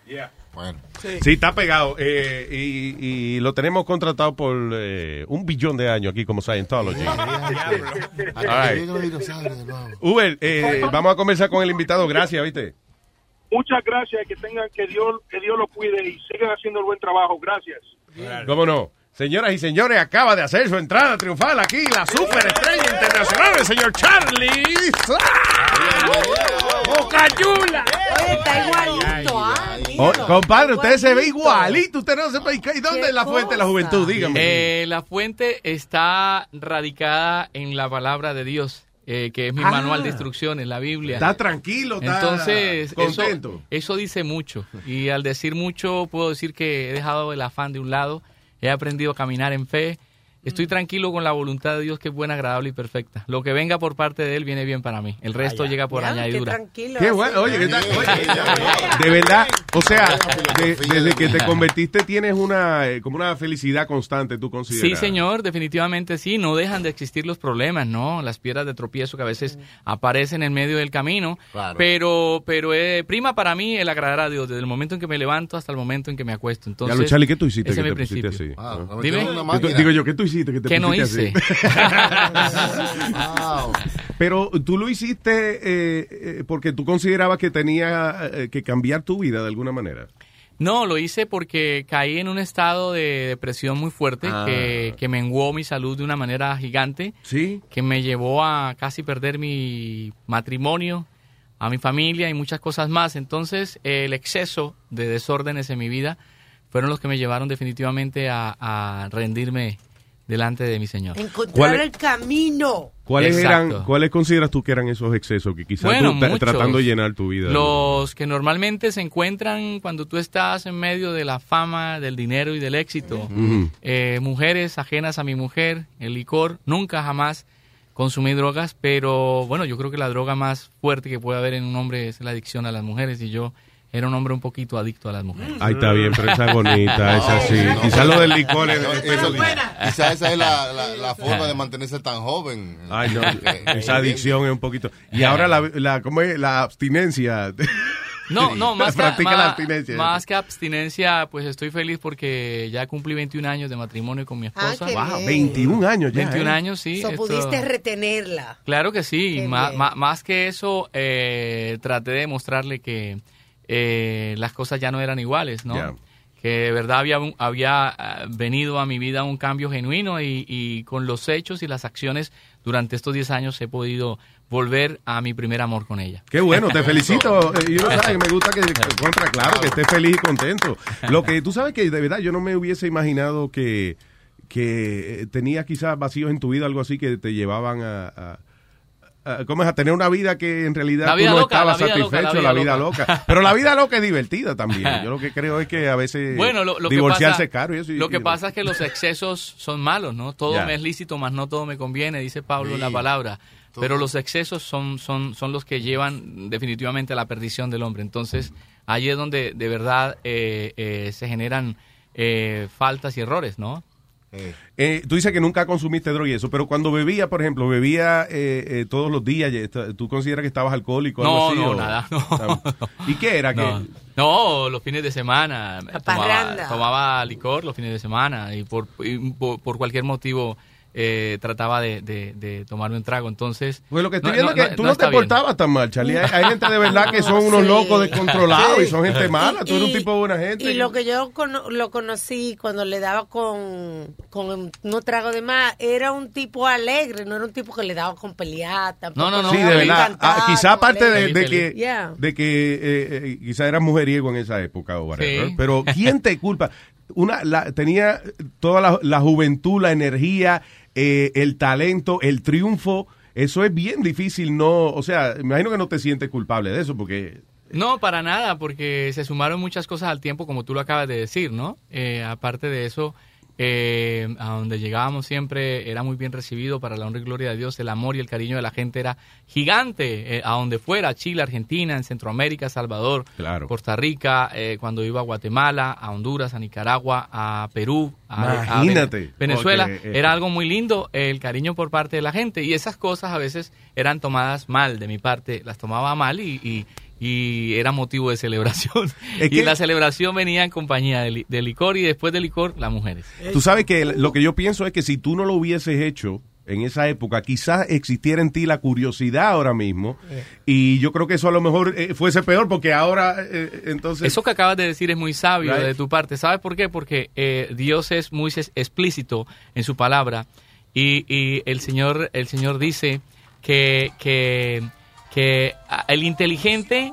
Speaker 19: Bueno.
Speaker 6: Sí, está pegado. eh, y, y lo tenemos contratado por eh, un billón de años aquí como Scientology. All right. Uber, eh, vamos a conversar con el invitado. Gracias, ¿viste?
Speaker 8: Muchas gracias, que tengan que Dios que Dios lo cuide y sigan haciendo el buen trabajo. Gracias.
Speaker 6: ¿Cómo no? Señoras y señores, acaba de hacer su entrada triunfal aquí la superestrella internacional, el señor Charlie. ¡Bocayula!
Speaker 12: está igualito, ah.
Speaker 6: Oh, compadre, usted se ve igualito, usted no se ve. ¿Y dónde es la fuente de la juventud? Dígame.
Speaker 34: Eh, la fuente está radicada en la palabra de Dios, eh, que es mi
Speaker 6: Ah.
Speaker 34: manual de instrucciones, la Biblia.
Speaker 6: Está tranquilo, está
Speaker 34: Entonces, eso,
Speaker 6: contento.
Speaker 34: eso dice mucho. Y al decir mucho, puedo decir que he dejado el afán de un lado, he aprendido a caminar en fe. Estoy tranquilo con la voluntad de Dios que es buena, agradable y perfecta. Lo que venga por parte de Él viene bien para mí. El resto llega por añadidura.
Speaker 6: Qué bueno, oye, ¿qué tal? Oye, de verdad, o sea, de- desde que te convertiste tienes una eh, como una felicidad constante, tú consideras.
Speaker 34: Sí, señor, definitivamente sí. No dejan de existir los problemas, ¿no? Las piedras de tropiezo que a veces aparecen en medio del camino. Pero, pero eh, prima para mí el agradar a Dios, desde el momento en que me levanto hasta el momento en que me acuesto. Entonces,
Speaker 6: ya lo Charlie, ¿qué tú hiciste
Speaker 34: ese
Speaker 6: que te
Speaker 34: es mi principio.
Speaker 6: pusiste así?
Speaker 34: Ah,
Speaker 6: ¿Ah?
Speaker 34: Dime.
Speaker 6: ¿Qué tú- Digo yo, ¿qué tú hiciste que te
Speaker 34: ¿Qué no
Speaker 6: pusiste
Speaker 34: hice?
Speaker 6: así? Pero tú lo hiciste eh, eh, porque tú considerabas que tenía eh, que cambiar tu vida de alguna manera.
Speaker 34: No, lo hice porque caí en un estado de depresión muy fuerte
Speaker 6: Ah.
Speaker 34: que, que menguó mi salud de una manera gigante.
Speaker 6: Sí.
Speaker 34: Que me llevó a casi perder mi matrimonio, a mi familia y muchas cosas más. Entonces, el exceso de desórdenes en mi vida fueron los que me llevaron definitivamente a, a rendirme delante de mi Señor.
Speaker 12: Encontrar
Speaker 34: ¿Cuál-
Speaker 12: el camino.
Speaker 34: ¿Cuáles
Speaker 6: ¿Cuáles
Speaker 34: Exacto.
Speaker 6: eran,
Speaker 34: eran-
Speaker 6: cuáles consideras tú que eran esos excesos que quizás
Speaker 34: Bueno,
Speaker 6: tú ta-
Speaker 34: muchos.
Speaker 6: tratando de llenar tu vida?
Speaker 34: Los que normalmente se encuentran cuando tú estás en medio de la fama, del dinero y del éxito.
Speaker 6: Ujú.
Speaker 34: Eh, mujeres ajenas a mi mujer, el licor, nunca jamás consumí drogas, pero bueno, yo creo que la droga más fuerte que puede haber en un hombre es la adicción a las mujeres y yo era un hombre un poquito adicto a las mujeres.
Speaker 6: Ahí está bien, pero esa es bonita, esa sí. Quizás lo del licor es-
Speaker 19: No,
Speaker 34: es-
Speaker 19: eso-
Speaker 34: buena.
Speaker 19: Quizás esa es la, la, la forma de mantenerse tan joven.
Speaker 6: Ay, no,
Speaker 19: Que-
Speaker 6: esa adicción es un poquito. Y ahora la, la, ¿cómo es? la abstinencia.
Speaker 34: No, no, más que,
Speaker 6: Practica la
Speaker 34: más-
Speaker 6: abstinencia.
Speaker 34: más que abstinencia, pues estoy feliz porque ya cumplí 21 años de matrimonio con mi esposa.
Speaker 12: Ah, qué Wow, bien.
Speaker 6: 21 años ya,
Speaker 34: 21
Speaker 6: ¿eh?
Speaker 34: años, sí.
Speaker 12: So,
Speaker 34: esto-
Speaker 12: pudiste retenerla.
Speaker 34: Claro que sí,
Speaker 12: Qué
Speaker 34: má-
Speaker 12: bien.
Speaker 34: má- más que eso, eh, traté de mostrarle que eh, las cosas ya no eran iguales, ¿no?
Speaker 6: Ya.
Speaker 34: que de verdad había, un- había ah, venido a mi vida un cambio genuino y, y con los hechos y las acciones durante estos 10 años he podido volver a mi primer amor con ella.
Speaker 6: Qué bueno, te felicito. Eh, y yo, ¿sabes? Me gusta que, contra, claro, que estés feliz y contento. Lo que tú sabes que de verdad yo no me hubiese imaginado que, que eh, tenías quizás vacíos en tu vida, algo así, que te llevaban a... a- a- ¿Cómo es? A tener una vida que en realidad
Speaker 34: La vida
Speaker 6: tú no
Speaker 34: loca,
Speaker 6: estabas
Speaker 34: la vida loca,
Speaker 6: satisfecho, la vida, loca. Pero la vida loca es divertida también. Yo lo que creo es que a veces
Speaker 34: Bueno, lo, lo que
Speaker 6: divorciarse
Speaker 34: pasa,
Speaker 6: es caro. y eso, y-
Speaker 34: lo que
Speaker 6: y-
Speaker 34: pasa es que los excesos son malos, ¿no? Todo
Speaker 6: Ya.
Speaker 34: me es lícito, más no todo me conviene, dice Pablo en la
Speaker 6: Sí.
Speaker 34: palabra.
Speaker 6: Todo.
Speaker 34: Pero los excesos son, son, son los que llevan definitivamente a la perdición del hombre. Entonces, ahí es donde de verdad eh, eh, se generan eh, faltas y errores, ¿no?
Speaker 6: Eh, tú dices que nunca consumiste droga y eso, pero cuando bebía, por ejemplo, bebía eh, eh, todos los días, y esta- ¿tú consideras que estabas alcohólico? o algo
Speaker 34: No,
Speaker 6: así,
Speaker 34: no,
Speaker 6: o-
Speaker 34: nada,
Speaker 6: ¿Y qué era?
Speaker 34: No,
Speaker 6: ¿Qué-
Speaker 34: no, los fines de semana. eh, Tomaba,
Speaker 12: parranda.
Speaker 34: tomaba licor los fines de semana y por, y por, por cualquier motivo eh, trataba de, de- de tomarme un trago. Entonces.
Speaker 6: Pues lo que estoy
Speaker 34: no-
Speaker 6: viendo
Speaker 34: no-
Speaker 6: es que
Speaker 34: no-
Speaker 6: tú
Speaker 34: no
Speaker 6: no, te
Speaker 34: está bien.
Speaker 6: portabas tan mal, Charlie. Hay, hay gente de verdad que son unos
Speaker 12: Sí.
Speaker 6: locos descontrolados y son gente
Speaker 12: Sí.
Speaker 6: mala. Tú eres un
Speaker 12: Y-
Speaker 6: tipo de buena gente.
Speaker 12: Y lo que yo cono- lo conocí cuando le daba con, con un trago de más, era un tipo alegre, no era un tipo que le daba con pelear. tampoco
Speaker 6: no, no.
Speaker 12: le
Speaker 6: Sí, de
Speaker 12: daba
Speaker 6: verdad.
Speaker 12: con cantar,
Speaker 6: Ah, quizá
Speaker 12: con
Speaker 6: aparte de-
Speaker 12: alegre.
Speaker 6: de que-
Speaker 12: Yeah.
Speaker 6: de que eh, eh, quizá eras mujeriego en esa época o whatever,
Speaker 12: Sí.
Speaker 6: pero ¿quién te culpa? Una, la- tenía toda la, la juventud, la energía, eh, el talento, el triunfo. Eso es bien difícil, no, o sea, me imagino que no te sientes culpable de eso porque
Speaker 34: No, para nada, porque se sumaron muchas cosas al tiempo, como tú lo acabas de decir, ¿no? Eh, aparte de eso, eh, a donde llegábamos siempre era muy bien recibido para la honra y gloria de Dios. El amor y el cariño de la gente era gigante, eh, a donde fuera, Chile, Argentina, en Centroamérica, Salvador, Costa Rica, eh, cuando iba a Guatemala, a Honduras, a Nicaragua, a Perú, a, a Vene-
Speaker 6: Imagínate.
Speaker 34: Venezuela.
Speaker 6: Porque, eh,
Speaker 34: era algo muy lindo, eh, el cariño por parte de la gente. Y esas cosas a veces eran tomadas mal de mi parte, las tomaba mal y, y, y era motivo de celebración.
Speaker 6: Es
Speaker 34: y
Speaker 6: que-
Speaker 34: la celebración venía en compañía de, li- de licor y después de licor, las mujeres.
Speaker 6: Eh, Tú sabes que lo que yo pienso es que si tú no lo hubieses hecho en esa época, quizás existiera en ti la curiosidad ahora mismo. Y yo creo que eso a lo mejor eh, fuese peor porque ahora, eh, entonces...
Speaker 34: Eso que acabas de decir es muy sabio
Speaker 6: Right.
Speaker 34: de tu parte. ¿Sabes por qué? Porque eh, Dios es muy es- explícito en su palabra y, y el, Señor, el Señor dice que, que, que ah, el inteligente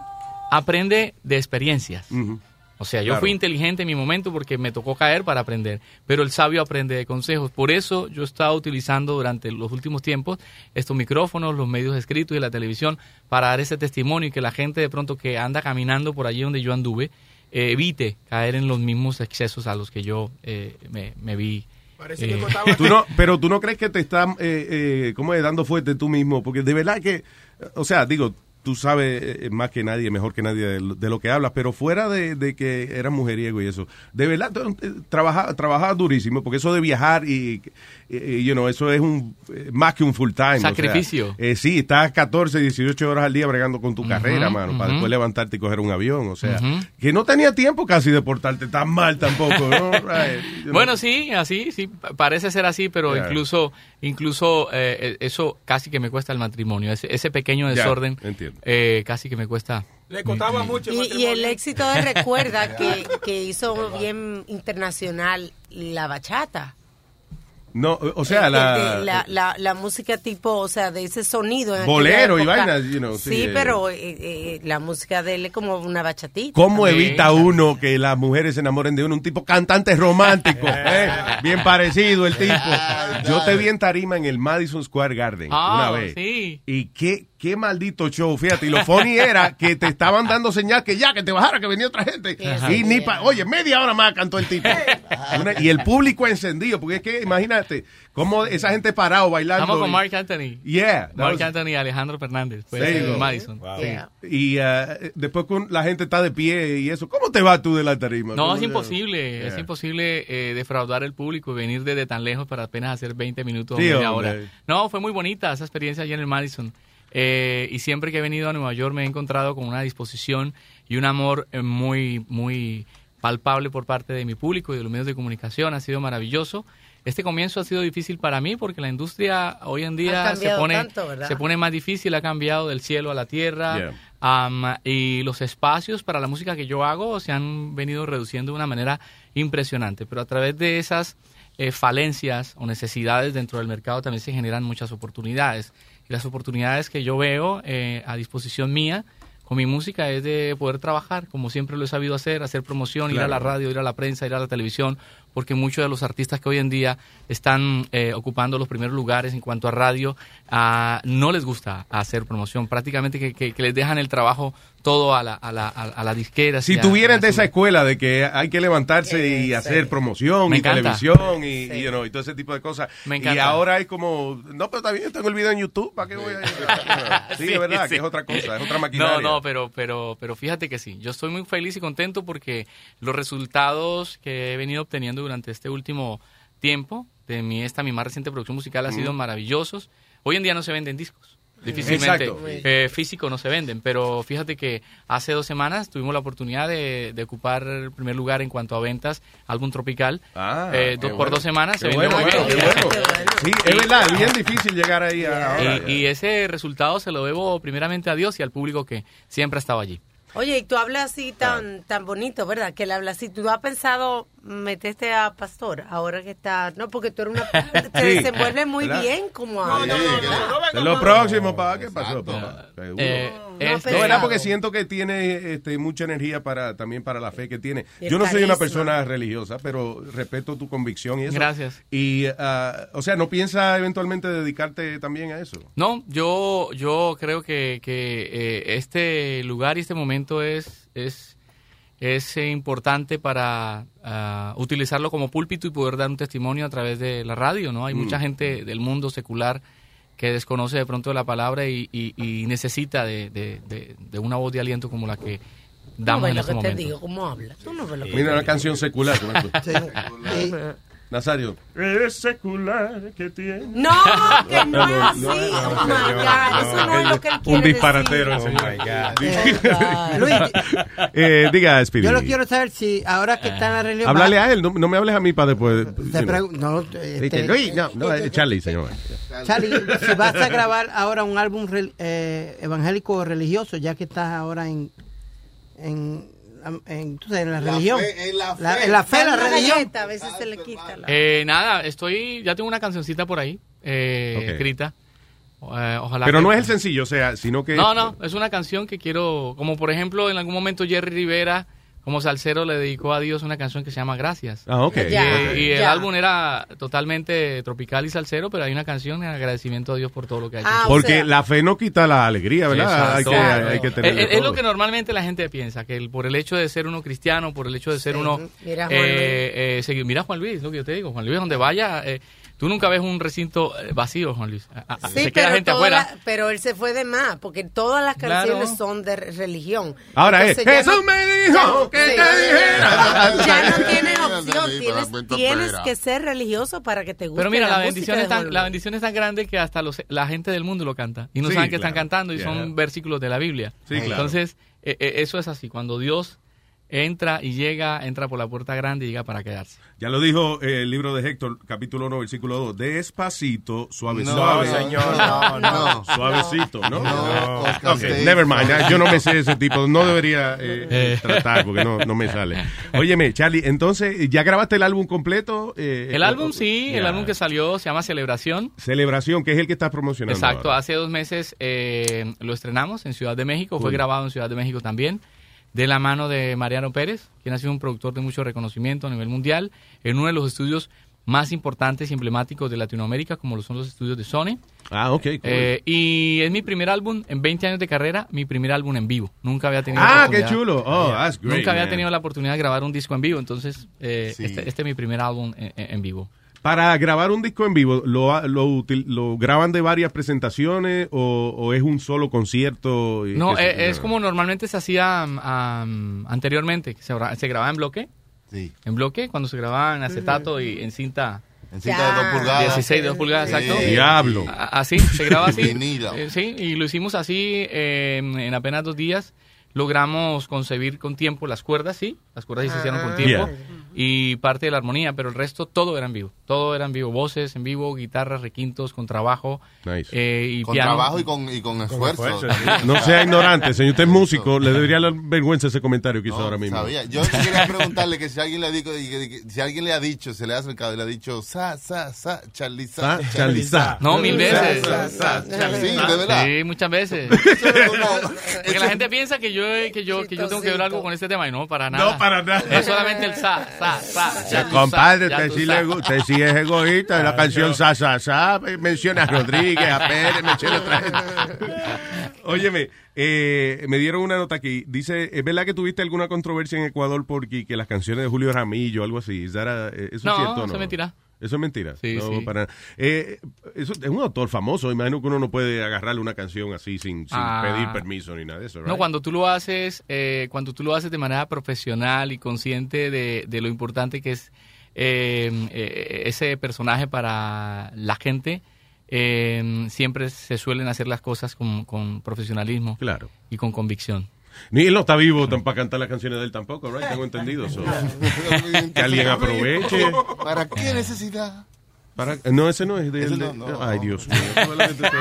Speaker 34: aprende de experiencias. O sea, yo
Speaker 2: Claro.
Speaker 34: fui inteligente en mi momento porque me tocó caer para aprender, pero el sabio aprende de consejos. Por eso yo he estado utilizando durante los últimos tiempos estos micrófonos, los medios escritos y la televisión para dar ese testimonio y que la gente de pronto que anda caminando por allí donde yo anduve eh, evite caer en los mismos excesos a los que yo eh, me, me vi. eh,
Speaker 6: Tú no- pero tú no crees que te está, eh, eh, ¿cómo es? Dando fuerte tú mismo, porque de verdad que, o sea, digo, tú sabes eh, más que nadie, mejor que nadie de lo, de lo que hablas, pero fuera de, de que eras mujeriego y eso, de verdad, tú, eh, trabaja, trabaja durísimo, porque eso de viajar y, eh, you know, eso es un eh, más que un full time. o sea,
Speaker 34: Sacrificio.
Speaker 6: eh, sí, estás 14, 18 horas al día bregando con tu carrera,
Speaker 34: Ujú,
Speaker 6: mano, para
Speaker 34: ujú.
Speaker 6: después levantarte y coger un avión, o sea,
Speaker 34: Ujú.
Speaker 6: que no tenía tiempo casi de portarte tan mal tampoco, ¿no? Right.
Speaker 34: Bueno, sí, así, sí, pa- parece ser así, pero
Speaker 6: Claro.
Speaker 34: incluso, incluso eh, eh, eso casi que me cuesta el matrimonio, ese, ese pequeño
Speaker 6: Ya,
Speaker 34: desorden
Speaker 6: entiendo.
Speaker 34: eh, casi que me cuesta.
Speaker 40: Le costaba mucho.
Speaker 12: Y, y el éxito de Recuerda que, que hizo bien internacional la bachata.
Speaker 6: No, o sea, la...
Speaker 12: de Este, la, la- la música tipo, o sea, de ese sonido. en aquella
Speaker 6: Bolero y
Speaker 12: época.
Speaker 6: vainas, you know, sí,
Speaker 12: Sí,
Speaker 6: eh.
Speaker 12: pero eh, eh, la música de él es como una bachatita.
Speaker 6: ¿Cómo
Speaker 12: también.
Speaker 6: evita uno que las mujeres se enamoren de uno? Un tipo cantante romántico, ¿eh? bien parecido el tipo. Yo te vi en tarima en el Madison Square Garden
Speaker 34: Ah,
Speaker 6: una vez.
Speaker 34: sí.
Speaker 6: Y qué, qué maldito show, fíjate. Y lo funny era que te estaban dando señal que ya, que te bajara, que venía otra gente.
Speaker 34: Ajá.
Speaker 6: Y ni pa- Oye, media hora más cantó el tipo. Una- y el público encendido, porque es que imagínate, cómo esa gente parado bailando.
Speaker 34: Estamos con
Speaker 6: y-
Speaker 34: Mark Anthony.
Speaker 6: Yeah, that
Speaker 34: Mark
Speaker 6: was-
Speaker 34: Anthony y Alejandro Fernández. Pues,
Speaker 6: There you
Speaker 34: en
Speaker 6: go.
Speaker 34: Madison. Sí.
Speaker 6: Y ah, después con la gente está de pie y eso, ¿cómo te vas tú de la tarima?
Speaker 34: No,
Speaker 6: ¿Cómo
Speaker 34: es
Speaker 6: te-
Speaker 34: imposible, es
Speaker 6: Yeah.
Speaker 34: imposible eh, defraudar al público y venir desde tan lejos para apenas hacer 20 minutos o
Speaker 6: Sí,
Speaker 34: media
Speaker 6: hombre.
Speaker 34: hora. No, fue muy bonita esa experiencia allí en el Madison. Eh, y siempre que he venido a Nueva York me he encontrado con una disposición y un amor eh, muy, muy palpable por parte de mi público y de los medios de comunicación. Ha sido maravilloso. Este comienzo ha sido difícil para mí porque la industria hoy en día se
Speaker 12: cambiado
Speaker 34: pone,
Speaker 12: tanto, ¿verdad?
Speaker 34: se pone más difícil, ha cambiado del cielo a la tierra,
Speaker 6: Yeah.
Speaker 34: Am, y los espacios para la música que yo hago se han venido reduciendo de una manera impresionante, pero a través de esas eh, falencias o necesidades dentro del mercado también se generan muchas oportunidades. Y las oportunidades que yo veo eh, a disposición mía con mi música es de poder trabajar, como siempre lo he sabido hacer, hacer promoción, ir a la
Speaker 2: Claro.
Speaker 34: radio, ir a la prensa, ir a la televisión, porque muchos de los artistas que hoy en día están eh, ocupando los primeros lugares en cuanto a radio, ah, no les gusta hacer promoción, prácticamente que, que- que les dejan el trabajo todo a la, a la, a- a la disquera.
Speaker 6: Si
Speaker 34: sea-
Speaker 6: tuvieran de esa escuela de que hay que levantarse y hacer promoción
Speaker 34: Me
Speaker 6: y
Speaker 34: encanta.
Speaker 6: televisión y, y, you know, y todo ese tipo de cosas.
Speaker 34: Me
Speaker 6: y
Speaker 34: encanta.
Speaker 6: ahora hay como, no, pero también tengo el video en YouTube, ¿para qué voy a Sí, es verdad, que es otra cosa, es otra maquinaria.
Speaker 34: No, no, pero, pero, pero fíjate que sí. Yo estoy muy feliz y contento porque los resultados que he venido obteniendo durante este último tiempo de mi, esta, mi más reciente producción musical han
Speaker 2: Mm.
Speaker 34: sido maravillosos. Hoy en día no se venden discos. Difícilmente
Speaker 2: Exacto.
Speaker 34: eh, físico no se venden, pero fíjate que hace dos semanas tuvimos la oportunidad de, de ocupar el primer lugar en cuanto a ventas, álbum tropical.
Speaker 6: Ah,
Speaker 34: Eh,
Speaker 6: qué
Speaker 34: do- Por
Speaker 6: bueno.
Speaker 34: dos semanas se
Speaker 6: Qué
Speaker 34: vendió
Speaker 6: bueno,
Speaker 34: muy bien.
Speaker 6: bueno, qué bueno. Sí, es verdad, es bien difícil llegar ahí a- Ah, ahora.
Speaker 34: Y, y ese resultado se lo debo primeramente a Dios y al público que siempre ha estado allí.
Speaker 12: Oye, y tú hablas
Speaker 6: Ah.
Speaker 12: así tan tan bonito, ¿verdad? Que él habla así. ¿Tú has pensado meterte a pastor ahora que está? No, porque tú eres una... Te
Speaker 6: Sí.
Speaker 12: desenvuelves muy
Speaker 6: ¿Verdad?
Speaker 12: bien como
Speaker 6: No,
Speaker 12: ahora.
Speaker 6: no, no, Es lo próximo, papá. ¿Qué pasó, papá? Seguro.
Speaker 34: Eh,
Speaker 6: no,
Speaker 34: este-
Speaker 6: era porque siento que tiene este, mucha energía para también para la fe que tiene.
Speaker 34: Y el
Speaker 6: Yo no soy una
Speaker 34: carisma.
Speaker 6: persona religiosa, pero respeto tu convicción y eso.
Speaker 34: Gracias.
Speaker 6: Y, ah, o sea, ¿no piensa eventualmente dedicarte también a eso?
Speaker 34: No, yo, yo creo que, que, eh, este lugar y este momento es, es, es eh, importante para ah, utilizarlo como púlpito y poder dar un testimonio a través de la radio, ¿no? Hay
Speaker 2: Mm.
Speaker 34: mucha gente del mundo secular que desconoce de pronto la palabra y, y- y necesita de, de- de- de una voz de aliento como la que
Speaker 12: Tú
Speaker 34: damos
Speaker 12: ves
Speaker 34: en
Speaker 12: lo
Speaker 34: este
Speaker 12: que te
Speaker 34: momento.
Speaker 12: digo, cómo habla. Tú no ves lo que
Speaker 6: Mira,
Speaker 12: te
Speaker 6: una
Speaker 12: digo.
Speaker 6: canción secular. que me acuerdo.
Speaker 12: Sí.
Speaker 6: Nazario.
Speaker 10: Es secular que tiene.
Speaker 12: No, que no es así. Oh my God, eso no es lo que él quiere
Speaker 6: Un disparatero. oh
Speaker 12: decir. Oh
Speaker 6: ese.
Speaker 33: Luis,
Speaker 6: Eh, diga, Speedy.
Speaker 33: yo lo quiero saber si ahora que está en la religión.
Speaker 6: Háblale a él, no, no me hables a mí para después.
Speaker 33: Te
Speaker 6: you know.
Speaker 33: pregun- no, este-
Speaker 6: Dice, "Uy, no, no, eh, Charlie, señor.
Speaker 33: Charlie, si vas a grabar ahora un álbum rel- eh, evangélico o religioso, ya que estás ahora en. en en, tú sabes, en la,
Speaker 12: La
Speaker 33: religión.
Speaker 12: fe, en la fe.
Speaker 33: La, en la fe, la
Speaker 12: Una
Speaker 33: religión.
Speaker 12: galleta, a veces se le quita la-
Speaker 34: Eh, nada, estoy, ya tengo una cancioncita por ahí, eh,
Speaker 6: Ok.
Speaker 34: escrita. Eh, ojalá
Speaker 6: Pero
Speaker 34: que-
Speaker 6: no es el sencillo, o sea, sino que.
Speaker 34: No, no, es una canción que quiero, como por ejemplo en algún momento Jerry Rivera, como salsero, le dedicó a Dios una canción que se llama Gracias.
Speaker 6: Ah, ok.
Speaker 34: Y,
Speaker 6: Ya,
Speaker 34: y el
Speaker 6: ya.
Speaker 34: álbum era totalmente tropical y salsero, pero hay una canción en agradecimiento a Dios por todo lo que ha hecho.
Speaker 6: Porque la fe no quita la alegría, ¿verdad? Hay que,
Speaker 34: Exacto.
Speaker 6: hay que
Speaker 34: es,
Speaker 6: tener.
Speaker 34: es lo que normalmente la gente piensa, que el- por el hecho de ser uno cristiano, por el hecho de ser
Speaker 2: Sí.
Speaker 34: uno...
Speaker 2: Mira a Juan
Speaker 34: eh, eh, seguir- mira a Juan Luis, lo que yo te digo, Juan Luis, donde vaya... eh, Tú nunca ves un recinto eh, vacío, Juan Luis. A- a-
Speaker 12: Sí,
Speaker 34: se queda
Speaker 12: pero
Speaker 34: gente
Speaker 12: toda
Speaker 34: afuera.
Speaker 12: la- pero él se fue de más, porque todas las
Speaker 34: Claro.
Speaker 12: canciones son de re- religión.
Speaker 6: Ahora
Speaker 12: Entonces
Speaker 6: es,
Speaker 12: ya
Speaker 6: Jesús me dijo que te dijera.
Speaker 12: Ya no tienes
Speaker 6: Para
Speaker 12: opción, tienes,
Speaker 34: cuento
Speaker 12: tienes
Speaker 34: pera.
Speaker 12: que ser religioso para que te guste
Speaker 34: Pero mira, la,
Speaker 12: música
Speaker 34: bendición
Speaker 12: de
Speaker 34: es tan,
Speaker 12: Juan
Speaker 34: la bendición es tan grande que hasta los, la gente del mundo lo canta. Y no
Speaker 2: Sí,
Speaker 34: saben que están
Speaker 2: claro.
Speaker 34: cantando y
Speaker 2: Yeah.
Speaker 34: son versículos de la Biblia.
Speaker 2: Sí, claro.
Speaker 34: Entonces, eh, eh, eso es así. Cuando Dios entra y llega, entra por la puerta grande y llega para quedarse.
Speaker 6: Ya lo dijo eh, el libro de Héctor, capítulo 1, versículo 2. Despacito, suave,
Speaker 19: No,
Speaker 6: suave.
Speaker 19: señor, no, no.
Speaker 6: Suavecito, ¿no?
Speaker 19: No, Oscar,
Speaker 6: Ok,
Speaker 19: sí.
Speaker 6: never mind. Yo no me sé ese tipo. No debería eh, tratar porque no, no me sale. Óyeme, Charlie, entonces, ¿ya grabaste el álbum completo? Eh,
Speaker 34: El
Speaker 6: eh,
Speaker 34: álbum, sí, el
Speaker 6: ya.
Speaker 34: álbum que salió se llama Celebración.
Speaker 6: Celebración, que es el que estás promocionando.
Speaker 34: Exacto,
Speaker 6: ahora.
Speaker 34: hace dos meses eh, lo estrenamos en Ciudad de México, fue
Speaker 6: Cool.
Speaker 34: grabado en Ciudad de México también, de la mano de Mariano Pérez, quien ha sido un productor de mucho reconocimiento a nivel mundial, en uno de los estudios más importantes y emblemáticos de Latinoamérica, como lo son los estudios de Sony.
Speaker 6: Ah, ok. cool.
Speaker 34: Eh, y es mi primer álbum en 20 años de carrera, mi primer álbum en vivo. Nunca había tenido
Speaker 6: Ah,
Speaker 34: la
Speaker 6: qué
Speaker 34: oportunidad-
Speaker 6: chulo. Oh, that's great,
Speaker 34: Nunca había
Speaker 6: man.
Speaker 34: tenido la oportunidad de grabar un disco en vivo, entonces eh,
Speaker 6: Sí.
Speaker 34: este, este es mi primer álbum en- en- en vivo.
Speaker 6: Para grabar un disco en vivo, ¿lo, lo, util- lo graban de varias presentaciones o, o es un solo concierto? y
Speaker 34: No,
Speaker 6: qué sé
Speaker 34: eh,
Speaker 6: yo?
Speaker 34: es como normalmente se hacía am, am, anteriormente, que se, gra- se grababa en bloque. En bloque, cuando se grababa en acetato y en cinta. En
Speaker 19: cinta de dos pulgadas.
Speaker 34: 16 de 2 pulgadas,
Speaker 19: Sí.
Speaker 34: exacto.
Speaker 19: Diablo.
Speaker 34: A- Así, se graba así.
Speaker 19: Vinilo.
Speaker 34: Eh, sí, y lo hicimos así eh, en apenas dos días. Logramos concebir con tiempo las cuerdas, sí. Las cuerdas sí se hicieron con
Speaker 2: Ah.
Speaker 34: tiempo.
Speaker 2: Yeah.
Speaker 34: y parte de la armonía, pero el resto todo era en vivo. Todo era en vivo. Voces en vivo, guitarras, requintos, contrabajo.
Speaker 6: Nice.
Speaker 34: eh, y
Speaker 19: Con
Speaker 34: piano.
Speaker 19: trabajo y con, y con esfuerzo.
Speaker 6: No sea ignorante, señor. Usted es músico. Le debería dar vergüenza ese comentario que hizo ahora mismo.
Speaker 19: Sabía. Yo quería preguntarle que si alguien le, ha dicho- que- que si alguien le ha dicho, se le ha acercado y le ha dicho, sa, sa, sa, Charlie, sa,
Speaker 6: Sa, Charlie, sa.
Speaker 34: No, mil veces.
Speaker 19: Sa, sa, sa, Charlie, sa. Sí, de verdad.
Speaker 34: Sí, muchas veces. Porque la gente piensa que yo, que yo, que yo tengo que ver algo con este tema y no, para nada.
Speaker 6: No, para nada.
Speaker 34: Es solamente el sa, sa, sa. ya tú
Speaker 6: Compadre,
Speaker 34: sa, ya
Speaker 6: usted
Speaker 34: tú
Speaker 6: sí,
Speaker 34: sa.
Speaker 6: le, gu- usted sí es egoísta. La canción Sa Sa Sa menciona a Rodríguez, a Pérez, menciona a otra gente. Óyeme, eh, me dieron una nota aquí. Dice, ¿es verdad que tuviste alguna controversia en Ecuador porque que las canciones de Julio Ramillo, algo así? ¿Is that a- eh, ¿Eso
Speaker 34: No,
Speaker 6: es cierto o
Speaker 34: eso
Speaker 6: no?
Speaker 34: es mentira.
Speaker 6: Eso es mentira.
Speaker 34: Sí,
Speaker 6: no,
Speaker 34: sí.
Speaker 6: para- eh, eso es un autor famoso. Imagino que uno no puede agarrarle una canción así sin, sin
Speaker 34: Ah.
Speaker 6: pedir permiso ni nada de eso.
Speaker 34: No,
Speaker 6: right?
Speaker 34: cuando tú lo haces, eh, cuando tú lo haces de manera profesional y consciente de, de lo importante que es eh, eh, ese personaje para la gente, eh, siempre se suelen hacer las cosas con, con profesionalismo y con convicción.
Speaker 6: Ni él no está vivo tan- para cantar las canciones de él tampoco, right? Tengo entendido. so. que alguien aproveche.
Speaker 19: ¿Para qué necesidad?
Speaker 6: Para- no, ese no es de él. de- Ay, Dios mío. todo lo que te estoy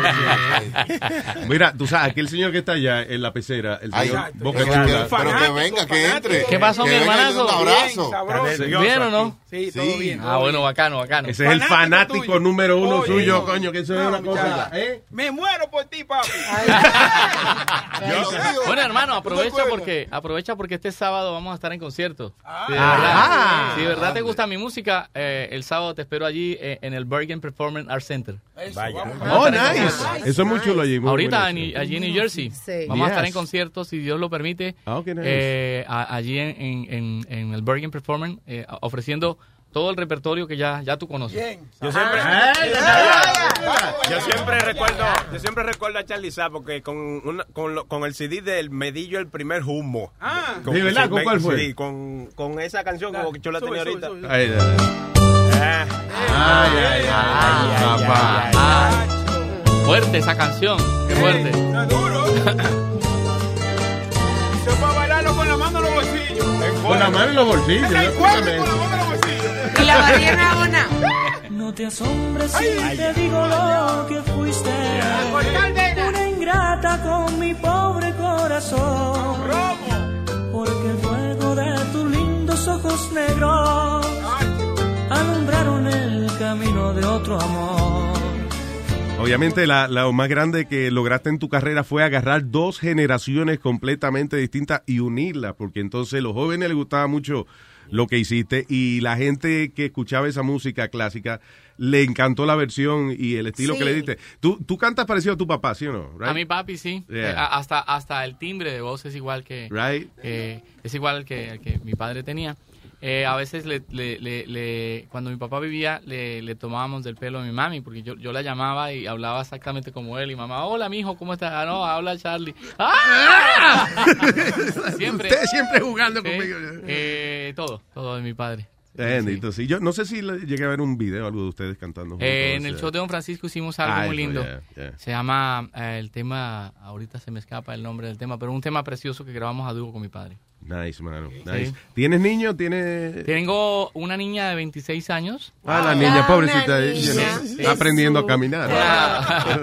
Speaker 6: diciendo. Mira, tú sabes, aquel señor que está allá en la pecera, el
Speaker 19: Ay,
Speaker 6: señor
Speaker 19: exacto.
Speaker 6: Boca
Speaker 19: Pero
Speaker 6: Chula.
Speaker 19: que- pero que Fanático, venga, que fanático. entre.
Speaker 34: ¿Qué pasó,
Speaker 19: Que
Speaker 34: mi
Speaker 19: venga y
Speaker 34: hermanazo?
Speaker 19: un abrazo.
Speaker 34: Bien, sabroso.
Speaker 6: Está nervioso
Speaker 34: ¿Bien o no?
Speaker 6: Sí, todo bien, todo
Speaker 34: ah,
Speaker 6: bien.
Speaker 34: bueno, bacano, bacano.
Speaker 6: Ese es el fanático número uno
Speaker 34: Oye,
Speaker 6: suyo,
Speaker 34: no.
Speaker 6: coño, que eso es una cosa.
Speaker 2: ¿eh?
Speaker 40: Me muero por ti, papi.
Speaker 34: Bueno, hermano, aprovecha porque aprovecha porque este sábado vamos a estar en concierto. Si de
Speaker 6: Ah.
Speaker 34: verdad, si de verdad te gusta mi música, eh, el sábado te espero allí eh, en el Bergen Performance Arts Center.
Speaker 6: Vaya.
Speaker 34: Vamos
Speaker 6: Oh,
Speaker 34: a estar
Speaker 6: nice.
Speaker 34: en concierto.
Speaker 6: Eso es muy chulo allí. muy
Speaker 34: Ahorita
Speaker 6: bueno.
Speaker 34: en- allí en New Jersey.
Speaker 6: Sí.
Speaker 34: Vamos a estar en
Speaker 6: Yes.
Speaker 34: concierto, si Dios lo permite,
Speaker 6: Ah, ok, nice.
Speaker 34: eh, a- allí en, en- en- en el Bergen Performance, eh, ofreciendo todo el repertorio que ya, ya tú conoces.
Speaker 2: Yo siempre,
Speaker 34: Ah,
Speaker 2: Yo-
Speaker 34: ya.
Speaker 2: yo siempre recuerdo, yo siempre recuerdo a Charlie Sa porque con, una- con, lo- con el CD del Medillo el primer humo.
Speaker 40: Ah.
Speaker 2: Con-
Speaker 6: ¿De verdad? ¿Con cuál fue?
Speaker 2: Sí, con, con esa canción como que yo la tenía ahorita.
Speaker 6: Ahí, ahí, ahí. Ay, ay, ay, papá.
Speaker 34: Fuerte esa canción, fuerte.
Speaker 40: Se fue a bailarlo con la mano en los bolsillos.
Speaker 6: Con la mano en los bolsillos.
Speaker 40: Está en cuerda con la
Speaker 6: ¿no?
Speaker 40: mano en los bolsillos.
Speaker 12: Y la barriga en abona.
Speaker 17: No te asombres si te digo lo que fuiste. Una ingrata con mi pobre corazón. Porque el fuego de tus lindos ojos negros alumbraron el camino de otro amor.
Speaker 6: Obviamente, la, lo más grande que lograste en tu carrera fue agarrar dos generaciones completamente distintas y unirlas, porque entonces los jóvenes les gustaba mucho lo que hiciste y la gente que escuchaba esa música clásica le encantó la versión y el estilo
Speaker 34: Sí.
Speaker 6: que le diste. Tú, tú cantas parecido a tu papá, ¿sí o no? Right?
Speaker 34: A mi papi, sí.
Speaker 6: Yeah.
Speaker 34: Eh, a- hasta, hasta el timbre de voz es igual que,
Speaker 6: Right.
Speaker 34: eh, es igual al que, al que mi padre tenía. Eh, a veces, le, le- le- le- cuando mi papá vivía, le, le tomábamos del pelo a mi mami, porque yo, yo la llamaba y hablaba exactamente como él. Y mamá, hola, mijo, ¿cómo estás? Ah, no, habla Charlie. ¡Ah! siempre.
Speaker 6: Usted siempre jugando
Speaker 34: Sí.
Speaker 6: conmigo.
Speaker 34: Eh, todo, todo de mi padre.
Speaker 6: Bendito, sí. Yo no sé si le- llegué a ver un video o algo de ustedes cantando. juntos,
Speaker 34: Eh, en el
Speaker 6: o sea.
Speaker 34: show de Don Francisco hicimos algo
Speaker 6: Ah,
Speaker 34: muy
Speaker 6: eso,
Speaker 34: lindo.
Speaker 6: yeah, yeah.
Speaker 34: Se llama eh, el tema, ahorita se me escapa el nombre del tema, pero un tema precioso que grabamos a dúo con mi padre.
Speaker 6: Nice, mano. Nice.
Speaker 34: Sí.
Speaker 6: ¿Tienes niño? ¿Tienes...?
Speaker 34: Tengo una niña de 26 años.
Speaker 6: Eh. Ah, la niña, pobrecita, you know, está aprendiendo a caminar.
Speaker 34: Ah.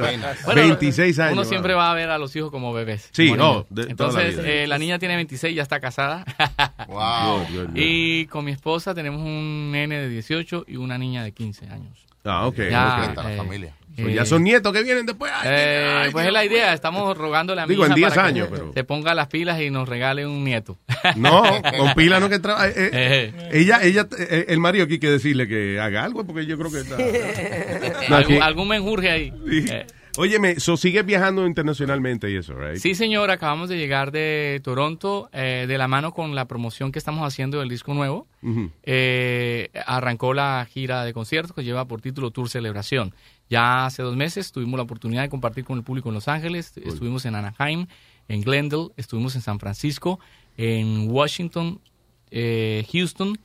Speaker 34: Bueno,
Speaker 6: 26 años.
Speaker 34: Uno siempre va a ver a los hijos como bebés.
Speaker 6: Sí,
Speaker 34: como
Speaker 6: no,
Speaker 34: niños.
Speaker 6: de- toda la
Speaker 34: Entonces, eh,
Speaker 6: vida.
Speaker 34: la, niña tiene 26, ya está casada.
Speaker 6: Wow. Good, good, good.
Speaker 34: Y con mi esposa tenemos un nene de 18 y una niña de 15 años.
Speaker 6: Ah, ok. ok.
Speaker 34: Ya, eh, Está la familia.
Speaker 6: Pues
Speaker 34: eh,
Speaker 6: ya son nietos que vienen después. Ay,
Speaker 34: Eh,
Speaker 6: ay,
Speaker 34: pues
Speaker 6: Dios.
Speaker 34: es la idea, estamos rogándole a mi
Speaker 6: Digo, en
Speaker 34: hija
Speaker 6: 10
Speaker 34: para que
Speaker 6: años, pero-
Speaker 34: se ponga las pilas y nos regale un nieto.
Speaker 6: No, con pila no que trabaja. eh, eh,
Speaker 34: Eh.
Speaker 6: ella, ella, eh, el marido aquí hay que decirle que haga algo pues, porque yo creo que está. No, aquí-
Speaker 34: algún, algún menjurje ahí. Eh,
Speaker 6: Óyeme, so sigues viajando internacionalmente y eso, right?
Speaker 34: Sí, señor, acabamos de llegar de Toronto eh, de la mano con la promoción que estamos haciendo del disco nuevo.
Speaker 6: Ujú.
Speaker 34: Eh, arrancó la gira de conciertos que lleva por título Tour Celebración. Ya hace dos meses tuvimos la oportunidad de compartir con el público en Los Ángeles, estuvimos en Anaheim, en Glendale, estuvimos en San Francisco, en Washington, eh, Houston.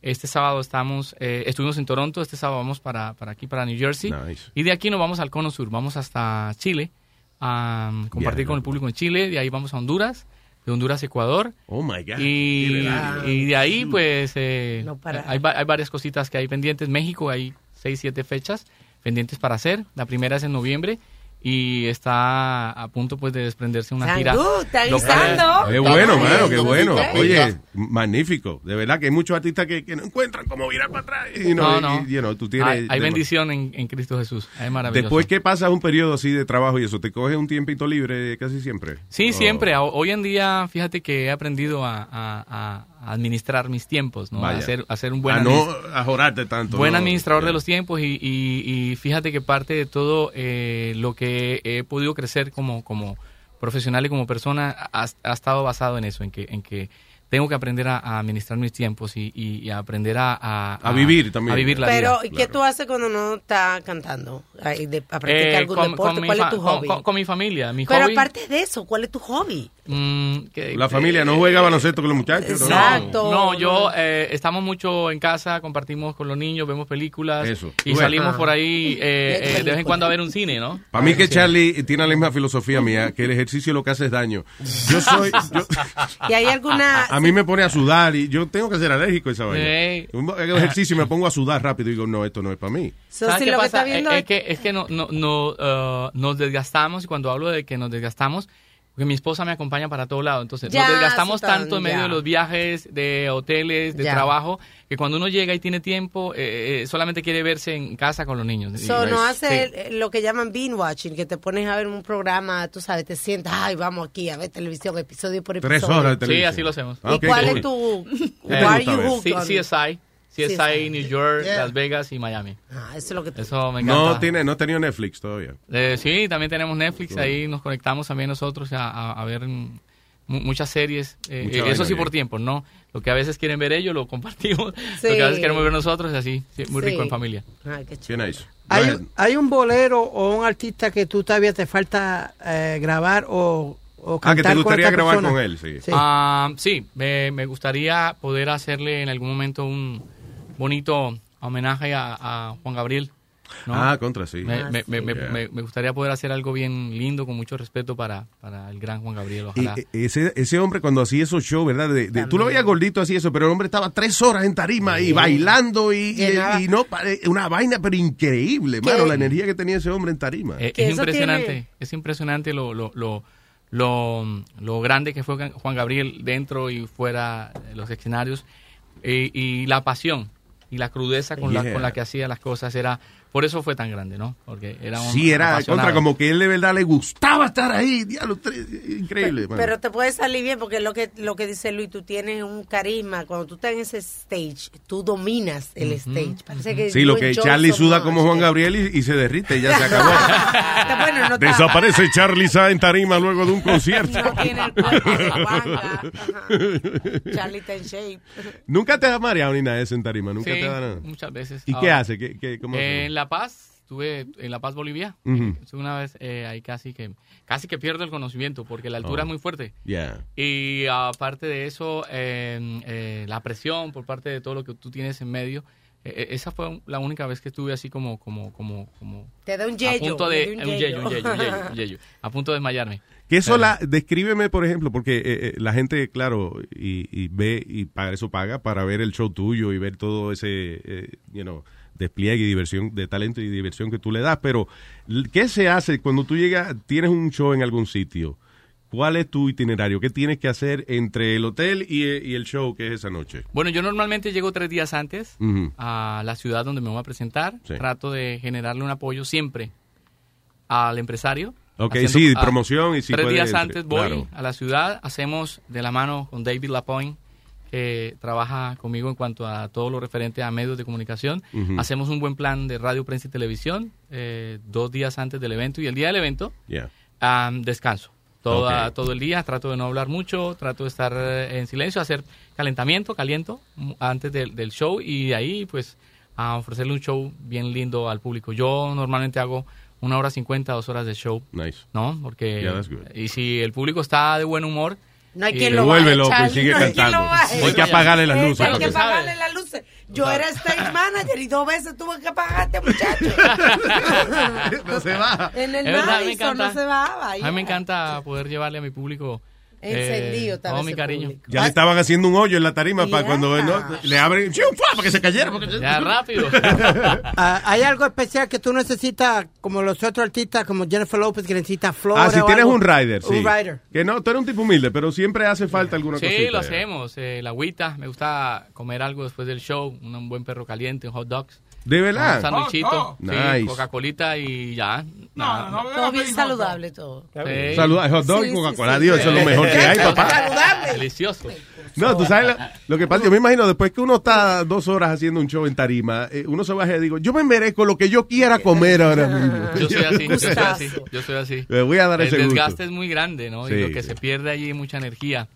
Speaker 34: Este sábado estamos, eh, estuvimos en Toronto, este sábado vamos para, para aquí, para New Jersey. Y de aquí nos vamos al Cono Sur, vamos hasta Chile a um, compartir
Speaker 6: Bien,
Speaker 34: con el público en Chile, de ahí vamos a Honduras, de Honduras a Ecuador.
Speaker 6: Oh my God.
Speaker 34: Y,
Speaker 6: Qué
Speaker 34: y de ahí, pues, eh,
Speaker 6: No para.
Speaker 34: hay, va- hay varias cositas que hay pendientes. México, hay seis, siete fechas pendientes para hacer. La primera es en noviembre y está a punto, pues, de desprenderse una
Speaker 12: Sangú,
Speaker 34: tira.
Speaker 12: está
Speaker 34: local.
Speaker 12: guisando.
Speaker 6: Qué bueno, mano, qué
Speaker 12: Está
Speaker 6: bueno.
Speaker 12: bien.
Speaker 6: Oye, magnífico. De verdad que hay muchos artistas que, que no encuentran cómo virar para atrás. Y no,
Speaker 34: No,
Speaker 6: y-
Speaker 34: no.
Speaker 6: y, you know, tú tienes-
Speaker 34: hay, hay
Speaker 6: de-
Speaker 34: bendición en, en Cristo Jesús. Es maravilloso.
Speaker 6: Después que pasas un periodo así de trabajo y eso, ¿te coges un tiempito libre casi siempre?
Speaker 34: Sí,
Speaker 6: O-
Speaker 34: siempre. A- Hoy en día, fíjate que he aprendido a, a- a administrar mis tiempos, ¿no? A
Speaker 6: Vaya.
Speaker 34: ser, a ser un buen
Speaker 6: A no
Speaker 34: administ-
Speaker 6: a jorarte tanto,
Speaker 34: Buen
Speaker 6: ¿no?
Speaker 34: administrador de los tiempos y, y- y fíjate que parte de todo eh, lo que he podido crecer como, como profesional y como persona ha, ha estado basado en eso, en que, en que tengo que aprender a, a administrar mis tiempos y, y- y a aprender a, a,
Speaker 6: A vivir también.
Speaker 34: A vivir la
Speaker 12: Pero,
Speaker 34: vida.
Speaker 12: ¿y qué tú haces cuando no estás cantando? Ay, de- ¿A practicar
Speaker 34: Eh,
Speaker 12: algún
Speaker 34: con-
Speaker 12: deporte?
Speaker 34: con mi
Speaker 12: ¿Cuál es
Speaker 34: fa-
Speaker 12: tu
Speaker 34: con-
Speaker 12: hobby?
Speaker 34: con- con mi familia. Mi
Speaker 12: Pero
Speaker 34: hobby,
Speaker 12: aparte de eso, ¿cuál es tu hobby?
Speaker 34: mm, que-
Speaker 6: La familia no juega baloncesto con los muchachos. ¿no?
Speaker 34: No, yo eh, estamos mucho en casa, compartimos con los niños, vemos películas
Speaker 6: Eso.
Speaker 34: y
Speaker 6: Bueno.
Speaker 12: Ah.
Speaker 34: salimos por ahí
Speaker 6: Ve
Speaker 34: eh, eh, de vez
Speaker 6: películas.
Speaker 34: en cuando a ver un cine, ¿no?
Speaker 6: Para mí que Charlie tiene la misma filosofía mía, que el ejercicio lo que hace es daño. Yo soy, yo-
Speaker 12: ¿Y hay alguna...?
Speaker 6: Ah, a mí me pone a sudar y yo tengo que ser alérgico a esa vaina.
Speaker 34: Ey.
Speaker 6: Un hago ejercicio y me pongo a sudar rápido y digo, no, esto no es para mí.
Speaker 12: So,
Speaker 34: ¿Sabes
Speaker 12: si
Speaker 34: qué
Speaker 12: lo que
Speaker 34: pasa?
Speaker 12: está viendo
Speaker 34: es,
Speaker 12: es-
Speaker 34: es que es que no, no, no, ah, nos desgastamos y cuando hablo de que nos desgastamos porque mi esposa me acompaña para todo lado, entonces
Speaker 12: Ya,
Speaker 34: nos desgastamos
Speaker 12: Sultán,
Speaker 34: tanto en medio
Speaker 12: ya.
Speaker 34: de los viajes, de hoteles, de
Speaker 12: Ya.
Speaker 34: trabajo, que cuando uno llega y tiene tiempo, eh, eh, solamente quiere verse en casa con los niños. Y-
Speaker 12: So, no
Speaker 34: Sí.
Speaker 12: hace eh, lo que llaman binge watching, que te pones a ver un programa, tú sabes, te sientas, ay, vamos aquí a ver televisión, episodio por episodio.
Speaker 6: Tres horas de
Speaker 34: Sí,
Speaker 6: televisión.
Speaker 34: así lo hacemos.
Speaker 6: Ah,
Speaker 12: ¿Y
Speaker 6: ok,
Speaker 12: cuál
Speaker 6: cool.
Speaker 12: es tu...
Speaker 6: ¿Qué
Speaker 34: Eh,
Speaker 6: te gusta ver?
Speaker 34: Sí, CSI, CSI,
Speaker 12: CSI.
Speaker 34: New York,
Speaker 12: Yeah.
Speaker 34: Las Vegas y Miami.
Speaker 12: Ah, eso es lo que te...
Speaker 34: Eso me encanta.
Speaker 6: No tiene, no tenía Netflix todavía.
Speaker 34: Eh, sí, también tenemos Netflix, ahí nos conectamos también nosotros a, a- a ver mm, mu- muchas series. Eh,
Speaker 6: Mucha
Speaker 34: eh,
Speaker 6: vaina
Speaker 34: eso sí
Speaker 6: ahí.
Speaker 34: por tiempo, ¿no? Lo que a veces quieren ver ellos lo compartimos,
Speaker 33: Sí.
Speaker 34: lo que a veces queremos ver nosotros es así, sí, muy rico
Speaker 33: Sí.
Speaker 34: en familia.
Speaker 12: Ay, qué
Speaker 6: Qué nice.
Speaker 33: ¿Hay, hay un bolero o un artista que tú todavía te falta eh, grabar o, o
Speaker 6: Ah, que
Speaker 33: cantar
Speaker 6: te gustaría
Speaker 33: con esta
Speaker 6: grabar
Speaker 33: persona?
Speaker 6: con él, sí.
Speaker 34: Ah, sí, me, me gustaría poder hacerle en algún momento un bonito homenaje a, a Juan Gabriel. ¿no?
Speaker 6: Ah, contra, sí.
Speaker 34: Me,
Speaker 6: Ah,
Speaker 34: me-
Speaker 6: sí.
Speaker 34: me- me-
Speaker 6: Yeah.
Speaker 34: me- me gustaría poder hacer algo bien lindo, con mucho respeto para, para el gran Juan Gabriel. Ojalá.
Speaker 6: E- e- ese, ese hombre cuando hacía esos shows, ¿verdad? De- de- tú lo veías gordito así eso, pero el hombre estaba tres horas en tarima y
Speaker 10: Sí.
Speaker 6: bailando y, y-
Speaker 10: Llenaba.
Speaker 6: y no pare- una vaina pero increíble,
Speaker 34: ¿Qué?
Speaker 6: mano, la energía que tenía ese hombre en tarima.
Speaker 34: Eh, es impresionante, es impresionante lo, lo, lo, lo, lo grande que fue Gan- Juan Gabriel dentro y fuera de los escenarios eh, y la pasión y la crudeza con, la,
Speaker 6: Yeah.
Speaker 34: con la que hacía las cosas era por eso fue tan grande, ¿no? Porque era un
Speaker 6: Sí, era
Speaker 34: apasionado.
Speaker 6: contra como que él de verdad le gustaba estar ahí, diablo, tres- increíble, mano.
Speaker 12: Pero te puede salir bien porque lo que lo que dice Luis, tú tienes un carisma. Cuando tú estás en ese stage, tú dominas el stage. Parece que
Speaker 6: Sí,
Speaker 12: you
Speaker 6: lo que
Speaker 12: enjoy
Speaker 6: Charlie
Speaker 12: so
Speaker 6: suda
Speaker 12: much.
Speaker 6: como Juan Gabriel y, y se derrite, ya se acabó.
Speaker 12: Bueno, no está-
Speaker 6: Desaparece Charlie Sa en tarima luego de un concierto.
Speaker 12: No tiene el cuerpo de Juanga. Ajá. Charlie está en shape.
Speaker 6: Nunca te da mareado ni nada de eso en tarima, nunca
Speaker 34: Sí,
Speaker 6: te da nada.
Speaker 34: muchas veces.
Speaker 6: ¿Y qué
Speaker 34: Ahora,
Speaker 6: hace? ¿Qué, qué, cómo
Speaker 34: eh,
Speaker 6: hace?
Speaker 34: en La Paz, estuve en La Paz, Bolivia.
Speaker 6: Ujú.
Speaker 34: estuve Una vez eh, ahí casi que casi que pierdo el conocimiento porque la altura
Speaker 6: Oh.
Speaker 34: es muy fuerte.
Speaker 6: Yeah.
Speaker 34: Y aparte de eso, eh, eh, la presión por parte de todo lo que tú tienes en medio. Eh, eh, esa fue la única vez que estuve así como como como como
Speaker 12: Te da un
Speaker 34: a
Speaker 12: yello.
Speaker 34: punto de
Speaker 12: te da
Speaker 34: un yello, un yello, un yello, un yello, a punto de desmayarme.
Speaker 6: Que eso
Speaker 34: Pero-
Speaker 6: la, descríbeme, por ejemplo, porque eh, eh, la gente, claro, y, y ve y para eso paga para ver el show tuyo y ver todo ese, eh, you know, despliegue y diversión, de talento y diversión que tú le das. Pero, l- ¿qué se hace cuando tú llegas, tienes un show en algún sitio? ¿Cuál es tu itinerario? ¿Qué tienes que hacer entre el hotel y, eh, y el show que es esa noche?
Speaker 34: Bueno, yo normalmente llego tres días antes
Speaker 6: Ujú.
Speaker 34: a la ciudad donde me voy a presentar.
Speaker 6: Sí.
Speaker 34: Trato de generarle un apoyo siempre al empresario.
Speaker 6: Ok,
Speaker 34: Haciendo-
Speaker 6: sí,
Speaker 34: ah,
Speaker 6: promoción y si
Speaker 34: Tres
Speaker 6: puede-
Speaker 34: días antes voy
Speaker 6: claro.
Speaker 34: a la ciudad, hacemos de la mano con David Lapointe, que trabaja conmigo en cuanto a todo lo referente a medios de comunicación.
Speaker 6: Ujú.
Speaker 34: Hacemos un buen plan de radio, prensa y televisión eh, dos días antes del evento y el día del evento
Speaker 6: Yeah.
Speaker 34: Am, descanso. Toda-
Speaker 6: Ok.
Speaker 34: Todo el día trato de no hablar mucho, trato de estar eh, en silencio, hacer calentamiento, caliento mm, antes del, del show y de ahí pues a ofrecerle un show bien lindo al público. Yo normalmente hago una hora cincuenta, dos horas de show.
Speaker 6: Nice.
Speaker 34: ¿No? Porque...
Speaker 6: Yeah, that's good.
Speaker 34: Y si el público está de buen humor...
Speaker 12: No hay
Speaker 34: y-
Speaker 12: quien lo baje,
Speaker 6: Vuelve loco y Charlie, pues, sigue no hay quien cantando. lo baje. Hay que apagarle las
Speaker 12: Eh,
Speaker 6: luces,
Speaker 12: Hay
Speaker 6: porque-
Speaker 12: que apagarle las luces. Yo era stage manager y dos veces tuve que apagarte, muchacho.
Speaker 6: no se baja.
Speaker 12: En el
Speaker 34: Es verdad, me
Speaker 12: Madison
Speaker 34: encanta.
Speaker 12: no se bajaba.
Speaker 34: A mí me encanta poder llevarle a mi público eh,
Speaker 12: Encendido estaba
Speaker 34: todo mi
Speaker 12: ese
Speaker 34: cariño.
Speaker 6: Ya le estaban haciendo un hoyo en la tarima para cuando ¿no? le abren, ¡Chiu, fa! para que se cayera. porque-
Speaker 34: Ya, rápido.
Speaker 33: Ah, ¿Hay algo especial que tú necesitas, como los otros artistas, como Jennifer Lopez, que necesita flores?
Speaker 6: Ah, si
Speaker 33: o
Speaker 6: tienes
Speaker 33: algo?
Speaker 6: un rider, sí.
Speaker 33: Un rider.
Speaker 6: Que no, tú eres un tipo humilde, pero siempre hace falta alguna
Speaker 34: Sí,
Speaker 6: cosita.
Speaker 34: lo hacemos. eh, la agüita, me gusta comer algo después del show, un, un buen perro caliente, un hot dogs.
Speaker 6: ¿De verdad?
Speaker 34: Un sandwichito,
Speaker 6: Hot dog.
Speaker 34: sí,
Speaker 6: Nice.
Speaker 34: Coca-Colita y ya. nada.
Speaker 12: Todo bien saludable todo.
Speaker 34: Sí.
Speaker 6: Salud- hot dog y Coca-Cola. Dios, eso es lo mejor que hay, papá.
Speaker 12: Saludable.
Speaker 34: Delicioso.
Speaker 6: No, tú sabes lo, lo que pasa. Yo me imagino después que uno está dos horas haciendo un show en tarima, eh, uno se baja y digo, yo me merezco lo que yo quiera comer ahora mismo.
Speaker 34: Yo soy así, yo soy así, yo soy así.
Speaker 6: Le voy a dar
Speaker 34: El
Speaker 6: ese gusto.
Speaker 34: desgaste es muy grande, ¿no?
Speaker 6: Sí,
Speaker 34: y lo que
Speaker 6: sí.
Speaker 34: se pierde allí es mucha energía.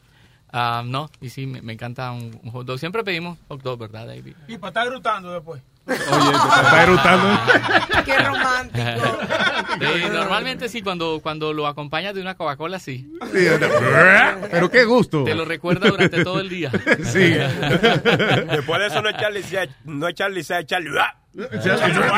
Speaker 34: Ah, no, y sí, me, me encanta un, un hot dog. Siempre pedimos hot dog, ¿verdad, David?
Speaker 40: Y para estar grutando después. Oye,
Speaker 34: está eructando.
Speaker 40: Qué romántico.
Speaker 34: Sí, normalmente sí, cuando, cuando lo acompañas de una Coca-Cola, sí.
Speaker 6: Sí, una- Pero qué gusto.
Speaker 34: Te lo recuerda durante todo el día.
Speaker 6: Sí.
Speaker 2: Después de eso no es Charlie Sea, no es Charlie Sea, es Charlie. ¡Ah!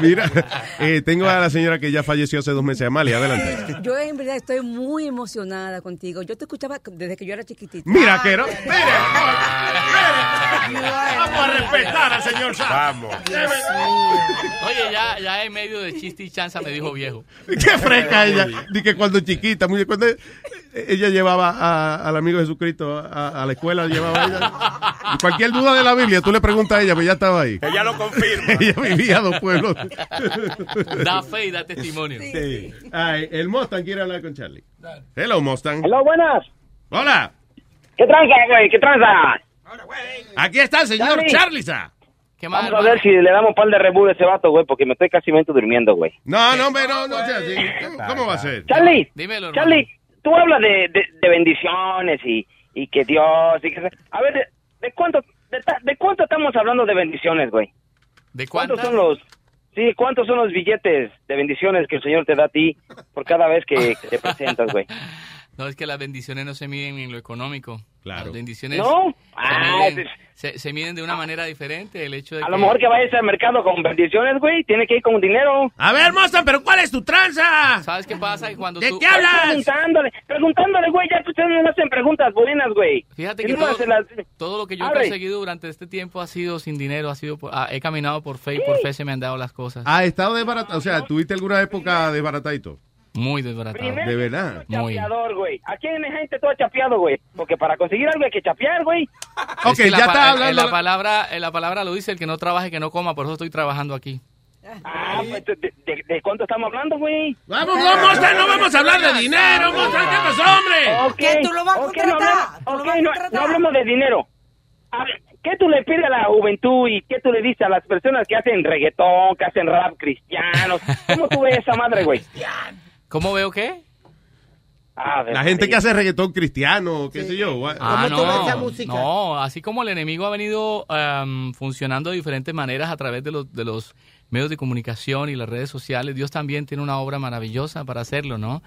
Speaker 6: Mira, eh, tengo a la señora que ya falleció hace dos meses, Amalia, adelante.
Speaker 7: Yo en verdad estoy muy emocionada contigo. Yo te escuchaba desde que yo era chiquitita.
Speaker 6: Mira, que no.
Speaker 30: Vamos a respetar al señor Sá.
Speaker 2: Vamos.
Speaker 34: Oye, ya, ya en medio de chiste y chanza me dijo viejo.
Speaker 6: Qué fresca ella. Di que cuando chiquita, muy cuando eh, ella llevaba a- al amigo Jesucristo a, a la escuela, llevaba a ella. Y cualquier duda de la Biblia, tú le preguntas a ella, pues ya estaba ahí.
Speaker 2: Ella lo confirma.
Speaker 6: Ella vivía a dos pueblos.
Speaker 34: Da fe y da testimonio.
Speaker 6: Sí. Ay,
Speaker 30: eh.
Speaker 6: el Mustang quiere hablar con Charlie. Hello, Mustang.
Speaker 32: Hola, buenas.
Speaker 6: Hola.
Speaker 32: ¿Qué tranza, güey? ¿Qué tranza?
Speaker 6: Aquí está el señor
Speaker 32: Charlie.
Speaker 6: Charliza.
Speaker 32: Vamos a ver si le damos un par de rebú a ese vato, güey, porque me estoy casi mente durmiendo, güey.
Speaker 6: No, no, hombre, no, no sea así. ¿Cómo, cómo va a ser?
Speaker 32: Charlie,
Speaker 34: Dímelo,
Speaker 32: Charlie, tú hablas de, de, de bendiciones y, y que Dios y que... A ver, ¿de, de cuánto de, ta- de cuánto estamos hablando de bendiciones, güey?
Speaker 34: ¿De
Speaker 32: ¿Cuántos son los... Sí, ¿cuántos son los billetes de bendiciones que el Señor te da a ti por cada vez que, que te presentas, güey?
Speaker 34: No, es que las bendiciones no se miden en lo económico. Claro. Las bendiciones
Speaker 32: ¿No?
Speaker 34: se,
Speaker 32: Ah,
Speaker 34: miden, se- se miden de una manera diferente. El hecho de
Speaker 32: A lo mejor que vayas al mercado con bendiciones, güey, tiene que ir con dinero.
Speaker 6: A ver, Mustang, pero ¿cuál es tu tranza?
Speaker 34: ¿Sabes qué pasa? Que cuando tú...
Speaker 32: Preguntándole, preguntándole, güey, ya que ustedes no me hacen preguntas buenas, güey.
Speaker 34: Fíjate
Speaker 32: Y
Speaker 34: que
Speaker 32: no
Speaker 34: todo,
Speaker 32: se las-
Speaker 34: todo lo que yo he
Speaker 32: Abre.
Speaker 34: conseguido durante este tiempo ha sido sin dinero, ha sido por- ah, he caminado por fe y por fe se me han dado las cosas.
Speaker 6: Ha estado Ah, desbaratado. O sea, ¿tuviste alguna época desbaratadito?
Speaker 34: Muy desbaratado.
Speaker 32: Primero,
Speaker 6: De verdad.
Speaker 34: Muy.
Speaker 32: Chapeador, güey. Aquí hay gente toda chapeado, güey. Porque para conseguir algo hay que chapear, güey.
Speaker 34: Es que la pa- eh, La palabra, eh, la palabra lo dice, el que no trabaje, que no coma, por eso estoy trabajando aquí.
Speaker 32: Ah, pues, ¿de, de- de cuánto estamos hablando, güey?
Speaker 6: Vamos, no, Mostra, no vamos a hablar de dinero, Mostra, ¿qué pasó, hombre?
Speaker 32: Que tú lo vas a contratar. No, hablemos- ok, no- no hablemos de dinero. A ver, ¿Qué tú le pides a la juventud y qué tú le dices a las personas que hacen reggaetón, que hacen rap cristianos? ¿Cómo tú ves esa madre, güey?
Speaker 34: ¿Cómo veo qué?
Speaker 6: La gente que hace reggaetón cristiano, qué sé yo.
Speaker 34: Ah, no, no, así como el enemigo ha venido em, funcionando de diferentes maneras a través de los, de los medios de comunicación y las redes sociales, Dios también tiene una obra maravillosa para hacerlo, ¿no?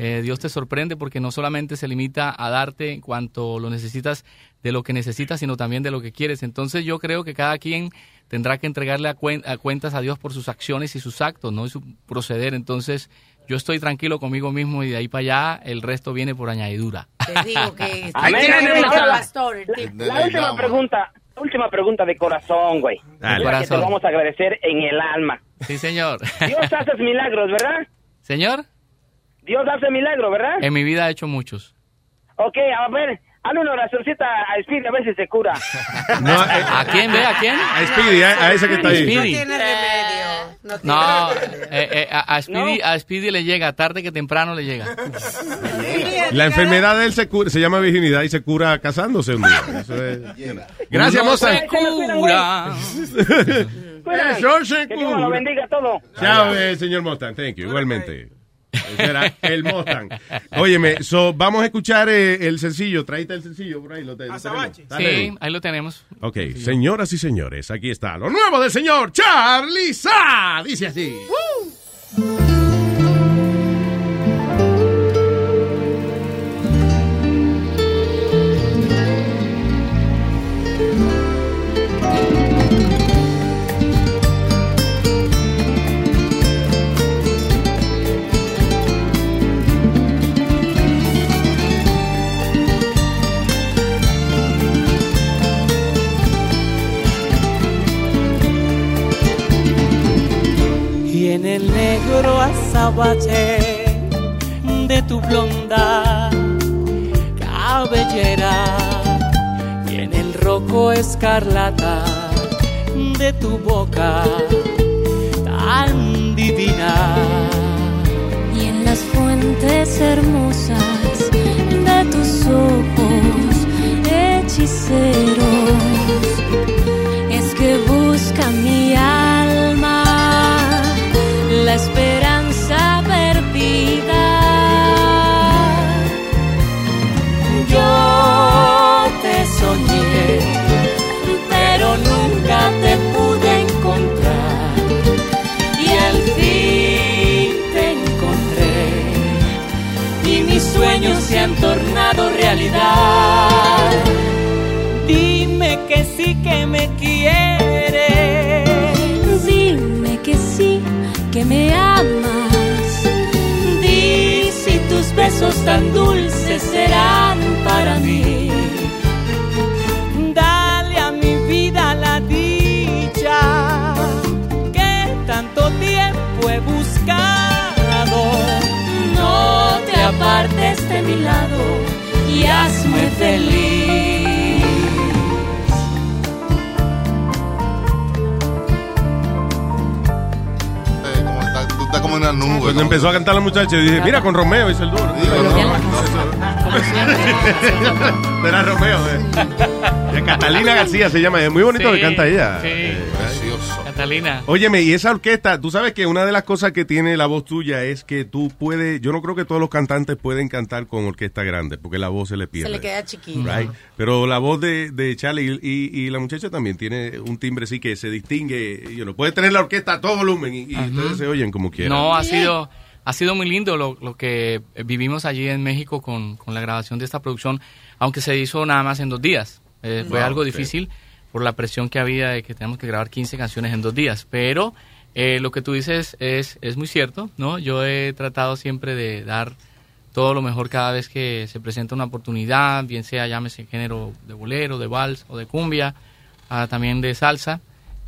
Speaker 34: Eh, Dios te sorprende porque no solamente se limita a darte en cuanto lo necesitas, de lo que necesitas, sino también de lo que quieres. Entonces yo creo que cada quien tendrá que entregarle a, cuen- a cuentas a Dios por sus acciones y sus actos, ¿no? Y su proceder. Entonces yo estoy tranquilo conmigo mismo y de ahí para allá el resto viene por añadidura.
Speaker 12: Te digo que
Speaker 32: Amén, amén.
Speaker 12: el
Speaker 32: Ahora,
Speaker 12: pastor, el tipo.
Speaker 32: La última pregunta, la última pregunta de corazón, güey.
Speaker 34: Dale.
Speaker 32: La que te
Speaker 34: Corazón.
Speaker 32: vamos a agradecer en el alma.
Speaker 34: Sí, señor.
Speaker 32: Dios hace milagros, ¿verdad?
Speaker 34: Señor,
Speaker 32: Dios hace milagros, ¿verdad?
Speaker 34: en mi vida he hecho muchos.
Speaker 32: Ok, a ver, hazle una oracioncita a Speedy a ver si se cura.
Speaker 34: ¿A quién ve? ¿A quién?
Speaker 6: eh, A Speedy, a- a ese que está ahí.
Speaker 34: Speedy.
Speaker 12: remedio. No
Speaker 34: No, eh, eh, a, a Speedy, a Speedy le llega, tarde que temprano le llega.
Speaker 6: La enfermedad de él se, cura- se llama virginidad y se cura casándose un día. Eso es- Gracias,
Speaker 34: Uno
Speaker 6: Mostra.
Speaker 34: se cura.
Speaker 32: Eso
Speaker 6: se
Speaker 32: Que Dios lo bendiga a todos.
Speaker 6: Chao, eh, señor Mustang. Thank you. Igualmente. Ese era el Mustang. Óyeme, so, vamos a escuchar eh, el sencillo. Traíte el sencillo por ahí. Lo te- lo tenemos. Dale.
Speaker 34: Sí, ahí lo tenemos.
Speaker 6: Ok, señoras y señores, aquí está lo nuevo del señor Charlie Sa. Dice así.
Speaker 11: Uh.
Speaker 14: en el negro azabache de tu blonda cabellera y en el rojo escarlata de tu boca tan divina.
Speaker 21: y en las fuentes hermosas de tus ojos hechiceros es que busca mi alma la esperanza perdida
Speaker 14: Yo te soñé, pero nunca te pude encontrar. Y al fin te encontré, y mis sueños se han tornado realidad. Dime que sí que me quieres.
Speaker 21: Dime que sí, que me amas. Di si tus besos tan dulces serán para mí.
Speaker 14: Dale a mi vida la dicha que tanto tiempo he buscado. No te apartes de mi lado y hazme feliz.
Speaker 19: como está- tú estás como en una nube.
Speaker 6: Cuando empezó a cantar la muchacha, dije, mira, con Romeo hizo el duro. Era Romeo, eh. De Catalina García se llama, es muy bonito que canta ella. eh,
Speaker 34: Precioso. Catalina.
Speaker 6: Óyeme, y esa orquesta, tú sabes que una de las cosas que tiene la voz tuya es que tú puedes, yo no creo que todos los cantantes pueden cantar con orquesta grande, porque la voz se le pierde.
Speaker 12: Se le queda chiquita.
Speaker 6: Right. Pero la voz de, de Charlie y, y la muchacha también tiene un timbre sí que se distingue. You know, puede tener la orquesta a todo volumen y, y ustedes se oyen como quieran.
Speaker 34: No, ha sido, ha sido muy lindo lo, lo que vivimos allí en México con, con la grabación de esta producción, aunque se hizo nada más en dos días. Eh, fue
Speaker 42: Ah,
Speaker 34: algo
Speaker 42: ok.
Speaker 34: difícil por la presión que había de que tenemos que grabar 15 canciones en dos días, pero eh, lo que tú dices es, es muy cierto, ¿no? Yo he tratado siempre de dar todo lo mejor cada vez que se presenta una oportunidad, bien sea llámese género de bolero, de vals o de cumbia, ah, también de salsa.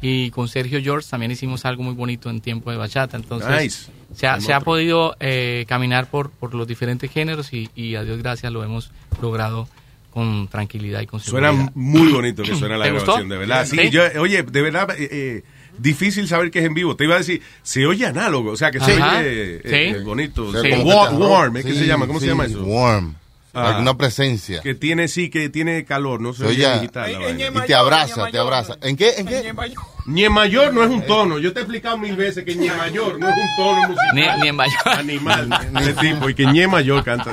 Speaker 34: Y con Sergio George también hicimos algo muy bonito en tiempo de bachata. Entonces,
Speaker 6: Nice.
Speaker 34: se, ha,
Speaker 6: Hay
Speaker 34: se ha
Speaker 6: otro.
Speaker 34: podido eh, caminar por, por los diferentes géneros y, y a Dios gracias lo hemos logrado con tranquilidad y con seguridad.
Speaker 6: Suena muy bonito que suena la
Speaker 34: ¿Te gustó?
Speaker 6: grabación, de verdad. Sí, yo, oye, de verdad, eh, eh, difícil saber que es en vivo. Te iba a decir, se oye análogo, o sea, que se
Speaker 34: Ajá.
Speaker 6: oye eh,
Speaker 34: Sí.
Speaker 6: eh, bonito.
Speaker 19: Sí.
Speaker 6: Como wa- warm, ¿eh? ¿qué se llama? ¿Cómo se llama eso?
Speaker 19: Warm.
Speaker 6: Ah.
Speaker 19: Una presencia.
Speaker 6: Que tiene, sí, que tiene calor, no se
Speaker 19: Se
Speaker 6: oye
Speaker 19: oye-
Speaker 6: digital. la
Speaker 19: en-
Speaker 6: vaina.
Speaker 19: en Y te abraza, te abraza. ¿En qué? ¿En qué?
Speaker 6: Ni en mayor no es un tono. Yo te he explicado mil veces que ni en mayor no es un tono musical.
Speaker 34: Ni, ni en mayor.
Speaker 6: Animal. De tipo, y que ni en mayor canta.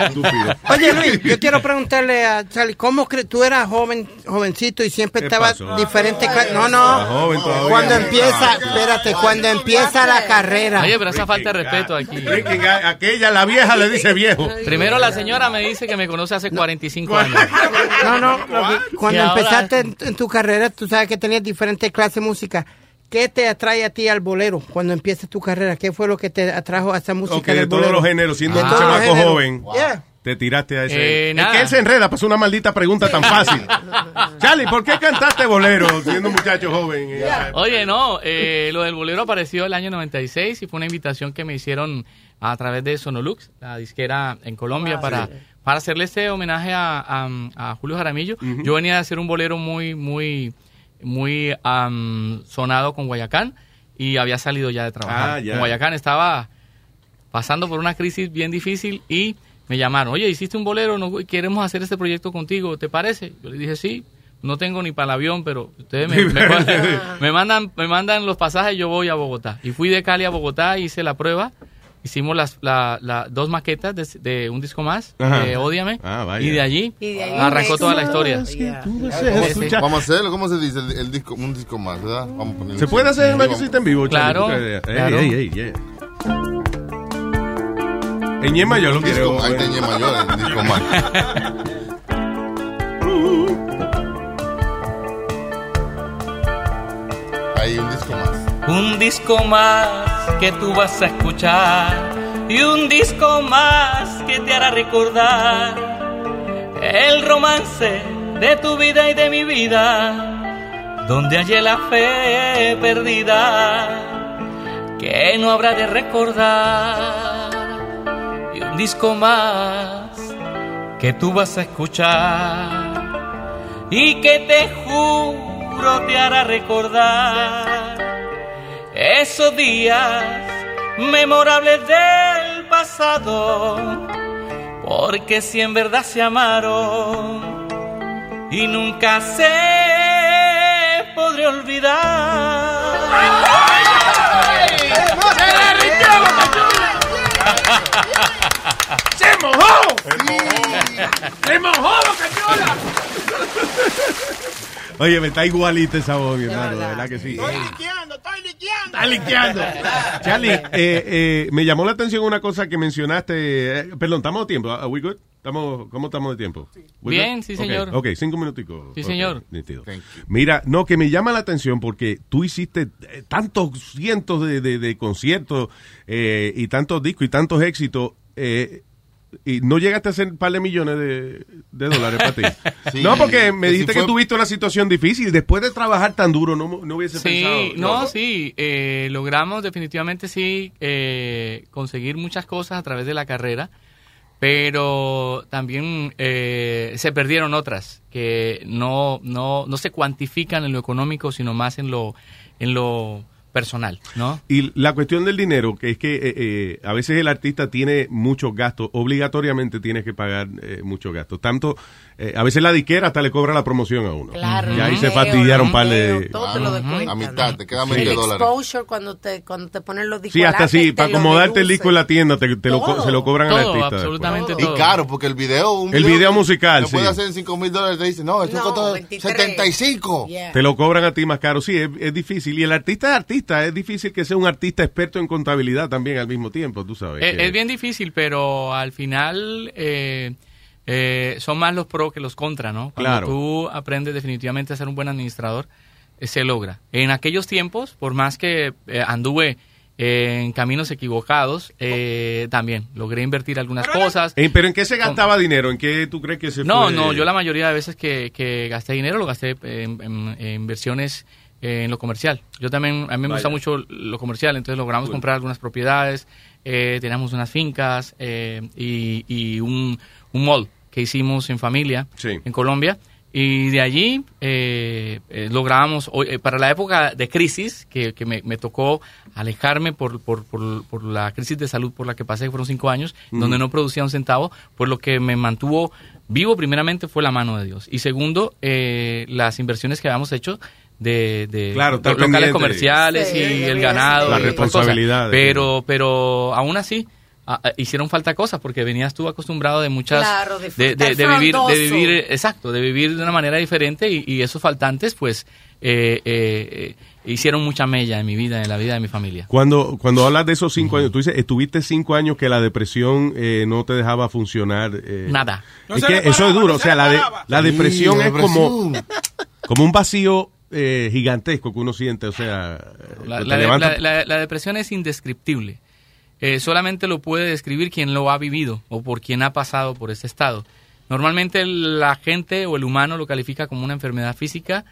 Speaker 6: Estúpido.
Speaker 7: Oye Luis, yo quiero preguntarle a Charlie, ¿cómo crees tú eras joven, jovencito y siempre
Speaker 6: ¿Qué
Speaker 7: estabas
Speaker 6: pasó?
Speaker 7: diferente? ca- No,
Speaker 6: Estaba
Speaker 7: no.
Speaker 6: joven todavía. Ah.
Speaker 7: Cuando empieza, espérate, cuando empieza la carrera.
Speaker 34: Oye, pero esa falta de respeto aquí.
Speaker 6: Ricky, a- aquella, la vieja, le dice viejo.
Speaker 34: Primero la señora me dice que me conoce hace 45 años.
Speaker 7: No, no, lo que- cuando
Speaker 34: Y ahora-
Speaker 7: empezaste en, en tu carrera, tú sabes que tenías diferentes clases de música. ¿Qué te atrae a ti al bolero cuando empiezas tu carrera? ¿Qué fue lo que te atrajo a esa música
Speaker 6: Ok, de
Speaker 7: del
Speaker 6: todos
Speaker 7: bolero?
Speaker 6: los géneros, siendo
Speaker 7: De
Speaker 6: un
Speaker 7: todos los
Speaker 6: chamaco
Speaker 7: géneros.
Speaker 6: joven.
Speaker 7: Yeah.
Speaker 6: Te tiraste a
Speaker 34: Ah. Eh,
Speaker 6: ese. es
Speaker 34: nada.
Speaker 6: que él se enreda, pasó una maldita pregunta tan fácil. Charlie, ¿por qué cantaste bolero siendo un muchacho joven? Eh,
Speaker 34: Oye, no, eh, lo del bolero apareció el año 96 y fue una invitación que me hicieron a través de Sonolux, la disquera en Colombia,
Speaker 14: Ah,
Speaker 34: para,
Speaker 14: sí.
Speaker 34: para hacerle este homenaje a, a- a Julio Jaramillo. Yo venía de hacer un bolero muy, muy, muy am, sonado con Guayacán y había salido ya de trabajar.
Speaker 6: Ah, ya.
Speaker 34: Con Guayacán estaba pasando por una crisis bien difícil y me llamaron, oye, hiciste un bolero, no queremos hacer este proyecto contigo, ¿te parece? Yo le dije, sí, no tengo ni para el avión, pero ustedes me, me- me mandan, me mandan los pasajes, yo voy a Bogotá. Y fui de Cali a Bogotá, hice la prueba, hicimos las la- la- dos maquetas de, de un disco más,
Speaker 6: Ajá.
Speaker 34: de Ódiame,
Speaker 6: Ah, vaya.
Speaker 34: y de allí,
Speaker 6: Y de ahí
Speaker 34: arrancó
Speaker 6: me-
Speaker 34: toda la historia.
Speaker 19: Vamos a hacerlo, ¿cómo se dice? El, el disco, un disco más, ¿verdad? Vamos a ponerlo
Speaker 6: ¿Se
Speaker 19: así.
Speaker 6: puede hacer una
Speaker 19: Sí,
Speaker 6: cosita en vivo, Charlie?
Speaker 34: Claro,
Speaker 6: ¿Tú qué idea? Ey,
Speaker 34: claro.
Speaker 6: ey, ey, ey. En Yema yo lo
Speaker 19: Un disco
Speaker 6: quiero.
Speaker 19: más,
Speaker 6: bueno.
Speaker 19: en Yema yo, el disco más. Hay un disco más.
Speaker 14: Un disco más que tú vas a escuchar y un disco más que te hará recordar el romance de tu vida y de mi vida, donde hallé la fe perdida.
Speaker 41: que no habrá de recordar y un disco más que tú vas a escuchar y que te juro te hará recordar esos días memorables del pasado porque si en verdad se amaron y nunca se podré olvidar.
Speaker 30: ¡Se mojó! ¡Se mojó, Bocachula!
Speaker 6: Oye, me está igualita esa voz, mi hermano, de ¿verdad que sí?
Speaker 30: Está liqueando.
Speaker 6: Charlie, eh, eh, me llamó la atención una cosa que mencionaste. eh, perdón, ¿estamos a tiempo? ¿Are we good? ¿Estamos, ¿Cómo estamos de tiempo? We
Speaker 34: Bien,
Speaker 6: good?
Speaker 34: sí,
Speaker 6: Ok,
Speaker 34: señor.
Speaker 6: Ok, cinco minuticos.
Speaker 34: Sí,
Speaker 6: Ok,
Speaker 34: señor.
Speaker 6: nítido. Mira, no, que me llama la atención porque tú hiciste eh, tantos cientos de, de- de conciertos eh, y tantos discos y tantos éxitos. eh, y no llegaste a hacer un par de millones de, de dólares para ti.
Speaker 19: Sí,
Speaker 6: no, porque
Speaker 19: que
Speaker 6: me
Speaker 19: si
Speaker 6: dijiste
Speaker 19: fue-
Speaker 6: que tuviste una situación difícil. Después de trabajar tan duro, no, no hubiese pensado.
Speaker 34: Sí, no, sí, eh, logramos definitivamente sí eh, conseguir muchas cosas a través de la carrera, pero también eh, se perdieron otras que no, no, no se cuantifican en lo económico, sino más en lo, en lo personal, ¿no?
Speaker 6: Y la cuestión del dinero, que es que eh, eh, a veces el artista tiene muchos gastos, obligatoriamente tienes que pagar eh, muchos gastos. Tanto, eh, a veces la disquera hasta le cobra la promoción a uno.
Speaker 12: Claro,
Speaker 6: y ahí se
Speaker 12: video,
Speaker 6: fatillaron un par de...
Speaker 12: todo te lo descuentan.
Speaker 19: A mitad, te queda
Speaker 6: Sí.
Speaker 19: medio
Speaker 12: el
Speaker 19: dólares.
Speaker 12: exposure cuando te, cuando te ponen los discos.
Speaker 6: Sí, hasta sí, para acomodarte el disco en la tienda, te, te lo co-
Speaker 12: Todo.
Speaker 6: se lo cobran al
Speaker 12: Todo,
Speaker 6: artista. después.
Speaker 12: absolutamente
Speaker 19: Y caro, porque el video. Un
Speaker 6: El video musical,
Speaker 19: Lo puede
Speaker 6: sí.
Speaker 19: hacer en 5 mil dólares. Te dicen, no, esto
Speaker 12: No,
Speaker 19: costó
Speaker 12: 23.
Speaker 19: 75.
Speaker 6: Te lo cobran a ti más caro. Sí, es, es difícil. Y el artista es artista. Es difícil que sea un artista experto en contabilidad también al mismo tiempo, tú sabes.
Speaker 34: Eh,
Speaker 6: que-
Speaker 34: Es, bien difícil, pero al final eh, eh, son más los pros que los contra, ¿no? Cuando
Speaker 6: Claro.
Speaker 34: tú aprendes definitivamente a ser un buen administrador, eh, se logra. En aquellos tiempos, por más que eh, anduve eh, en caminos equivocados, eh, también logré invertir algunas cosas.
Speaker 6: Eh, ¿Pero en qué se gastaba dinero? ¿En qué tú crees que se
Speaker 34: No,
Speaker 6: fue?
Speaker 34: no, yo la mayoría de veces que, que gasté dinero lo gasté en, en- en inversiones eh, en lo comercial. Yo también, a mí me gusta
Speaker 6: Vaya.
Speaker 34: mucho lo comercial, entonces logramos
Speaker 6: Cool.
Speaker 34: comprar algunas propiedades, eh, teníamos unas fincas eh, y, y un, un mall que hicimos en familia en Colombia. Y de allí eh, eh, logramos, o- eh, para la época de crisis, que, que me, me tocó alejarme por, por, por- por la crisis de salud por la que pasé, que fueron cinco años,
Speaker 6: Ujú.
Speaker 34: donde no producía un centavo, por lo que me mantuvo vivo primeramente fue la mano de Dios. Y segundo, eh, las inversiones que habíamos hecho de, de
Speaker 6: Claro, estar
Speaker 34: locales
Speaker 6: pendiente.
Speaker 34: comerciales
Speaker 6: Sí,
Speaker 34: y el
Speaker 6: sí.
Speaker 34: ganado.
Speaker 6: Las
Speaker 34: y otras cosas.
Speaker 6: responsabilidades.
Speaker 34: Pero, pero aún así... ah, ah, hicieron falta cosas porque venías tú acostumbrado de muchas
Speaker 12: Claro, de-
Speaker 34: de, de- de
Speaker 12: estar
Speaker 34: vivir de
Speaker 12: frondoso.
Speaker 34: vivir eh, exacto de vivir de una manera diferente y, y esos faltantes pues eh, eh, eh, hicieron mucha mella en mi vida en la vida de mi familia
Speaker 6: Cuando, cuando hablas de esos cinco años, tú dices, estuviste cinco años que la depresión eh, no te dejaba funcionar. eh.
Speaker 34: Nada. No
Speaker 6: es
Speaker 34: se
Speaker 6: que
Speaker 34: reparaba,
Speaker 6: eso es duro.
Speaker 34: no
Speaker 6: O
Speaker 34: se
Speaker 6: sea, la, de-
Speaker 34: reparaba.
Speaker 6: la
Speaker 34: Sí,
Speaker 6: depresión
Speaker 34: la
Speaker 6: es como,
Speaker 34: depresión.
Speaker 6: como un vacío eh, gigantesco que uno siente. O sea,
Speaker 34: La,
Speaker 6: te
Speaker 34: la-
Speaker 6: levanta-
Speaker 34: la- la- la depresión es indescriptible. Eh, solamente lo puede describir quien lo ha vivido o por quien ha pasado por ese estado. Normalmente la gente o el humano lo califica como una enfermedad física.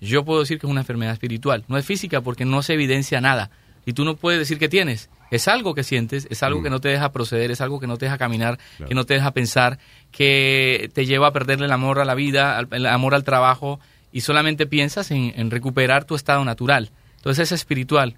Speaker 34: Yo puedo decir que es una enfermedad espiritual. No es física porque no se evidencia nada. Y tú no puedes decir que tienes. Es algo que sientes, es
Speaker 6: Mm.
Speaker 34: algo que no te deja proceder, es algo que no te deja caminar, que no te deja pensar, que te lleva a perderle el amor a la vida, al- el amor al trabajo, y solamente piensas en, en recuperar tu estado natural. Entonces es espiritual.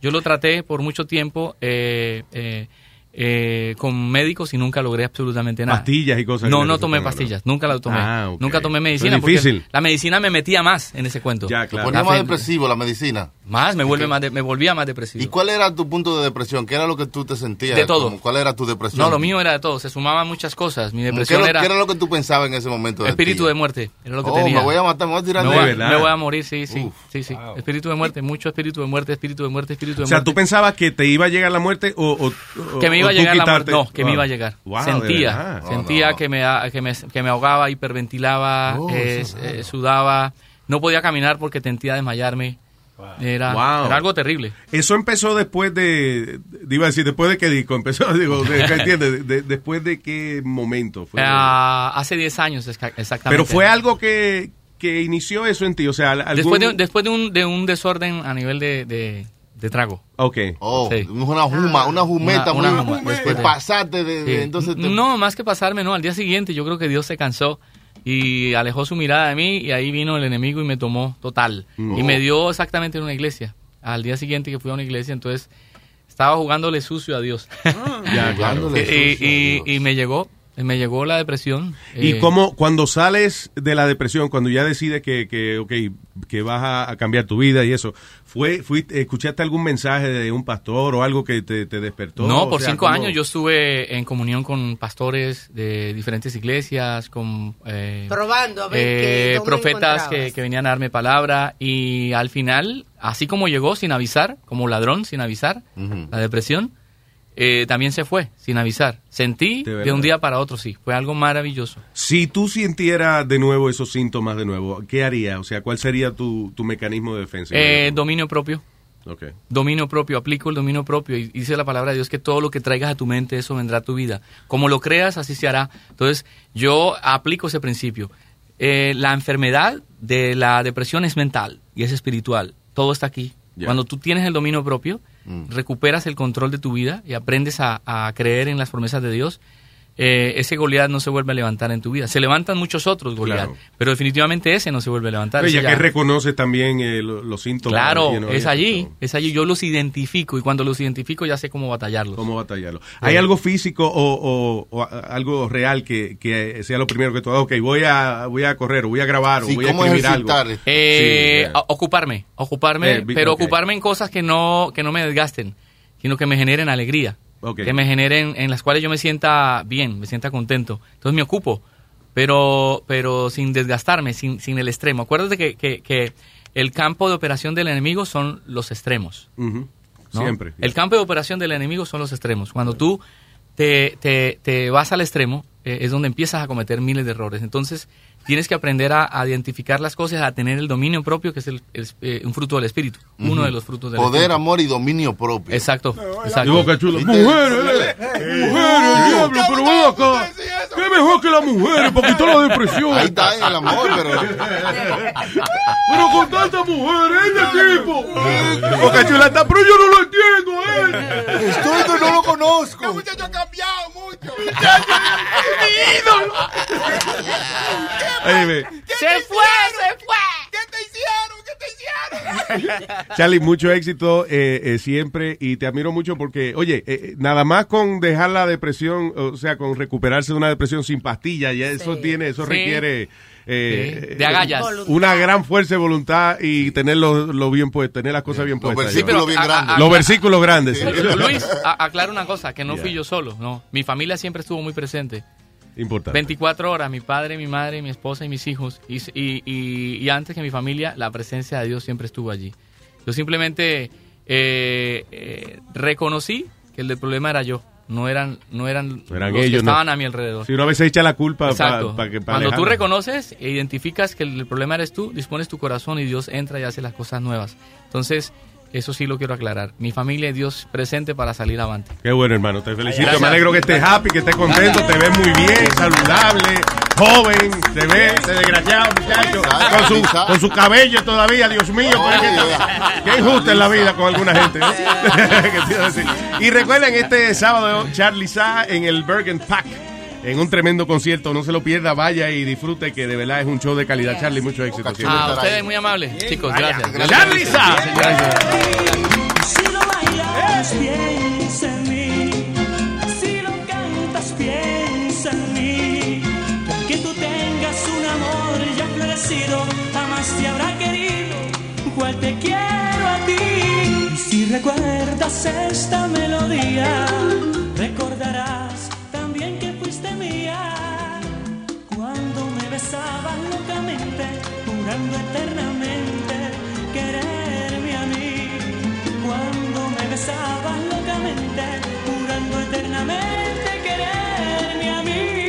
Speaker 34: Yo lo traté por mucho tiempo eh, eh, eh, con médicos y nunca logré absolutamente nada.
Speaker 6: Pastillas y cosas
Speaker 34: No,
Speaker 6: que
Speaker 34: no
Speaker 6: te
Speaker 34: tomé
Speaker 6: tomaban, ¿no?
Speaker 34: pastillas, nunca las tomé.
Speaker 6: Ah, ok.
Speaker 34: Nunca tomé
Speaker 6: Eso es
Speaker 34: medicina. Porque
Speaker 6: difícil.
Speaker 34: la medicina me metía más en ese cuento. Ya,
Speaker 19: Te ponía más depresivo la medicina.
Speaker 34: Más, me, vuelve más de- me volvía más depresivo.
Speaker 19: ¿Y cuál era tu punto de depresión? ¿Qué era lo que tú te sentías?
Speaker 34: De todo.
Speaker 19: Como, ¿Cuál era tu depresión?
Speaker 34: No, lo mío era de todo, se sumaban muchas cosas. Mi
Speaker 19: ¿Qué era-
Speaker 34: depresión
Speaker 19: ¿Qué
Speaker 34: era...
Speaker 19: era, lo que tú pensabas en ese momento? de
Speaker 34: Espíritu
Speaker 19: ti?
Speaker 34: de muerte, era lo que
Speaker 19: Oh,
Speaker 34: tenía.
Speaker 19: me voy a matar, me voy a tirar
Speaker 34: me
Speaker 19: de-
Speaker 34: voy,
Speaker 19: De verdad.
Speaker 34: me voy a morir, sí, sí, sí, sí. Espíritu de muerte, mucho espíritu de muerte, espíritu de muerte, espíritu de
Speaker 6: o sea,
Speaker 34: muerte.
Speaker 6: tú pensabas que te iba a llegar la muerte o... o- o-
Speaker 34: que me iba
Speaker 6: o
Speaker 34: a
Speaker 6: tú
Speaker 34: llegar la
Speaker 6: quitarte-
Speaker 34: muerte. No, que me
Speaker 6: Wow.
Speaker 34: iba a llegar.
Speaker 6: Wow, de
Speaker 34: sentía,
Speaker 6: verdad.
Speaker 34: sentía Que, me, a- que, me, que me ahogaba, hiperventilaba,
Speaker 6: Oh,
Speaker 34: eh,
Speaker 6: eso
Speaker 34: eh, sudaba, no podía caminar porque tentía desmayarme. Era,
Speaker 6: Wow.
Speaker 34: era algo terrible.
Speaker 6: Eso empezó después de, de- iba a decir, después de qué disco empezó, digo, de- ¿entiendes? De- de- después de qué momento fue.
Speaker 34: Ah, hace 10 años esca- exactamente.
Speaker 6: Pero fue algo que, que inició eso en ti, o sea, al- algún-
Speaker 34: Después, de, después de, un, de un desorden a nivel de, de- de trago.
Speaker 6: Ok.
Speaker 19: Oh,
Speaker 34: Sí.
Speaker 19: una juma, una jumeta,
Speaker 34: Una- una
Speaker 19: muy-
Speaker 34: juma,
Speaker 19: te
Speaker 34: después de-
Speaker 19: pasaste de, de-
Speaker 34: Sí.
Speaker 19: Eh, entonces te-
Speaker 34: No, más que pasarme, no. Al día siguiente yo creo que Dios se cansó y alejó su mirada de mí y ahí vino el enemigo y me tomó total.
Speaker 6: Mm.
Speaker 34: Y me dio exactamente en una iglesia. Al día siguiente que fui a una iglesia, entonces estaba jugándole sucio a Dios.
Speaker 6: Ah, Ya, claro.
Speaker 34: Y, y- y me llegó, me llegó la depresión.
Speaker 6: Y
Speaker 34: eh,
Speaker 6: como cuando sales de la depresión, cuando ya decides que, que, ok, que vas a, a cambiar tu vida y eso, fue, fuiste, ¿escuchaste algún mensaje de un pastor o algo que te, te despertó?
Speaker 34: No,
Speaker 6: O
Speaker 34: por
Speaker 6: sea,
Speaker 34: cinco
Speaker 6: ¿cómo?
Speaker 34: años yo estuve en comunión con pastores de diferentes iglesias, con eh,
Speaker 12: Probando a ver qué- dónde
Speaker 34: profetas que,
Speaker 12: encontrabas.
Speaker 34: que venían a darme palabra y al final, así como llegó sin avisar, como ladrón sin avisar,
Speaker 6: Ujú.
Speaker 34: la depresión, eh, también se fue sin avisar. Sentí
Speaker 6: De
Speaker 34: de,
Speaker 6: verdad.
Speaker 34: un día para otro, sí, fue algo maravilloso.
Speaker 6: Si tú sintieras de nuevo esos síntomas de nuevo, ¿qué harías? O sea, ¿cuál sería tu, tu mecanismo de defensa?
Speaker 34: Eh, dominio propio.
Speaker 6: Ok.
Speaker 34: Dominio propio, aplico el dominio propio y dice la palabra de Dios que todo lo que traigas a tu mente, eso vendrá a tu vida. Como lo creas, así se hará. Entonces, yo aplico ese principio. Eh, la enfermedad de la depresión es mental y es espiritual. Todo está aquí.
Speaker 6: Ya. Mm.
Speaker 34: Cuando tú tienes el dominio propio, recuperas el control de tu vida y aprendes a, a creer en las promesas de Dios, eh, ese Goliat no se vuelve a levantar en tu vida. Se levantan muchos otros Goliat,
Speaker 6: Claro.
Speaker 34: pero definitivamente ese no se vuelve a levantar.
Speaker 6: Oye,
Speaker 34: Ese
Speaker 6: ya que
Speaker 34: ya-
Speaker 6: reconoces también eh, lo- los síntomas.
Speaker 34: Claro,
Speaker 6: you know,
Speaker 34: es
Speaker 6: y-
Speaker 34: allí, es allí. Yo los identifico y cuando los identifico ya sé cómo batallarlos.
Speaker 6: ¿Cómo batallarlos? ¿Hay
Speaker 34: Eh.
Speaker 6: algo físico o, o- o a- algo real que, que sea lo primero que tú hagas? Ok, voy a, voy a correr, o voy a grabar, o voy a escribir algo.
Speaker 34: Eh,
Speaker 6: Sí,
Speaker 34: a- Ocuparme, ocuparme,
Speaker 6: Eh, vi-
Speaker 34: pero
Speaker 6: ok.
Speaker 34: ocuparme en cosas que no, que no me desgasten, sino que me generen alegría,
Speaker 6: Ok.
Speaker 34: que me generen, en las cuales yo me sienta bien, me sienta contento. Entonces me ocupo, pero, pero sin desgastarme, sin, sin el extremo. Acuérdate que, que- que el campo de operación del enemigo son los extremos.
Speaker 6: Ujú.
Speaker 34: ¿no?
Speaker 6: Siempre.
Speaker 34: El campo de operación del enemigo son los extremos. Cuando tú te, te- te vas al extremo, eh, es donde empiezas a cometer miles de errores. Entonces, tienes que aprender a, a identificar las cosas, a tener el dominio propio, que es el, el- eh, un fruto del espíritu. Uno
Speaker 19: Ujú.
Speaker 34: de los frutos del
Speaker 19: Poder,
Speaker 34: espíritu.
Speaker 19: amor y dominio propio.
Speaker 34: Exacto. exacto.
Speaker 6: Mujeres,
Speaker 30: mujeres, diablo, pero ven acá. Qué mejor que las mujeres para quitar la depresión. Ahí
Speaker 19: está el amor, pero.
Speaker 30: Pero con tantas mujeres, este tipo. Boca Chula está, pero yo no lo entiendo, eh.
Speaker 19: Estoy que no lo conozco. El
Speaker 30: muchacho ha cambiado mucho. Mi ídolo.
Speaker 6: Ahí ve.
Speaker 30: Se fue, se fue. ¿Qué te hicieron? ¿Qué te hicieron?
Speaker 6: Charlie, mucho éxito eh, eh, siempre y te admiro mucho porque, oye, eh, eh, nada más con dejar la depresión, o sea, con recuperarse de una depresión sin pastillas, ya eso tiene, eso
Speaker 34: Sí.
Speaker 6: requiere eh,
Speaker 34: Sí. De agallas.
Speaker 6: una gran fuerza de voluntad y tenerlo lo bien puesto, tener las cosas bien
Speaker 19: Los
Speaker 6: puestas.
Speaker 19: versículos bien
Speaker 6: Los
Speaker 19: grandes.
Speaker 6: Los versículos grandes. sí.
Speaker 34: Luis, a- aclaro una cosa, que no fui yo solo, no. Mi familia siempre estuvo muy presente.
Speaker 6: Importante.
Speaker 34: 24 horas, mi padre, mi madre, mi esposa y mis hijos. Y, y- y- y antes que mi familia, la presencia de Dios siempre estuvo allí. Yo simplemente eh, eh, reconocí que el del problema era yo. No eran, no eran,
Speaker 6: No eran
Speaker 34: los que
Speaker 6: ellos, ¿no?
Speaker 34: estaban a mi alrededor.
Speaker 6: Si uno a veces echa la culpa para
Speaker 34: Exacto.
Speaker 6: que pa
Speaker 34: Cuando tú
Speaker 6: alejarlo.
Speaker 34: reconoces e identificas que el problema eres tú, dispones tu corazón y Dios entra y hace las cosas nuevas. Entonces, eso sí lo quiero aclarar. Mi familia y Dios presente para salir avante.
Speaker 6: Qué bueno, hermano, te felicito.
Speaker 34: Gracias.
Speaker 6: Me alegro que estés happy, que estés contento, te ves muy bien, saludable, joven, te ves, este desgraciado muchacho, con su, con su cabello todavía, Dios mío. pero es que- Qué injusta es la vida con alguna gente. ¿no? Que te iba a decir. y recuerden, este sábado, Charlie Sa en el Bergen Pack. En un tremendo concierto, no se lo pierda, vaya y disfrute que de verdad es un show de calidad. Charlie, mucho éxito. siempre.
Speaker 34: A Ah, ustedes muy amables, chicos, gracias.
Speaker 6: ¡Charlie Sa!
Speaker 14: Si lo bailas, piensa en mí. Si lo cantas, piensa en mí. Que tú tengas un amor ya florecido, jamás te habrá querido. Cual te quiero a ti. Si recuerdas esta melodía, recordarás también que fuiste mía. Cuando me besabas locamente, jurando eternamente quererme a mí. Cuando me besabas locamente, jurando eternamente quererme a mí.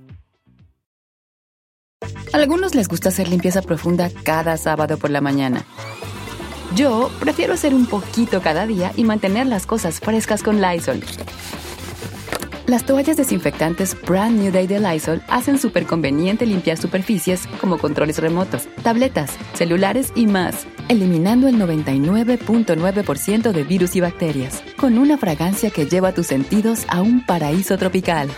Speaker 43: Algunos les gusta hacer limpieza profunda cada sábado por la mañana. Yo prefiero hacer un poquito cada día y mantener las cosas frescas con Lysol. Las toallas desinfectantes Brand New Day de Lysol hacen súper conveniente limpiar superficies como controles remotos, tabletas, celulares y más, eliminando el 99.9% de virus y bacterias, con una fragancia que lleva tus sentidos a un paraíso tropical.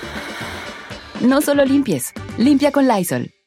Speaker 43: No solo limpies, limpia con Lysol.